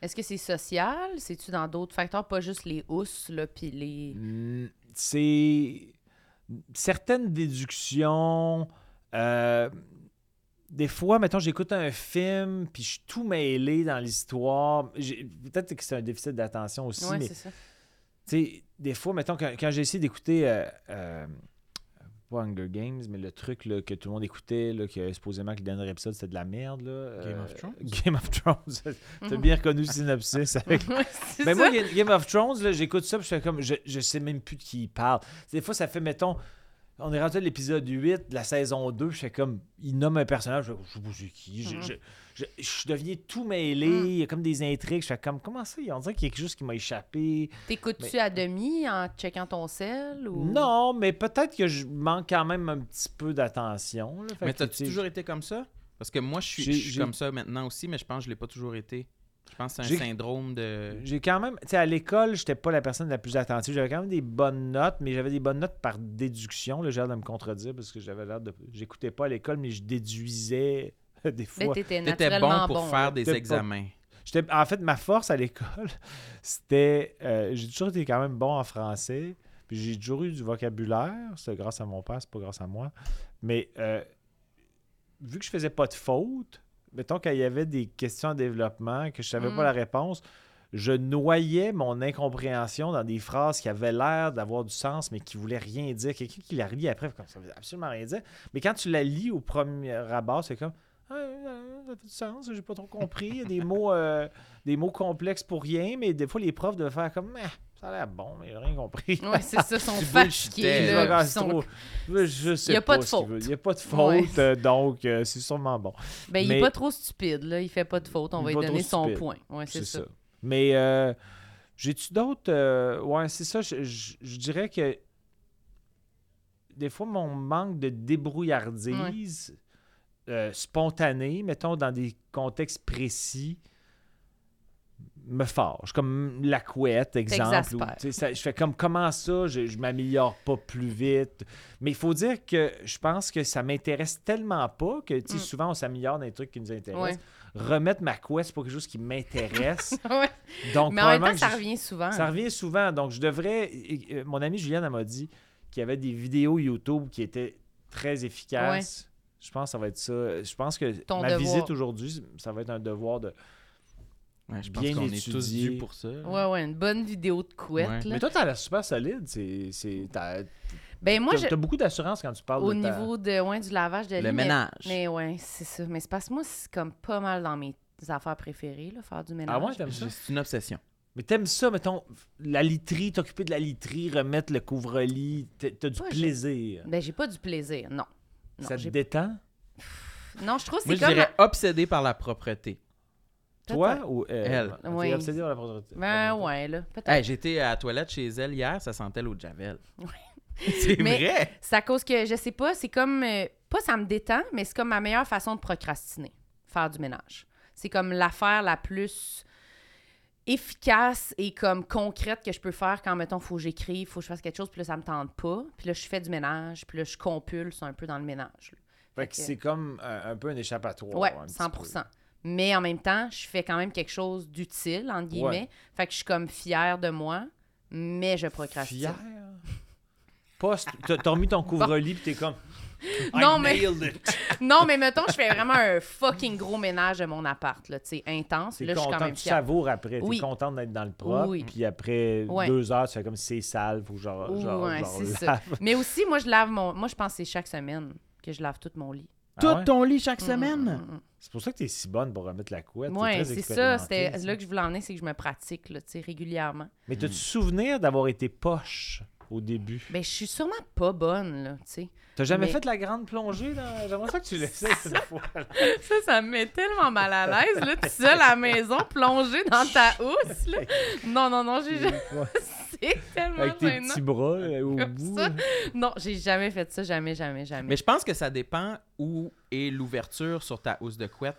B: Est-ce que c'est social? C'est-tu dans d'autres facteurs? Pas juste les housses, là, puis les...
D: Mm, C'est certaines déductions. euh, Des fois, mettons, j'écoute un film, puis je suis tout mêlé dans l'histoire. J'ai- Peut-être que c'est un déficit d'attention aussi,
B: Ouais,
D: mais
B: c'est ça.
D: tu sais, des fois, mettons, quand, quand j'ai essayé d'écouter, euh, euh, pas Hunger Games, mais le truc là, que tout le monde écoutait, là, que supposément que le dernier épisode c'était de la merde. Là,
A: Game
D: euh,
A: of Thrones?
D: Game of Thrones. T'as bien reconnu le synopsis avec
B: Ouais, Mhm. c'est
D: ben
B: ça.
D: moi, Ga- Game of Thrones, là, j'écoute ça, puis je fais comme, je, je sais même plus de qui il parle. Des fois, ça fait, mettons, on est rendu à l'épisode 8 de la saison 2, je fais comme, il nomme un personnage, je fais, je sais pas c'est qui, je,
B: Mhm.
D: je, je, je deviens tout mêlé,
B: Mm.
D: il y a comme des intrigues, je fais comme, comment ça, on dirait qu'il y a quelque chose qui m'a échappé.
B: T'écoutes-tu à demi en checkant ton sel? Ou...
D: Non, mais peut-être que je manque quand même un petit peu d'attention. là. Fait
A: Mais
D: que,
A: t'as-tu
D: tu sais,
A: toujours été comme ça? Parce que moi, je suis,
D: J'ai-
A: je suis
D: j'ai-
A: comme ça maintenant aussi, mais je pense que je l'ai pas toujours été. Je pense que c'est
D: J'ai-
A: un syndrome de...
D: J'ai quand même, tu sais, à l'école, j'étais pas la personne la plus attentive. J'avais quand même des bonnes notes, mais j'avais des bonnes notes par déduction. Là, j'ai l'air de me contredire parce que j'avais l'air de, j'écoutais pas à l'école, mais je déduisais des
B: Mais
D: fois.
B: Ben, t'étais
A: T'étais bon
B: naturellement
A: pour
B: bon.
A: faire des
D: T'étais pas-
A: examens.
D: J'étais, en fait, ma force à l'école, c'était, euh, j'ai toujours été quand même bon en français. Puis j'ai toujours eu du vocabulaire. C'est grâce à mon père, c'est pas grâce à moi. Mais euh, vu que je faisais pas de faute, mettons qu'il y avait des questions en développement, que je savais
B: Mm.
D: pas la réponse, je noyais mon incompréhension dans des phrases qui avaient l'air d'avoir du sens, mais qui voulaient rien dire. Quelqu'un qui la lit après, fait comme ça veut absolument rien dire. Mais quand tu la lis au premier abord, c'est comme euh, ça fait du sens, j'ai pas trop compris. Il y a des mots, euh, des mots complexes pour rien, mais des fois, les profs devaient faire comme, Ah, ça a l'air bon, mais j'ai rien compris.
B: Ouais, c'est ça, sont
A: Tu
B: fatigués.
A: bullshitais.
B: là,
D: Je regarde,
B: puis
D: c'est
B: sont-
D: trop- je- je sais
B: y a pas de
D: ce qu'il
B: faute.
D: veut. Il n'y a pas de
B: Ouais.
D: faute, euh, donc euh, c'est sûrement bon.
B: Ben, il
D: Mais-
B: est pas trop stupide, là. Il fait pas de faute. On
D: Il
B: va
D: est
B: lui
D: pas
B: donner
D: trop
B: son
D: stupide.
B: point. Ouais, c'est ça.
D: Mais euh, j'ai-tu d'autres. euh, ouais, c'est ça. Je, je- je dirais que des fois, mon manque de débrouillardise euh, spontanée, mettons, dans des contextes précis, me forge. Comme la couette, exemple.
B: T'exaspère.
D: ou, tu sais, ça- je fais comme comment ça, je, je m'améliore pas plus vite. Mais il faut dire que je pense que ça m'intéresse tellement pas que tu sais,
B: Mm.
D: souvent on s'améliore dans des trucs qui nous intéressent.
B: Ouais.
D: Remettre ma couette, c'est pas quelque chose qui m'intéresse.
B: Ouais.
D: Donc,
B: Mais en même
D: probablement
B: temps,
D: que
B: ça
D: je-
B: revient souvent.
D: ça revient souvent. Donc, je devrais. et- et- Mon amie Juliane, elle m'a dit qu'il y avait des vidéos YouTube qui étaient très efficaces. Je pense que ça va être ça. Je pense que
B: Ton
D: ma
B: devoir.
D: visite aujourd'hui, ça va être un devoir de.
A: Ouais, je pense
D: Bien
A: qu'on est tous
D: étudié.
A: dû pour ça.
B: Ouais, ouais, une bonne vidéo de couette.
A: Ouais.
B: Là.
D: Mais toi, t'as l'air super solide. C'est, c'est, t'as,
B: ben moi,
D: t'as-
B: je-
D: t'as beaucoup d'assurance quand tu parles
B: au
D: de ta-
B: niveau de, ouais, du lavage de lit,
A: Le
B: mais-
A: ménage.
B: Mais ouais, c'est ça. Mais c'est parce que moi, c'est comme pas mal dans mes affaires préférées, là, faire du ménage.
D: Ah ouais, t'aimes ça?
A: Je- C'est une obsession.
D: Mais t'aimes ça, mettons, la literie, t'occuper de la literie, remettre le couvre-lit. T'as, t'as du
B: Moi, j'ai-
D: plaisir.
B: Ben, j'ai pas du plaisir, non. Non,
D: ça te
B: j'ai-
D: détend,
B: non, je trouve que
A: Moi,
B: c'est
A: je
B: comme...
A: dirais obsédé par la propreté.
D: toi
B: Peut-être.
D: ou elle?
A: Elle.
D: T'es
B: Oui.
D: obsédée par la propreté.
B: Ben ouais, là, peut-être.
A: Hey, J'étais à la toilette chez elle hier, ça sentait l'eau de Javel. C'est
B: Mais-
A: vrai!
B: C'est à cause que, je sais pas, c'est comme... euh, pas ça me détend, mais c'est comme ma meilleure façon de procrastiner, faire du ménage. C'est comme l'affaire la plus efficace et comme concrète que je peux faire quand, mettons, faut que j'écrive, faut que je fasse quelque chose, puis là, ça me tente pas. Puis là, je fais du ménage, puis là, je compulse un peu dans le ménage. là.
D: Fait que
B: Fait que-
D: c'est comme euh, un, un peu un échappatoire.
B: Ouais,
D: un petit
B: 100 Mais en même temps, je fais quand même quelque chose d'utile, entre guillemets. Fait que je suis comme fière de moi, mais je
D: peu.
B: procrastine.
D: Fier. Poste, t'as t'as remis ton couvre-lit pis t'es comme. I
B: Non, mais-
D: nailed it.
B: Non, mais mettons, je fais vraiment un fucking gros ménage de mon appart, là, tu sais, intense.
D: T'es
B: Là, je suis quand
D: content,
B: même
D: tu
B: fière.
D: savoures après.
B: Oui.
D: T'es content d'être dans le propre.
B: Oui.
D: Puis après
B: Ouais.
D: deux heures, tu fais comme c'est sale, faut que genre. genre,
B: Ouais,
D: genre
B: c'est
D: lave.
B: ça. Mais aussi, moi, je lave mon. Moi, je pense que c'est chaque semaine que je lave tout mon lit.
D: Ah
A: Tout
D: ouais?
A: ton lit chaque
B: Mm,
A: semaine!
B: mm,
D: C'est pour ça que t'es si bonne pour remettre la couette.
B: mm.
D: t'es
B: Ouais,
D: très
B: c'est ça.
D: expérimentée,
B: C'était
D: ça.
B: là que je voulais en venir, c'est que je me pratique, là, tu sais, régulièrement.
D: Mais t'as-tu souvenir d'avoir été poche au début?
B: Ben, je suis sûrement pas bonne, là, tu sais.
D: T'as jamais
B: Mais-
D: fait la grande plongée? Dans... J'aimerais ça que tu l'essayes cette fois.
B: Ça, ça me met tellement mal à l'aise, là, tout seul à la maison, plongé dans ta housse, là. Non, non, non, j'ai jamais... C'est tellement
D: Avec tes
B: gênant.
D: petits bras là, au
B: Comme
D: bout.
B: ça. Non, j'ai jamais fait ça, jamais, jamais, jamais.
A: Mais je pense que ça dépend où est l'ouverture sur ta housse de couette.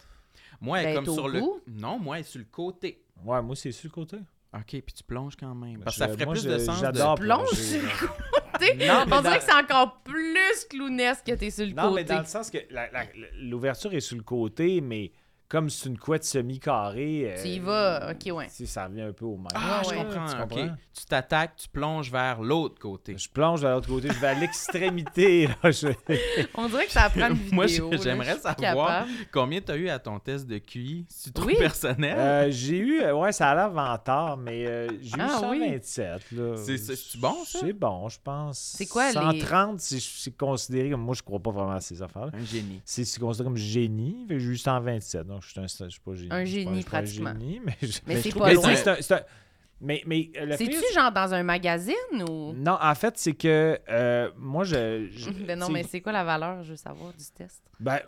A: Moi, elle est
B: Ben,
A: comme
B: t'es au
A: sur le.
B: bout.
A: Non, moi, elle est sur le côté.
D: Ouais, moi, c'est sur le côté.
A: OK, puis tu plonges quand même.
D: Ben,
A: Parce que
D: je-
A: ça ferait
D: moi,
A: plus
D: je-
A: de sens. de-
D: j'adore
B: Plonge
D: plonger,
B: sur
D: là.
B: le côté.
A: Non, mais
B: On dirait
A: dans-
B: que c'est encore plus clownesque que t'es sur le
D: Non, mais
B: côté.
D: dans le sens que la- la- l'ouverture est sur le côté, mais comme c'est une couette semi-carrée.
B: Tu y
D: euh,
B: vas, ok, ouais.
D: tu sais, Ça revient un peu au même.
A: Ah, je
B: Ouais, ouais.
A: comprends.
D: Tu
A: ok.
D: comprends?
A: Tu t'attaques, tu plonges vers l'autre côté.
D: Je plonge de l'autre côté, je vais à l'extrémité. là, je-
B: On dirait que ça prend une vidéo.
A: Moi, je-
B: là,
A: j'aimerais
B: je suis plus
A: savoir.
B: capable.
A: Combien t'as eu à ton test de QI, si tu
B: Oui.
A: trouves
B: Ah.
A: personnel?
D: Euh, j'ai eu. euh, Ouais, ça a l'air vantard, mais euh, j'ai
B: Ah,
D: eu
B: oui.
D: 127. là.
A: C'est- c'est- c'est bon, ça?
D: C'est bon, je pense. C'est
B: quoi, les-
D: 130, c'est- c'est considéré comme. Moi, je crois pas vraiment à ces affaires-là.
A: Un génie.
D: C'est c'est considéré comme génie. Fait que J'ai eu 127, donc je suis, un, je suis pas génie.
B: Un
D: Je suis pas-
B: génie,
D: je suis pas un
B: pratiquement.
D: génie, mais je-
B: Mais
D: mais
B: c'est
D: je trouve
B: pas
D: que
A: loin.
D: c'est un- c'est un- Mais, mais euh, le pire,
B: C'est-tu genre dans un magazine ou.
D: Non, en fait, c'est que euh, moi, je. je-
B: Ben non,
D: tu sais,
B: mais c'est quoi la valeur, je veux savoir, du test?
D: ben,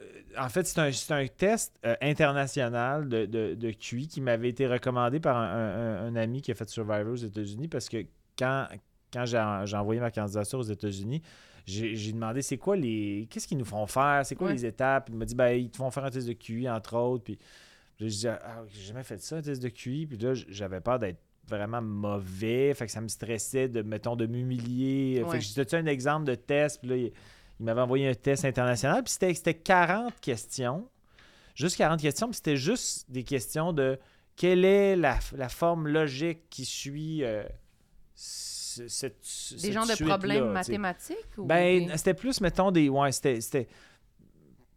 D: euh, en fait, c'est un, c'est un test euh, international de, de, de QI qui m'avait été recommandé par un, un- un- un ami qui a fait Survivor aux États-Unis parce que quand, quand j'ai en- j'ai envoyé ma candidature aux États-Unis, j'ai j'ai demandé c'est quoi les. Qu'est-ce qu'ils nous font faire C'est quoi
B: Ouais.
D: les étapes Il m'a dit ben, ils te font faire un test de QI, entre autres. Puis là, je disais ah, j'ai jamais fait ça, un test de QI. Puis là, j- j'avais peur d'être vraiment mauvais. Fait que ça me stressait de, mettons, de m'humilier.
B: Ouais.
D: Fait que j'ai donné un exemple de test. Puis là, il, il m'avait envoyé un test international. Puis c'était- c'était 40 questions. Juste 40 questions. Puis c'était juste des questions de quelle est la, la forme logique qui suit euh, ce- cette,
B: Des genres de problèmes mathématiques ou.
D: ben,
B: des-
D: c'était plus, mettons, des. Ouais, c'était. c'était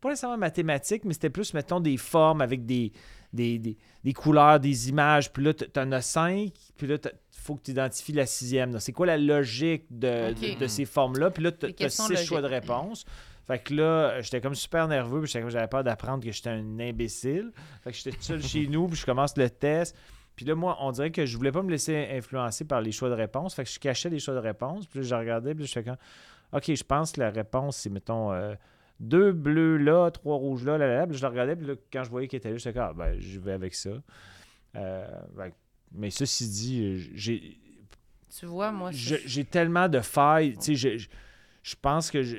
D: Pas nécessairement mathématiques, mais c'était plus, mettons, des formes avec des, des, des, des couleurs, des images. Puis là, t- t'en as cinq. Puis là, il faut que tu identifies la sixième. là. C'est quoi la logique de,
B: Ok.
D: de, de ces formes-là? Puis là, t-
B: Des
D: t'as
B: questions
D: six choix de
B: logiques.
D: réponse. Fait que là, j'étais comme super nerveux, puis j'étais comme- j'avais peur d'apprendre que j'étais un imbécile. Fait que j'étais tout seul chez nous, puis je commence le test. Puis là, moi, on dirait que je voulais pas me laisser influencer par les choix de réponse. Fait que je cachais les choix de réponse. Puis là, je regardais, puis là, je fais comme OK, je pense que la réponse, c'est, mettons, euh, deux bleus là, trois rouges là, là, là, là. Puis je le regardais, puis là, quand je voyais qu'il était là, j'étais comme Ah, ben, je vais avec ça. Euh, ben, mais ceci dit, j'ai,
B: Tu vois, moi,
D: je-
B: c'est-
D: j'ai tellement de failles. Tu sais, je, je- je pense que je-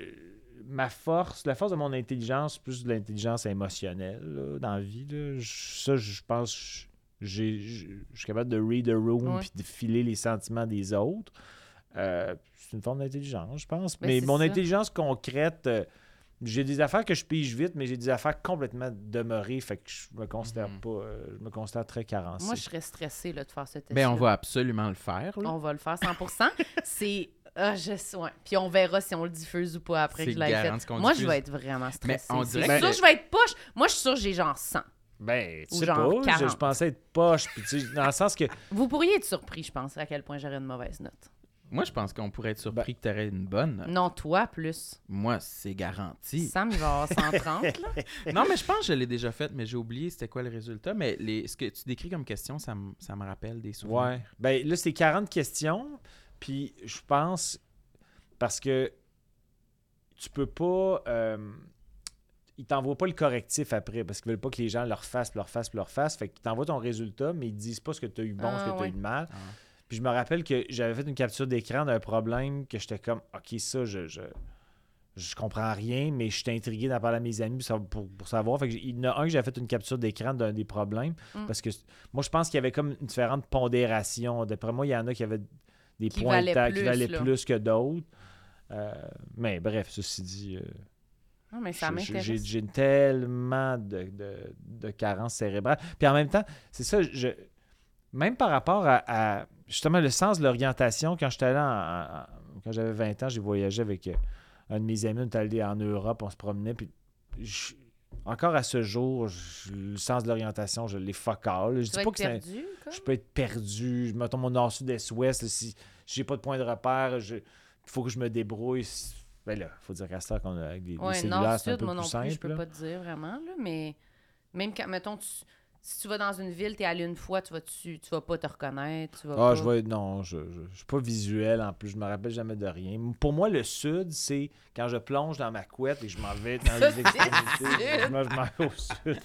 D: ma force, la force de mon intelligence, plus de l'intelligence émotionnelle là, dans la vie, là, je- ça, je pense que j'ai- je je suis capable de read the room
B: Ouais.
D: puis de filer les sentiments des autres. Euh, c'est une forme d'intelligence, je pense.
B: Ben,
D: mais
B: c'est
D: mon
B: ça.
D: intelligence concrète, euh, j'ai des affaires que je pige vite, mais j'ai des affaires complètement demeurées. Fait que je me considère
A: Mhm.
D: pas. euh, je me considère très carencé.
B: moi, je serais stressée là, de faire ce test.
A: Ben, on va absolument le faire. là.
B: On va le faire 100 C'est. Ah, je... ouais. Puis on verra si on le diffuse ou pas après
A: C'est
B: que je l'ai fait.
A: garanti qu'on
B: Moi, je
A: diffuse.
B: vais être vraiment stressée.
A: on
B: C'est
A: dirait
B: sûr
A: que-
B: que je vais être poche. Moi, je suis sûre que j'ai genre 100.
D: Ben, tu
B: Ou
D: sais pas,
B: genre
D: je, je
B: 40.
D: pensais être poche, puis tu sais, dans le sens que
B: Vous pourriez être surpris, je pense, à quel point j'aurais une mauvaise note.
A: Moi, je pense qu'on pourrait être surpris que tu aurais une bonne.
B: Non, toi, plus.
A: Moi, c'est garanti.
B: Sam, il va avoir 130, là.
A: non, mais je pense que je l'ai déjà faite, mais j'ai oublié c'était quoi le résultat. Mais les... ce que tu décris comme question, ça, me- ça me rappelle des souvenirs.
D: Ouais. Ben là, c'est 40 questions. Puis je pense parce que tu peux pas. euh, ils t'envoient pas le correctif après parce qu'ils veulent pas que les gens leur fassent, leur fassent, leur fassent. Fait qu'ils t'envoient ton résultat, mais ils disent pas ce que tu as eu bon, ce
B: Ah,
D: que tu as
B: ouais.
D: eu de mal.
A: Ah.
D: Puis je me rappelle que j'avais fait une capture d'écran d'un problème que j'étais comme OK, ça, je. je je comprends rien, mais j'étais intrigué d'en parler à mes amis pour, sa- pour- pour savoir. Fait que j'ai- il y en a un que j'avais fait une capture d'écran d'un des problèmes.
B: Mm.
D: Parce que moi, je pense qu'il y avait comme une différente pondération. D'après moi, il y en a qui avaient des
B: Qui
D: points
B: valaient
D: de temps qui
B: plus,
D: valaient
B: là.
D: plus que d'autres. Euh, mais bref, ceci dit, euh,
B: Non, mais ça
D: je- je- j'ai
B: m'intéresse.
D: j'ai tellement de, de, de carences cérébrales. Puis en même temps, c'est ça, je, même par rapport à, à, justement le sens de l'orientation, quand j'étais allé en- en- en- quand j'avais 20 ans, j'ai voyagé avec euh, un de mes amis, on est allé en Europe, on se promenait, puis je- encore à ce jour, je- le sens de l'orientation, je l'ai fuck all. Je
B: Tu
D: dis
B: vas
D: pas
B: être
D: que c'est un-
B: perdu, comme?
D: je peux être perdu. Je mettons mon nord, sud, est, ouest. Si j'ai pas de point de repère, il faut que je me débrouille. Ben là, faut dire qu'à ce qu'on a avec des, des
B: Ouais,
D: cellulaires, c'est
B: nord-sud,
D: un peu
B: moi non
D: plus
B: plus,
D: simple.
B: je peux
D: là.
B: pas te dire vraiment, là, mais même quand, mettons, tu- si tu vas dans une ville, t'es allé une fois, tu vas, tu, tu vas pas te reconnaître, tu vas
D: Ah,
B: pas...
D: je vois, non, je, je, je suis pas visuel en plus, je me rappelle jamais de rien. Pour moi, le sud, c'est quand je plonge dans ma couette et que je m'en vais dans
B: Ça,
D: les
B: c'est
D: extrémités.
B: sud.
D: Moi, je m'en vais au sud.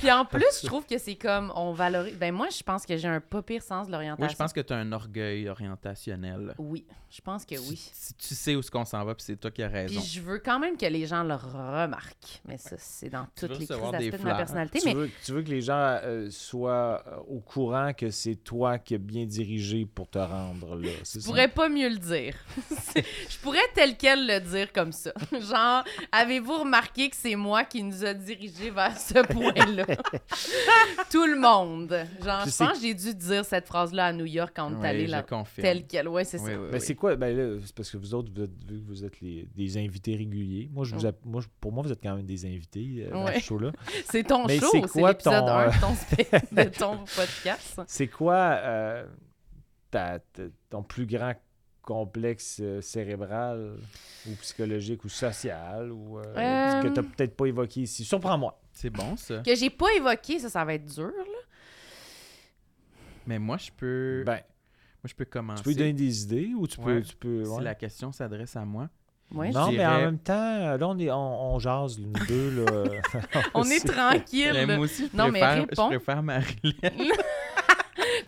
B: Puis en plus, je trouve que c'est comme, on valorise... Ben moi, je pense que j'ai un pas pire sens de l'orientation.
A: Oui, je pense que tu as un orgueil orientationnel.
B: Oui, je pense que oui.
A: Si tu sais où ce qu'on s'en va, puis c'est toi qui as
B: Puis
A: raison.
B: je veux quand même que les gens le remarquent. Mais ça, c'est dans
A: Tu veux
B: toutes les crises
A: recevoir des
B: d'aspect de ma
A: fleurs.
B: personnalité.
D: Tu,
B: Mais
D: veux, tu veux que les gens euh, soient euh, au courant que c'est toi qui as bien dirigé pour te rendre là. c'est
B: Je
D: ça?
B: pourrais pas mieux le dire. C'est- je pourrais tel quel le dire comme ça. Genre, avez-vous remarqué que c'est moi qui nous a dirigés vers ce point-là? Tout le monde. Genre,
D: Puis
B: je
D: c'est-
B: pense que j'ai dû dire cette phrase-là à New York quand on est
A: Oui,
B: allé
A: je
B: là.
A: confirme.
B: Tel quel, ouais, c'est
A: Oui,
B: ça.
A: oui,
D: Mais
A: oui.
D: c'est quoi? Ben là, c'est parce que vous autres, vous êtes, vu que vous êtes les, des invités réguliers. Moi, je vous
B: Mm.
D: app- moi, je- pour moi, vous êtes quand même des invités euh, dans
B: Ouais.
D: ce show-là.
B: C'est ton
D: Mais
B: show,
D: c'est
B: c'est
D: quoi
B: l'épisode
D: ton,
B: 1
D: euh,
B: de ton, spe- de ton podcast.
D: C'est quoi euh, ta- ta- ton plus grand complexe euh, cérébral ou psychologique ou social ou euh,
B: Euh,
D: que tu peut-être pas évoqué ici? Surprends-moi.
A: C'est bon, ça.
B: Que j'ai pas évoqué, ça, ça va être dur. là.
A: Mais moi, je peux,
D: Ben,
A: moi, je peux commencer.
D: tu peux lui donner des idées ou tu peux.
A: Euh, Ouais.
D: Tu peux
A: Si
D: ouais.
A: la question s'adresse à moi.
B: Ouais,
D: non,
A: je
D: mais en
A: dirais-
D: même temps, là, on, est, on, on jase, nous deux. Là.
B: On est tranquille.
A: Mais
B: là.
A: moi aussi, je
B: Non, mais
A: préfère,
B: réponds.
A: je préfère Marilyn.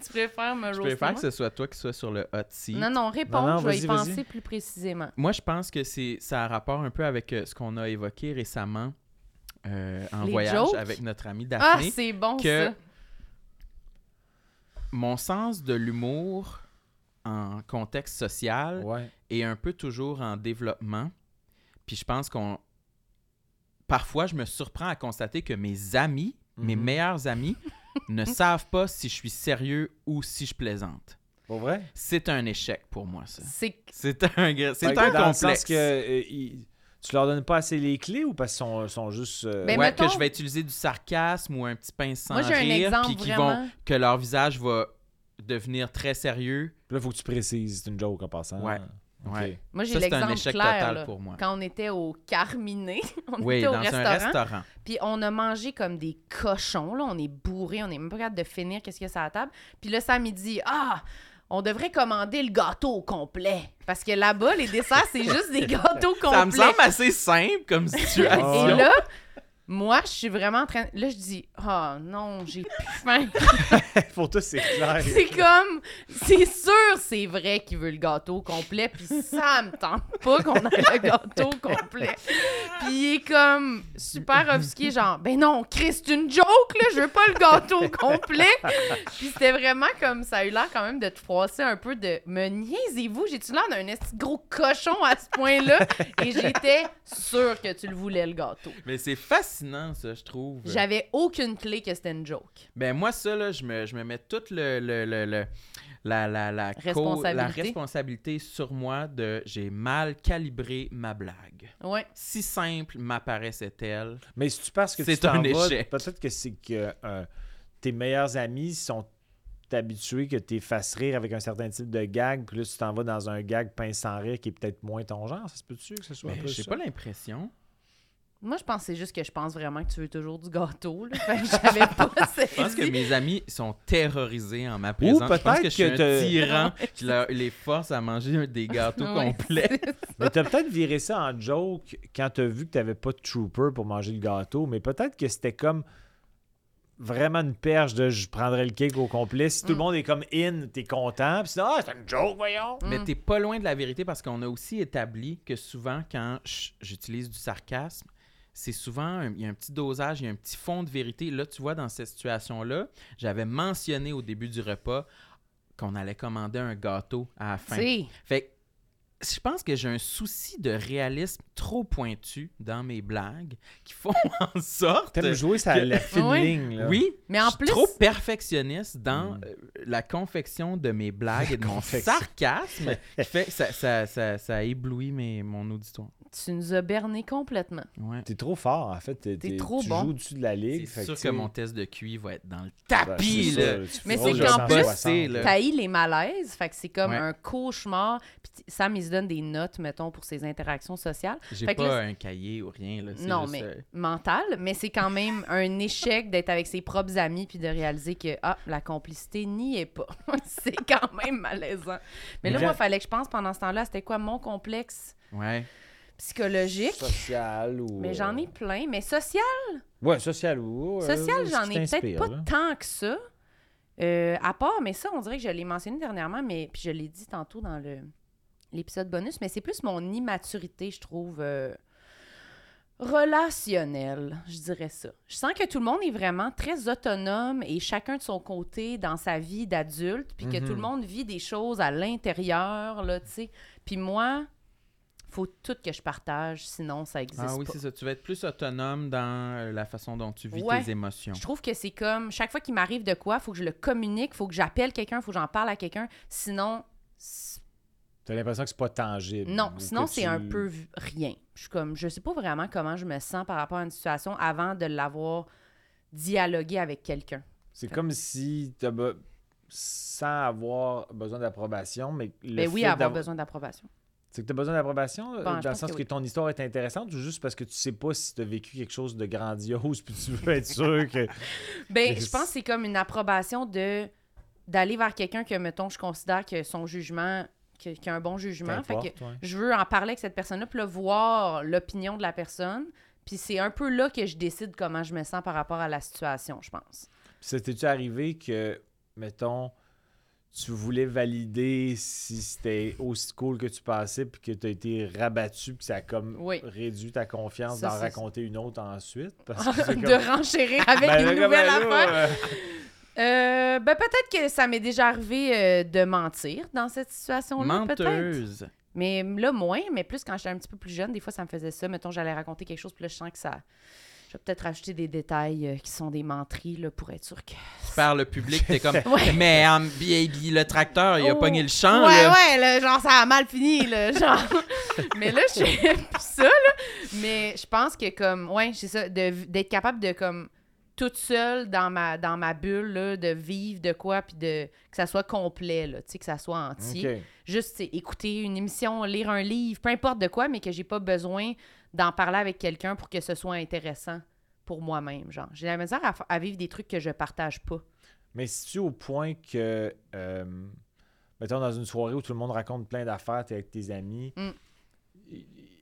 B: Tu préfères me
A: Je
B: roaster
A: préfère que
B: moi?
A: ce soit toi qui sois sur le hot seat.
B: Non, non, réponds,
D: Non, non,
B: je vais
D: vas-y,
B: y
D: vas-y.
B: penser plus précisément.
A: Moi, je pense que c'est ça a rapport un peu avec euh, ce qu'on a évoqué récemment euh, en
B: Les
A: voyage
B: jokes?
A: avec notre amie
B: Ah,
A: Daphné.
B: c'est bon,
A: que-
B: ça.
A: Mon sens de l'humour en contexte social
D: Ouais.
A: est un peu toujours en développement. Puis je pense qu'on... Parfois, je me surprends à constater que mes amis, mes
D: Mhm.
A: meilleurs amis, ne savent pas si je suis sérieux ou si je plaisante.
D: Pour vrai?
A: C'est un échec pour moi, ça.
B: C'est
A: C'est un, gra- c'est
D: Fait
A: un
D: que dans le
A: complexe.
D: sens que euh, ils- tu leur donnes pas assez les clés ou parce qu'ils sont, sont juste. euh,
B: Ben,
A: Ouais,
B: mettons-
A: que je vais utiliser du sarcasme ou un petit pince sans
B: Moi, j'ai un
A: rire,
B: exemple
A: puis qu'ils
B: vraiment.
A: vont que leur visage va devenir très sérieux.
D: Là, faut que tu précises, c'est une joke en passant.
A: Ouais.
D: Ok.
A: Ouais.
B: Moi, j'ai
A: Ça, c'est un
B: l'exemple
A: échec
B: clair.
A: total
B: là.
A: pour moi.
B: Quand on était au Carminé, on
A: Oui,
B: était au
A: dans
B: restaurant,
A: un restaurant.
B: puis on a mangé comme des cochons. Là, on est bourré, on est même pas capable de finir qu'est-ce qu'il y a sur la table. Puis là, Sam, il dit Ah, on devrait commander le gâteau au complet. Parce que là-bas, les desserts, c'est juste des gâteaux complets.
A: Ça me semble assez simple comme situation.
D: Ah
B: Et
D: ouais.
B: là, moi, je suis vraiment en train. Là, je dis, ah non, j'ai plus faim.
D: Pour toi, c'est clair.
B: c'est comme, c'est sûr, c'est vrai qu'il veut le gâteau complet, puis ça me tente pas qu'on ait le gâteau complet. Puis il est comme super offusqué, genre, ben non, Chris, c'est une joke, là, je veux pas le gâteau complet. Puis c'était vraiment comme, ça a eu l'air quand même de te froisser un peu, de me niaisez-vous, j'ai-tu l'air d'un esti de gros cochon à ce point-là? Et j'étais sûre que tu le voulais, le gâteau.
A: Mais c'est fascinant, ça, je trouve.
B: J'avais aucune clé que c'était une joke.
A: Ben moi, ça, là, je me, je me mets toute le, le- le- le- la, la, la, co- la
B: Responsabilité.
A: responsabilité sur moi de j'ai mal calibré ma blague.
B: Ouais.
A: Si simple m'apparaissait-elle. ben,
D: Mais si tu penses que
A: C'est
D: tu t'en
A: un
D: vas,
A: échec.
D: peut-être que c'est que euh, tes meilleurs amis sont habitués que tu fasses rire avec un certain type de gag, puis là, tu t'en vas dans un gag pince sans rire qui est peut-être moins ton genre. Ça se peut-tu que ce soit un
A: Mais
D: peu
A: j'ai
D: ça?
A: Ben, pas l'impression.
B: Moi, je pense que c'est juste que je pense vraiment que tu veux toujours du gâteau. Là. Fait que j'avais pas saisi.
A: Je pense que mes amis sont terrorisés en ma
D: Ou
A: présence. Je pense
D: peut-être
A: que je suis
D: que
A: un
D: t'as-
A: tyran qui leur- les force à manger un des gâteaux
B: Ouais.
A: complets.
D: Mais t'as peut-être viré ça en joke quand t'as vu que t'avais pas de trooper pour manger le gâteau, mais peut-être que c'était comme vraiment une perche de je prendrais le cake au complet. Si tout
B: Mm.
D: le monde est comme in, t'es content, puis sinon, ah, c'est une joke, voyons.
A: Mais t'es pas loin de la vérité parce qu'on a aussi établi que souvent, quand ch- j'utilise du sarcasme, c'est souvent, un- il y a un petit dosage, il y a un petit fond de vérité. Là, tu vois, dans cette situation-là, j'avais mentionné au début du repas qu'on allait commander un gâteau à la fin.
B: C'est-
A: Fait que je pense que j'ai un souci de réalisme trop pointu dans mes blagues qui font en sorte...
D: T'aimes jouer ça
A: que-
D: la fine
B: Oui.
D: ligne, là.
A: Oui,
B: Mais en
A: je suis
B: plus-
A: trop perfectionniste dans euh, la confection de mes blagues et de mon
D: Mm. confection.
A: sarcasme qui fait que ça, ça, ça, ça éblouit mes, mon auditoire.
B: Tu nous as berné complètement.
A: Ouais.
D: T'es trop fort, en fait. T'es,
B: T'es
D: t'es-
B: trop
D: tu
B: bon.
D: joues dessus de la ligue.
A: C'est
D: fait
A: sûr
D: tu
A: que
D: sais,
A: mon test de QI va être dans le
D: ben,
A: tapis,
D: c'est
A: là.
D: ça, tu
B: Mais
D: feras
B: c'est
D: le
B: qu'en
D: 160,
B: plus,
A: c'est, là.
D: là.
B: Taillis les malaises, fait que c'est comme
A: Ouais.
B: un cauchemar. Puis t- Sam, il se donne des notes, mettons, pour ses interactions sociales.
A: J'ai
B: Fait
A: pas
B: que là,
A: un cahier ou rien, là. c'est
B: Non,
A: juste,
B: mais
A: euh,
B: mental, mais c'est quand même un échec d'être avec ses propres amis puis de réaliser que ah, la complicité n'y est pas. c'est quand même malaisant. Mais là,
D: Mais
B: moi,
D: quand-
B: fallait que je pense pendant ce temps-là, c'était quoi mon complexe
A: Ouais.
B: psychologique?
D: Social ou.
B: Mais j'en ai plein. Mais social,
D: Ouais, social ou. euh,
B: social
D: ce
B: j'en
D: qui
B: ai peut-être
D: t'inspire,
B: pas
D: là.
B: tant que ça. Euh, à part, mais ça, on dirait que je l'ai mentionné dernièrement, mais puis je l'ai dit tantôt dans le l'épisode bonus, mais c'est plus mon immaturité, je trouve, euh, relationnelle, je dirais ça. Je sens que tout le monde est vraiment très autonome et chacun de son côté dans sa vie d'adulte, puis que tout
D: Mhm.
B: le monde vit des choses à l'intérieur, là, tu sais. Puis moi, faut tout que je partage, sinon ça existe
A: Ah oui,
B: pas.
A: c'est ça. Tu vas être plus autonome dans euh, la façon dont tu vis
B: Ouais.
A: tes émotions.
B: Je trouve que c'est comme chaque fois qu'il m'arrive de quoi, faut que je le communique, faut que j'appelle quelqu'un, faut que j'en parle à quelqu'un. Sinon, c-
D: T'as l'impression que c'est pas tangible.
B: non,
D: ou
B: sinon
D: que
B: c'est
D: tu-
B: un peu v- rien. Je suis comme, je sais pas vraiment comment je me sens par rapport à une situation avant de l'avoir dialogué avec quelqu'un.
D: C'est comme si t'as. be- Sans avoir besoin d'approbation, mais le
B: Mais Ben oui,
D: fait
B: avoir
D: d'avoir-
B: besoin d'approbation.
D: C'est que tu as besoin d'approbation euh,
B: Bon, je
D: dans le
B: pense
D: sens
B: que
D: que,
B: oui.
D: ton histoire est intéressante ou juste parce que tu sais pas si tu as vécu quelque chose de grandiose puis tu veux être sûr que.
B: Ben,
D: Yes.
B: je pense que c'est comme une approbation de d'aller vers quelqu'un que mettons je considère que son jugement que- qu'il a un bon jugement, fait que
D: T'importe, ouais.
B: je veux en parler avec cette personne-là, puis là, voir l'opinion de la personne. Puis c'est un peu là que je décide comment je me sens par rapport à la situation, je pense.
D: C'était-tu arrivé que, mettons, tu voulais valider si c'était aussi cool que tu passais puis que tu as été rabattu puis ça a comme
B: Oui.
D: réduit ta confiance
B: Ça,
D: d'en
B: c'est-
D: raconter une autre ensuite? Parce que Ah, c'est comme-
B: de renchérir avec
D: Ben,
B: une
D: là, comme,
B: nouvelle
D: allô,
B: affaire.
D: euh,
B: Euh, ben peut-être que ça m'est déjà arrivé euh, de mentir dans cette situation-là, peut-être.
A: Menteuse.
B: Mais là, moins, mais plus quand j'étais un petit peu plus jeune, des fois, ça me faisait ça. Mettons, j'allais raconter quelque chose, puis là, je sens que ça... Je vais peut-être rajouter des détails euh, qui sont des menteries, là, pour être sûr que...
A: Par le public, t'es comme,
B: Ouais.
A: mais euh, baby, le tracteur, il a
B: Oh.
A: pogné le champ,
B: ouais,
A: là.
B: ouais, là, genre, ça a mal fini, là, genre. mais là, je fais plus ça, là. Mais je pense que, comme, ouais, c'est ça, de- d'être capable de, comme, toute seule dans ma, dans ma bulle là, de vivre de quoi, puis de que ça soit complet, là, tu sais, que ça soit entier.
D: OK.
B: Juste tu sais, écouter une émission, lire un livre, peu importe de quoi, mais que j'ai pas besoin d'en parler avec quelqu'un pour que ce soit intéressant pour moi-même. Genre, j'ai la misère à, fa- à vivre des trucs que je partage pas.
D: Mais si tu au point que, euh, mettons, dans une soirée où tout le monde raconte plein d'affaires, t'es avec tes amis,
B: Mm.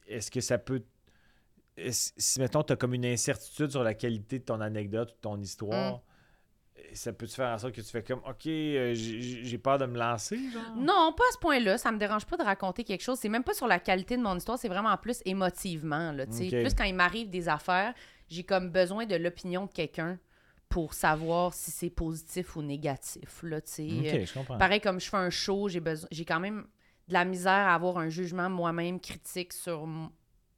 D: est-ce que ça peut. est-ce- si, mettons, t'as comme une incertitude sur la qualité de ton anecdote ou de ton histoire,
B: Mm.
D: ça peut te faire en sorte que tu fais comme, OK, euh, j'ai- j'ai j'ai peur de me lancer, genre?
B: Non, pas à ce point-là. Ça me dérange pas de raconter quelque chose. C'est même pas sur la qualité de mon histoire, c'est vraiment plus émotivement. Là, tu sais.
D: Ok.
B: Plus quand il m'arrive des affaires, j'ai comme besoin de l'opinion de quelqu'un pour savoir si c'est positif ou négatif. Là, tu sais.
D: OK,
B: Euh,
D: je comprends.
B: Pareil, comme je fais un show, j'ai besoin, j'ai quand même de la misère à avoir un jugement moi-même critique sur. m-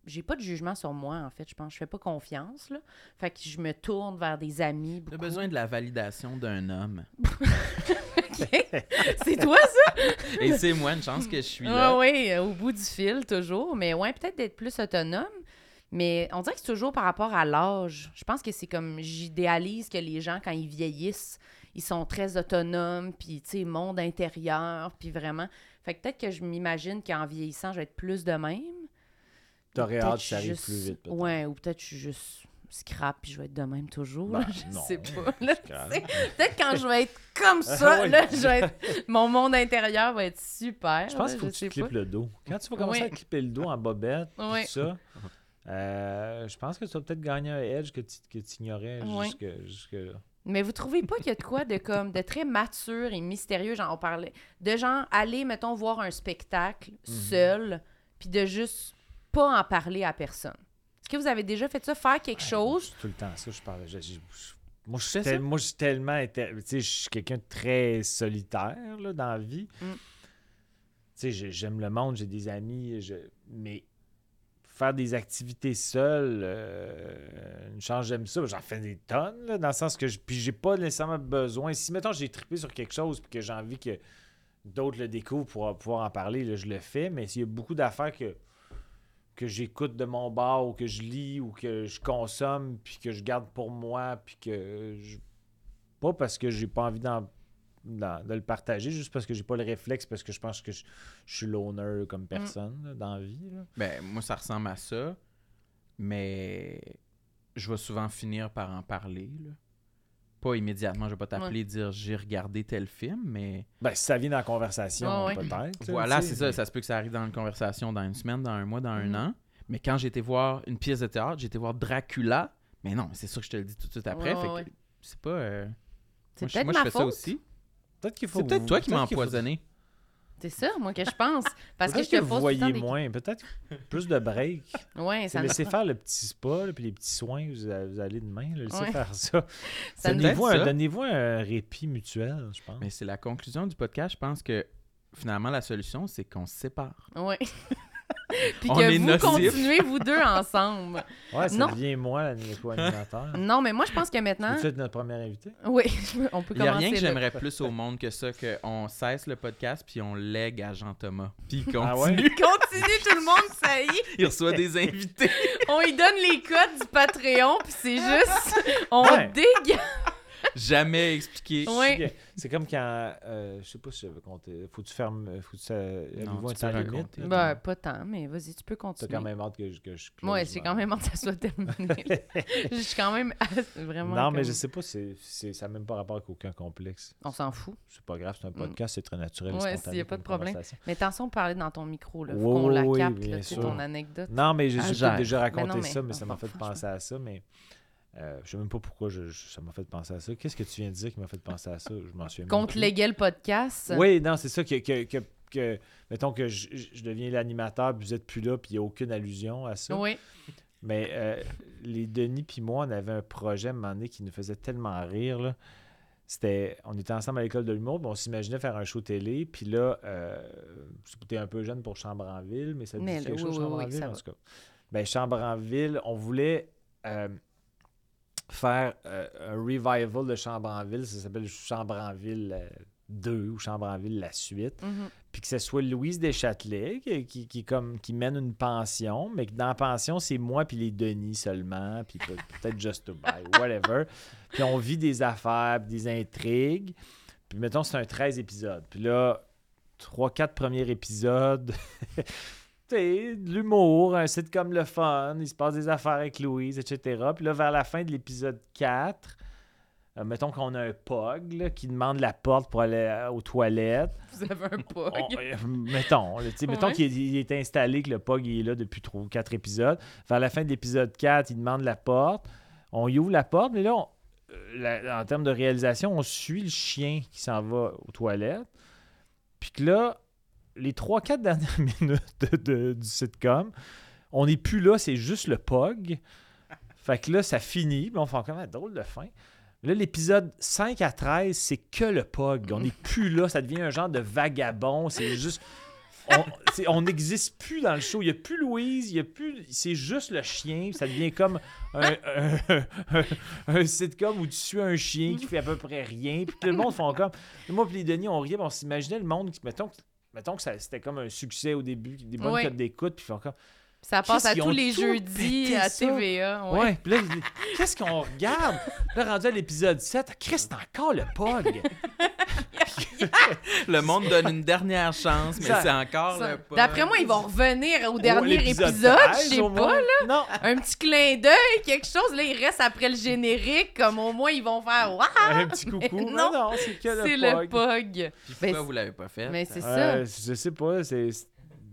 B: J'ai pas de jugement sur moi, en fait, je pense. Je fais pas confiance, là. Fait que je me tourne vers des amis.
A: T'as
B: beaucoup.
A: besoin de la validation d'un homme.
B: c'est toi, ça?
A: Et c'est moi, une chance que je suis là.
B: Ah oui, euh, au bout du fil, toujours. Mais ouais, peut-être d'être plus autonome. Mais on dirait que c'est toujours par rapport à l'âge. Je pense que c'est comme. J'idéalise que les gens, quand ils vieillissent, ils sont très autonomes, puis, tu sais, monde intérieur, puis vraiment. Fait que peut-être que je m'imagine qu'en vieillissant, je vais être plus de même.
D: T'aurais
B: Peut-être
D: hâte
B: je
D: que
B: suis
D: ça arrive
B: juste-
D: plus vite, peut-être.
B: Ouais, ou peut-être je suis juste scrap puis je vais être de même toujours.
D: Ben,
B: là, je
D: non,
B: sais pas. là.
D: c'est grave.
B: Peut-être quand je vais être comme ça,
D: Ouais.
B: là, je vais être- mon monde intérieur va être super.
D: Je
B: là,
D: pense qu'il faut que tu
B: sais
D: te clippes
B: pas.
D: le dos. Quand tu vas commencer
B: Oui.
D: à clipper le dos en bobette, puis
B: Oui.
D: tout ça, euh, je pense que tu vas peut-être gagner un edge que tu que tu ignorais
B: Oui.
D: jusque, jusque-là.
B: Mais vous trouvez pas qu'il y a de quoi de comme de très mature et mystérieux, genre on parlait de genre aller mettons voir un spectacle
A: Mhm.
B: seul puis de juste pas en parler à personne. Est-ce que vous avez déjà fait ça faire quelque chose
D: Ah, Tout le temps, ça, je parlais. je- je- je- moi, je
A: fais
D: suis
A: ça?
D: tel- moi, je suis tellement. inter- Tu sais, je suis quelqu'un de très solitaire là, dans la vie.
B: Mm.
D: Tu sais, j'ai- j'aime le monde, j'ai des amis, je- mais faire des activités seules, euh, une chance, j'aime ça. J'en fais des tonnes, là, dans le sens que je, puis j'ai pas nécessairement besoin. Si, mettons, j'ai trippé sur quelque chose puis que j'ai envie que d'autres le découvrent pour pouvoir en parler, là, je le fais, mais s'il y a beaucoup d'affaires que que j'écoute de mon bar ou que je lis ou que je consomme puis que je garde pour moi puis que je... pas parce que j'ai pas envie d'en- d'en- de le partager juste parce que j'ai pas le réflexe parce que je pense que je, je suis l'honneur comme
B: Mm.
D: personne là, dans la vie là.
A: Ben, moi, ça ressemble à ça. Mais je vais souvent finir par en parler. là. Pas immédiatement, je vais pas t'appeler et dire j'ai regardé tel film, mais
D: ben si ça vient dans la conversation
B: Ah Ouais, ouais.
D: peut-être là,
A: voilà,
D: tu
A: c'est
D: sais,
A: ça.
D: mais-
A: Ça se peut que ça arrive dans une conversation dans une semaine, dans un mois, dans
B: Mhm.
A: un an. Mais quand j'étais voir une pièce de théâtre, j'étais voir Dracula. Mais non, c'est sûr que je te le dis tout de suite après.
B: Ouais,
A: fait
B: ouais,
A: que c'est pas. euh,
B: C'est
A: Moi, je,
B: peut-être
A: moi, je
B: ma
A: fais ça
B: faute.
A: aussi.
D: peut-être qu'il faut
A: C'est
D: que
A: peut-être
D: vous-
A: toi qui m'as
D: peut-être qu'il faut-
A: empoisonné.
B: C'est ça moi que je pense parce que
D: peut-être
B: je te
D: vous
B: pose tout le temps
D: voyez
B: des-
D: moins peut-être plus de break
B: Ouais, ça me-
D: laissez faire le petit spa là, puis les petits soins que vous, a- vous allez demain là, laissez
B: Ouais.
D: faire ça,
B: Ça nous-
D: donnez-vous
A: Peut-être
D: un,
A: ça.
D: donnez-vous un répit mutuel je pense
A: Mais c'est la conclusion du podcast. Je pense que finalement, la solution, c'est qu'on se sépare.
B: Ouais. Puis
A: On
B: que
A: est
B: vous
A: nocifs.
B: continuez, vous deux, ensemble.
D: Ouais, ça
B: Non.
D: devient moi l'animateur.
B: Non, mais moi, je pense que maintenant...
D: Vous êtes notre premier invité.
B: Oui, on peut
A: Il n'y a rien
B: commencer.
A: que
B: là.
A: j'aimerais plus au monde que ça, qu'on cesse le podcast puis on lègue à Jean-Thomas. Puis il
D: Ah
A: continue.
B: Continue tout le monde, ça y est.
A: Il reçoit des invités.
B: On y donne les codes du Patreon, puis c'est juste... On
D: Ouais.
B: dégage.
A: Jamais expliqué.
B: Ouais.
D: C'est comme quand. euh, je sais pas si j'avais compté. Faut-tu fermer. Faut-tu. Euh,
A: Non,
D: avez-vous un
A: tu
D: temps
A: peux
D: limite,
A: raconter.
D: là?
B: Ben, pas tant, mais vas-y, tu peux
D: T'as
B: continuer.
D: quand même hâte que je, que je close
B: Ouais, j'ai
D: ma-
B: quand même hâte que ça soit terminé. là. je suis quand même assez- vraiment...
D: Non, mais
B: comme-
D: je sais pas. c'est- c'est- ça n'a même pas rapport avec aucun complexe.
B: On s'en fout.
D: C'est pas grave, c'est un podcast, c'est très naturel.
B: Mm. Ouais,
D: Ouais,
B: s'il y a pas de problème. Mais attention de parler dans ton micro, là. Faut
D: Oui,
B: qu'on la
D: oui,
B: capte,
D: bien
B: là, c'est
D: sûr. Mm.
B: ton anecdote.
D: Non, mais j'ai
A: Ah,
D: j'ai
A: gère.
D: peut-être déjà
B: Ben non,
D: raconté
B: mais-
D: ça, mais ça m'a fait
B: franchement.
D: penser à ça. Mais euh, je sais même pas pourquoi je- je- ça m'a fait penser à ça. Qu'est-ce que tu viens de dire qui m'a fait penser à ça Je m'en souviens même
B: Contre
D: plus.
B: léguer le podcast.
D: Oui, non, c'est ça que, que, que, que- mettons que je, je- je deviens l'animateur, puis vous êtes plus là, puis il n'y a aucune allusion à ça.
B: Oui.
D: Mais euh, les Denis puis moi, on avait un projet à un moment donné qui nous faisait tellement rire. là. C'était, on était ensemble à l'école de l'humour, puis on s'imaginait faire un show télé, puis là, euh, j'étais un peu jeune pour Chambre en ville, mais ça te dit
B: Mais là,
D: quelque
B: oui,
D: chose,
B: oui,
D: Chambre
B: oui,
D: en ville,
B: ça
D: en
B: va.
D: tout cas. Ben, Chambre en ville, on voulait euh, faire euh, un revival de Chambre en ville, ça s'appelle Chambre en ville euh, 2 ou Chambre en ville la suite.
B: Mhm.
D: puis que ce soit Louise Deschâtelet qui, qui, qui, comme, qui mène une pension, mais que dans la pension, c'est moi puis les Denis seulement, puis peut- peut-être Just to Buy, whatever. Puis on vit des affaires, puis des intrigues. Puis mettons, c'est un 13 épisodes. Puis là, 3-4 premiers épisodes, tu sais, de l'humour, un sitcom le fun, il se passe des affaires avec Louise, etc. Puis là, vers la fin de l'épisode 4, euh, mettons qu'on a un POG là, qui demande la porte pour aller euh, aux toilettes.
B: Vous avez un pog.
D: On- euh, mettons, là, tu sais, mettons
B: Ouais.
D: qu'il est, il est installé, que le POG il est là depuis trois ou quatre épisodes. Vers la fin de l'épisode 4, il demande la porte. On y ouvre la porte, mais là, on- euh, la- en termes de réalisation, on suit le chien qui s'en va aux toilettes. Puis que là, les trois, quatre dernières minutes de- de- du sitcom, on n'est plus là, c'est juste le POG. Fait que là, ça finit. Puis on fait comme un drôle de fin. Là, l'épisode 5 à 13, c'est que le POG. On n'est plus là. Ça devient un genre de vagabond. C'est juste. on- c'est- On n'existe plus dans le show. Il n'y a plus Louise, il y a plus. C'est juste le chien. Ça devient comme un, un- un- un sitcom où tu suis un chien qui fait à peu près rien. Puis tout le monde font comme. Moi, puis les Denis, on riait. puis On s'imaginait le monde. Qui, mettons, mettons que ça- c'était comme un succès au début, des bonnes
B: Ouais.
D: cotes d'écoute. Puis ils font comme.
B: Ça passe à
D: Qu'est-ce
B: tous
D: qu'ils
B: les
D: ont tout
B: jeudis
D: pété,
B: à
D: ça?
B: TVA. Ouais.
D: Ouais, puis là, il dit, qu'est-ce qu'on regarde? Là, rendu à l'épisode 7, Chris, c'est encore le POG.
A: Le monde donne une dernière chance, mais
D: Ça-
A: c'est encore
B: Ça-
A: le pas.
B: D'après moi, ils vont revenir au dernier
D: Oh,
B: épisode, je
D: 13 au
B: sais
D: moins.
B: pas.
D: Non,
B: un petit clin d'œil, quelque chose. Là, ils restent après le générique, comme au moins ils vont faire Waouh,
D: un petit coucou.
B: Ah, Non,
D: mais Non, non, c'est que
B: c'est
D: le
B: le
D: POG.
B: pog.
A: Puis
B: Ben,
A: pourquoi vous l'avez pas fait?
B: Mais c'est ça.
D: Euh, je sais pas, c'est...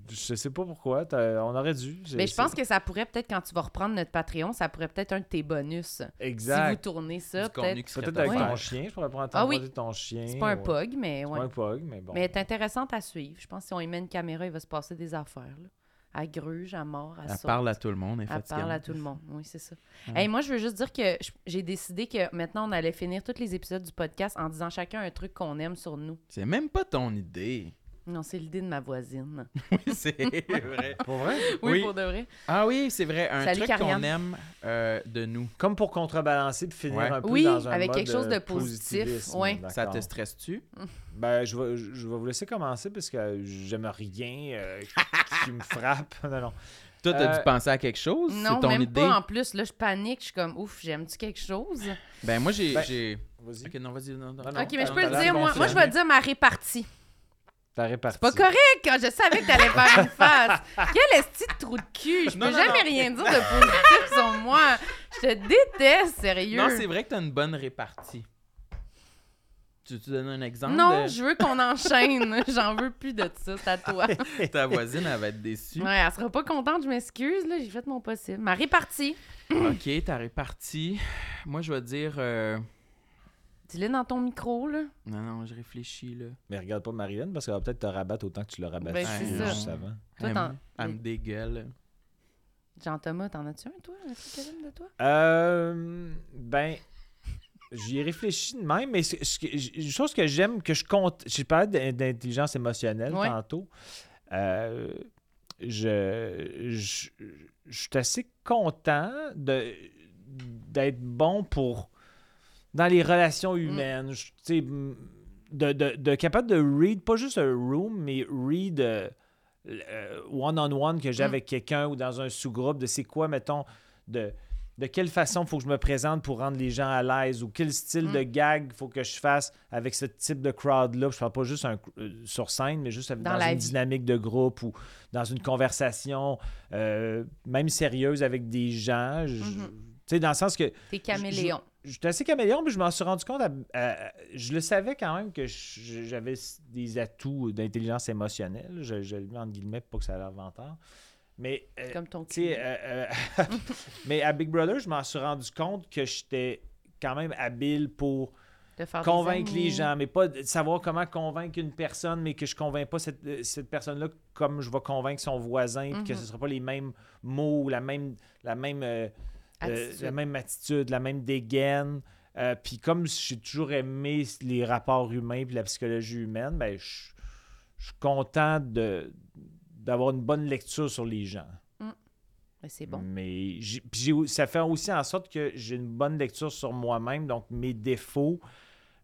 D: Je sais pas pourquoi, t'as- on aurait dû. c'est-
B: Mais Ben, je pense
D: c'est-
B: que ça pourrait peut-être, quand tu vas reprendre notre Patreon, ça pourrait peut-être un de tes bonus. Si vous
D: Exact.
B: tournez ça,
A: du contenu
B: peut-être.
A: qui serait
D: Peut-être avec
A: pas
D: ton
A: mal.
D: chien, je pourrais prendre
B: Ah
D: temps
B: oui.
D: de ton chien.
B: C'est pas un
D: ouais.
B: pog, mais
D: C'est
B: ouais.
D: pas un POG, mais bon.
B: Mais elle est intéressante à suivre. Je pense que si on y met une caméra, il va se passer des affaires. là. À gruge, à mort, à
A: Elle
B: saute.
A: parle à tout le monde,
B: Elle
A: effectivement.
B: parle à tout le monde. Oui, c'est ça. Hey, moi, je veux juste dire que je- j'ai décidé que maintenant, on allait finir tous les épisodes du podcast en disant chacun un truc qu'on aime sur nous.
A: C'est même pas ton idée.
B: Non, c'est l'idée de ma voisine.
A: Oui, c'est vrai.
D: Pour vrai?
B: Oui,
A: Oui.
B: pour de vrai.
A: Ah oui, c'est vrai. Un
B: Salut,
A: truc qu'on
B: Karianne.
A: aime euh, de nous.
D: Comme pour contrebalancer puis finir
A: Ouais.
D: un peu
B: Oui,
D: dans un
B: avec
D: mode,
B: quelque chose de
D: euh,
B: positif,
D: positivisme,
B: ouais.
A: Ça te
D: d'accord.
A: stresse-tu?
D: Ben, je vais, je- je vais vous laisser commencer parce que j'aime rien euh, qui me frappe. Non, non.
A: Toi, t'as
D: Euh,
A: dû penser à quelque chose?
B: Non,
A: c'est ton
B: même
A: idée?
B: pas en plus. Là, je panique. Je suis comme, ouf, j'aime-tu quelque chose?
A: Ben moi, j'ai...
D: Ben-
A: j'ai-
D: Vas-y.
A: Ok, non, vas-y. non, non.
D: Ah non.
B: ok, mais je peux
D: t'as
B: le
D: l'air
B: dire. Moi, moi, je vais dire ma répartie.
D: T'as réparti.
B: Pas correct quand je savais que t'allais faire une face. Quel esti de trou de cul. Je
A: Non,
B: peux
A: non,
B: jamais
A: non.
B: rien dire de positif sur moi. Je te déteste, sérieux.
A: Non, c'est vrai que t'as une bonne répartie. Tu veux-tu donner un exemple?
B: Non,
A: de-
B: je veux qu'on enchaîne. J'en veux plus de ça, c'est à toi.
A: Ta voisine, elle va être déçue.
B: Ouais, elle sera pas contente, je m'excuse, là, j'ai fait mon possible. Ma répartie.
A: OK, t'as réparti. Moi, je vais dire... euh,
B: Dis-le dans ton micro, là.
A: Non, non, je réfléchis, là.
D: Mais regarde pas Marilyn parce qu'elle va peut-être te rabattre autant que tu l'as rabattu
B: Ben,
A: c'est
D: euh,
A: ça.
D: juste avant.
B: Toi,
A: elle, me-
B: t'en-
A: elle me dégueule.
B: Jean-Thomas, t'en as-tu un, toi? Un truc que j'aime de toi?
D: Euh, ben, j'y ai réfléchi de même, mais c'est- ce que- une chose que j'aime, que je compte. J'ai parlé d'in- d'intelligence émotionnelle
B: Ouais.
D: tantôt. Euh, je, je, je suis assez content de- d'être bon pour. dans les
B: Mm.
D: relations humaines. Je- Tu sais, m- de, de, de capable de read, pas juste un room, mais read. euh, l- euh, one-on-one que j'ai
B: Mm.
D: avec quelqu'un ou dans un sous-groupe de c'est quoi, mettons, de, de quelle façon faut que je me présente pour rendre les gens à l'aise ou quel style
B: Mm.
D: de gag faut que je fasse avec ce type de crowd-là. Je parle pas juste un- euh, sur scène, mais juste
B: Dans
D: dans,
B: la
D: une
B: vie.
D: dynamique de groupe ou dans une conversation, euh, même sérieuse avec des gens. Je-
B: Mhm.
D: Tu sais, dans le sens que
B: T'es caméléon.
D: j'étais assez caméléon, mais je m'en suis rendu compte. à- à- à- je le savais quand même que je- j'avais s- des atouts d'intelligence émotionnelle. Je, je le mets entre guillemets pour pas que ça a l'air vantard. Mais, euh,
B: Comme ton cul.
D: tu sais, euh, euh, mais à Big Brother, je m'en suis rendu compte que j'étais quand même habile pour
B: de faire des
D: convaincre
B: amis.
D: les gens, mais pas de savoir comment convaincre une personne, mais que je convainc pas cette, euh, cette personne-là comme je vais convaincre son voisin, puis que
B: Mhm.
D: ce ne sera pas les mêmes mots, ou la même, la même euh, euh,
B: Attitude.
D: la même attitude, la même dégaine. Euh, puis comme j'ai toujours aimé les rapports humains puis la psychologie humaine, ben je je suis content de d'avoir une bonne lecture sur les gens.
B: Mais Ben, c'est bon.
D: Mais j'ai- puis j'ai- ça fait aussi en sorte que j'ai une bonne lecture sur moi-même, donc mes défauts,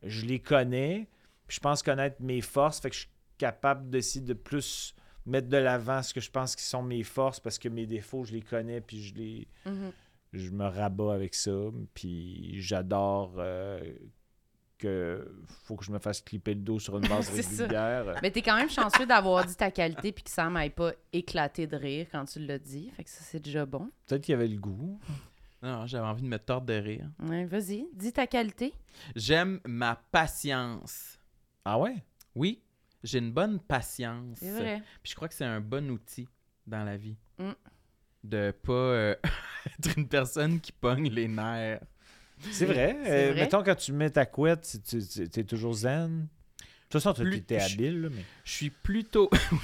D: je les connais. Puis je pense connaître mes forces, fait que je suis capable d'essayer de plus mettre de l'avant ce que je pense qui sont mes forces parce que mes défauts, je les connais, puis je les
A: Mm-hmm.
B: Mhm.
D: je me rabats avec ça. Puis j'adore euh, que faut que je me fasse clipper le dos sur une base
B: C'est ça.
D: régulière.
B: Mais t'es quand même chanceux d'avoir dit ta qualité puis que ça m'aille pas éclaté de rire quand tu l'as dit. Fait que ça, c'est déjà bon.
D: Peut-être qu'il y avait le goût.
A: Non, j'avais envie de me tordre de rire.
B: Ouais, Vas-y, dis ta qualité.
A: J'aime ma patience.
D: Ah ouais?
A: Oui, j'ai une bonne patience.
B: C'est vrai.
A: Puis je crois que c'est un bon outil dans la vie.
B: Mm.
A: De pas euh, être une personne qui pogne les nerfs.
D: C'est vrai.
B: C'est
D: Euh,
B: vrai.
D: Mettons, quand tu mets ta couette, tu, tu- tu es toujours zen. De toute façon, tu
A: Plus-
D: étais habile, là, mais
A: Je suis plutôt.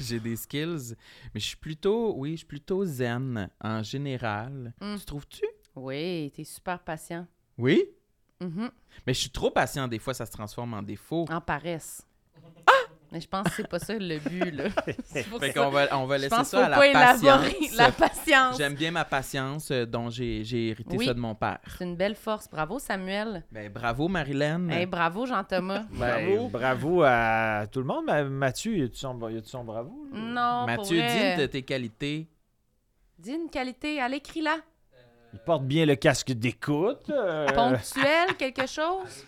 A: Oui, j'ai des skills, mais je suis plutôt. Oui, je suis plutôt zen en général.
B: Mm.
A: Tu trouves-tu?
B: Oui, t'es super patient.
A: Oui.
B: Mhm.
A: Mais je suis trop patient, des fois, ça se transforme en défaut.
B: En paresse.
D: Ah!
B: Mais je pense que c'est pas ça le but, là. Ah, C'est pour
A: Fait
B: ça.
A: qu'on va, on va
B: Je
A: laisser
B: pense qu'il
A: ça
B: faut
A: à
B: pas
A: la
B: élaborer
A: patience.
B: la patience.
A: J'aime bien ma patience euh, dont j'ai j'ai hérité
B: Oui.
A: ça de mon père.
B: C'est une belle force. Bravo, Samuel.
A: Ben, bravo, Marilyn.
B: Hey, bravo, Jean-Thomas.
D: Ben,
A: Bravo.
D: bravo à tout le monde. Ma- Mathieu, y a-tu son, y a-tu son bravo? là?
B: non, pour
A: Mathieu,
B: vrai.
A: dis de tes qualités.
B: Dis une qualité. À l'écrit, là.
D: Il porte bien le casque d'écoute. euh,
B: Ponctuel, quelque chose.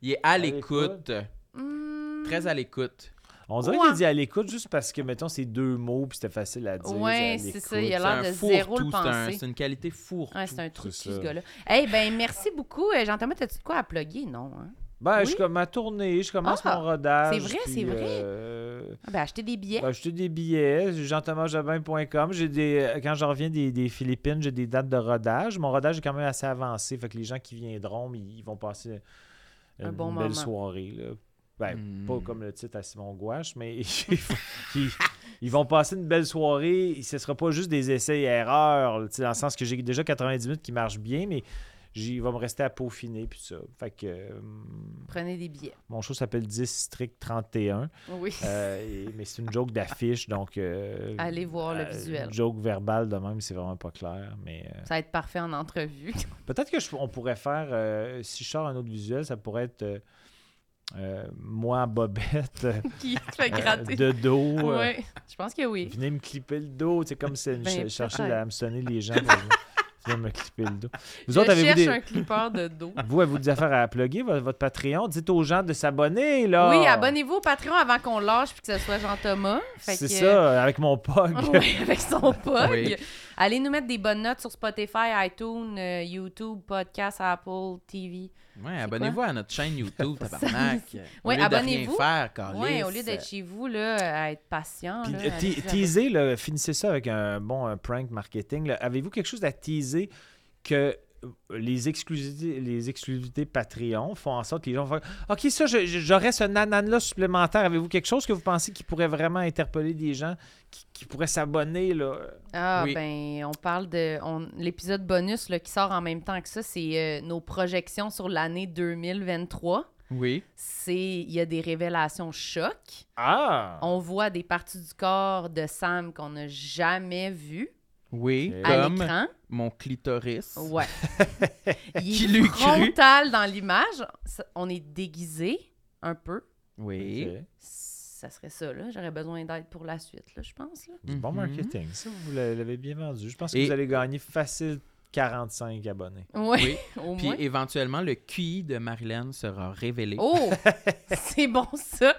A: Il est à
D: l'écoute.
A: l'écoute.
B: Hmm.
A: Très à l'écoute.
D: On dirait
B: Ouais.
D: qu'il dit à l'écoute juste parce que, mettons, c'est deux mots puis c'était facile à dire.
B: Ouais,
D: à
B: c'est
D: l'écoute.
B: ça, il y a
A: C'est
B: l'air
A: un
B: de
A: fourre-tout,
B: zéro le
A: c'est un-
B: penser.
A: C'est une qualité fourre.
B: Ouais, c'est un trou de cul,
D: ça.
B: ce gars-là. Eh ben merci beaucoup. Euh, Jean-Thomas, t'as-tu de quoi à plugger? Non. Hein?
D: Ben,
B: Oui.
D: je comme ma tournée, je commence
B: Ah,
D: mon rodage.
B: c'est vrai,
D: puis,
B: c'est vrai.
D: euh,
B: Ah, ben, acheter des billets.
D: ben, acheter des billets, jean-thomas-jabin.com. J'ai des, euh, quand je reviens des, des Philippines, j'ai des dates de rodage. Mon rodage est quand même assez avancé, fait que les gens qui viendront, ils ils vont passer
B: Un
D: une
B: bon
D: belle
B: moment.
D: soirée. là. Ben,
A: Hmm.
D: pas comme le titre à Simon Gouache, mais ils, vont- ils- ils vont passer une belle soirée. Ce ne sera pas juste des essais et erreurs, là, tu sais, dans le sens que j'ai déjà 90 minutes qui marchent bien, mais j'y- il va me rester à peaufiner. Puis ça. Fait que, euh,
B: Prenez des billets.
D: mon show s'appelle District 31,
B: Oui.
D: euh, et- mais c'est une joke d'affiche, donc. euh,
B: Allez voir le
D: euh,
B: visuel.
D: Une joke verbale de même, c'est vraiment pas clair. Mais euh,
B: Ça va être parfait en entrevue.
D: peut-être que je- on pourrait faire, euh, si je sors un autre visuel, ça pourrait être euh, euh, moi, Bobette.
B: Qui te fait
D: Euh,
B: gratter.
D: de dos. euh,
B: Ouais. Je pense que oui.
D: Venez me clipper le dos. C'est comme si je
B: Ben,
D: cherchais
B: peut-être.
D: à hameçonner les gens. pour venir- venir me clipper le dos. Vous
B: Je
D: autres, avez-vous
B: cherche
D: des...
B: un clipper de dos.
D: Vous avez-vous des affaires à plugger, votre, votre Patreon? Dites aux gens de s'abonner, là!
B: Oui, abonnez-vous au Patreon avant qu'on lâche puis que ce soit Jean-Thomas. Fait
D: C'est
B: que-
D: ça, avec mon pog.
B: Oui, avec son pog.
A: Oui.
B: Allez nous mettre des bonnes notes sur Spotify, iTunes, euh, YouTube, Podcast, Apple, TV.
A: Ouais, abonnez-vous à notre chaîne YouTube, tabarnak. Au
B: Ouais,
A: lieu de rien
B: abonnez-vous.
A: faire, câlisse.
B: Oui, au lieu d'être chez vous, là, à être patient.
D: Puis,
B: Oh là,
D: euh,
B: allez
D: te-
B: vous
D: teaser, là, finissez ça avec un bon un prank marketing. là. Avez-vous quelque chose à teaser que euh, les exclusivités, les exclusivités Patreon font en sorte que les gens vont faire OK, ça, je- je- j'aurais ce nanan-là supplémentaire. Avez-vous quelque chose que vous pensez qui pourrait vraiment interpeller des gens qui, qui pourraient s'abonner? là?
B: Ah
A: Oui.
B: ben, on parle de on- l'épisode bonus là, qui sort en même temps que ça, c'est euh, nos projections sur l'année 2023.
A: Oui.
B: C'est il y a des révélations chocs.
D: Ah!
B: On voit des parties du corps de Sam qu'on n'a jamais vues
A: Oui,
D: Ok.
B: à
A: comme
B: l'écran.
A: mon clitoris.
B: Ouais.
A: Qui
B: il est
A: l'eût cru?
B: frontal dans l'image. Ça- On est déguisé un peu.
A: Oui.
D: Ok.
B: Ça serait ça là. J'aurais besoin d'aide pour la suite là, je pense. là.
D: Du bon
A: Mhm.
D: marketing. Ça, vous l'a- l'avez bien vendu. Je pense que
A: Et-
D: vous allez gagner facile 45 abonnés.
B: Ouais,
A: Oui.
B: au
A: Puis
B: moins.
A: éventuellement, le QI de Marilyn sera révélé.
B: Oh, c'est bon ça.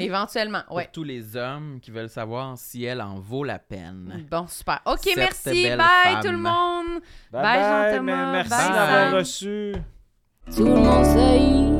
B: Éventuellement,
A: Pour
B: ouais.
A: tous les hommes qui veulent savoir si elle en vaut la peine.
B: Bon, super. OK,
A: Cette
B: merci.
A: belle
B: Bye
A: femme.
B: tout le monde. Bye,
D: Bye bye,
B: Jean-Thomas.
D: mais Merci
B: Bye,
D: d'avoir
B: Sam.
D: reçu.
C: Tout le monde sait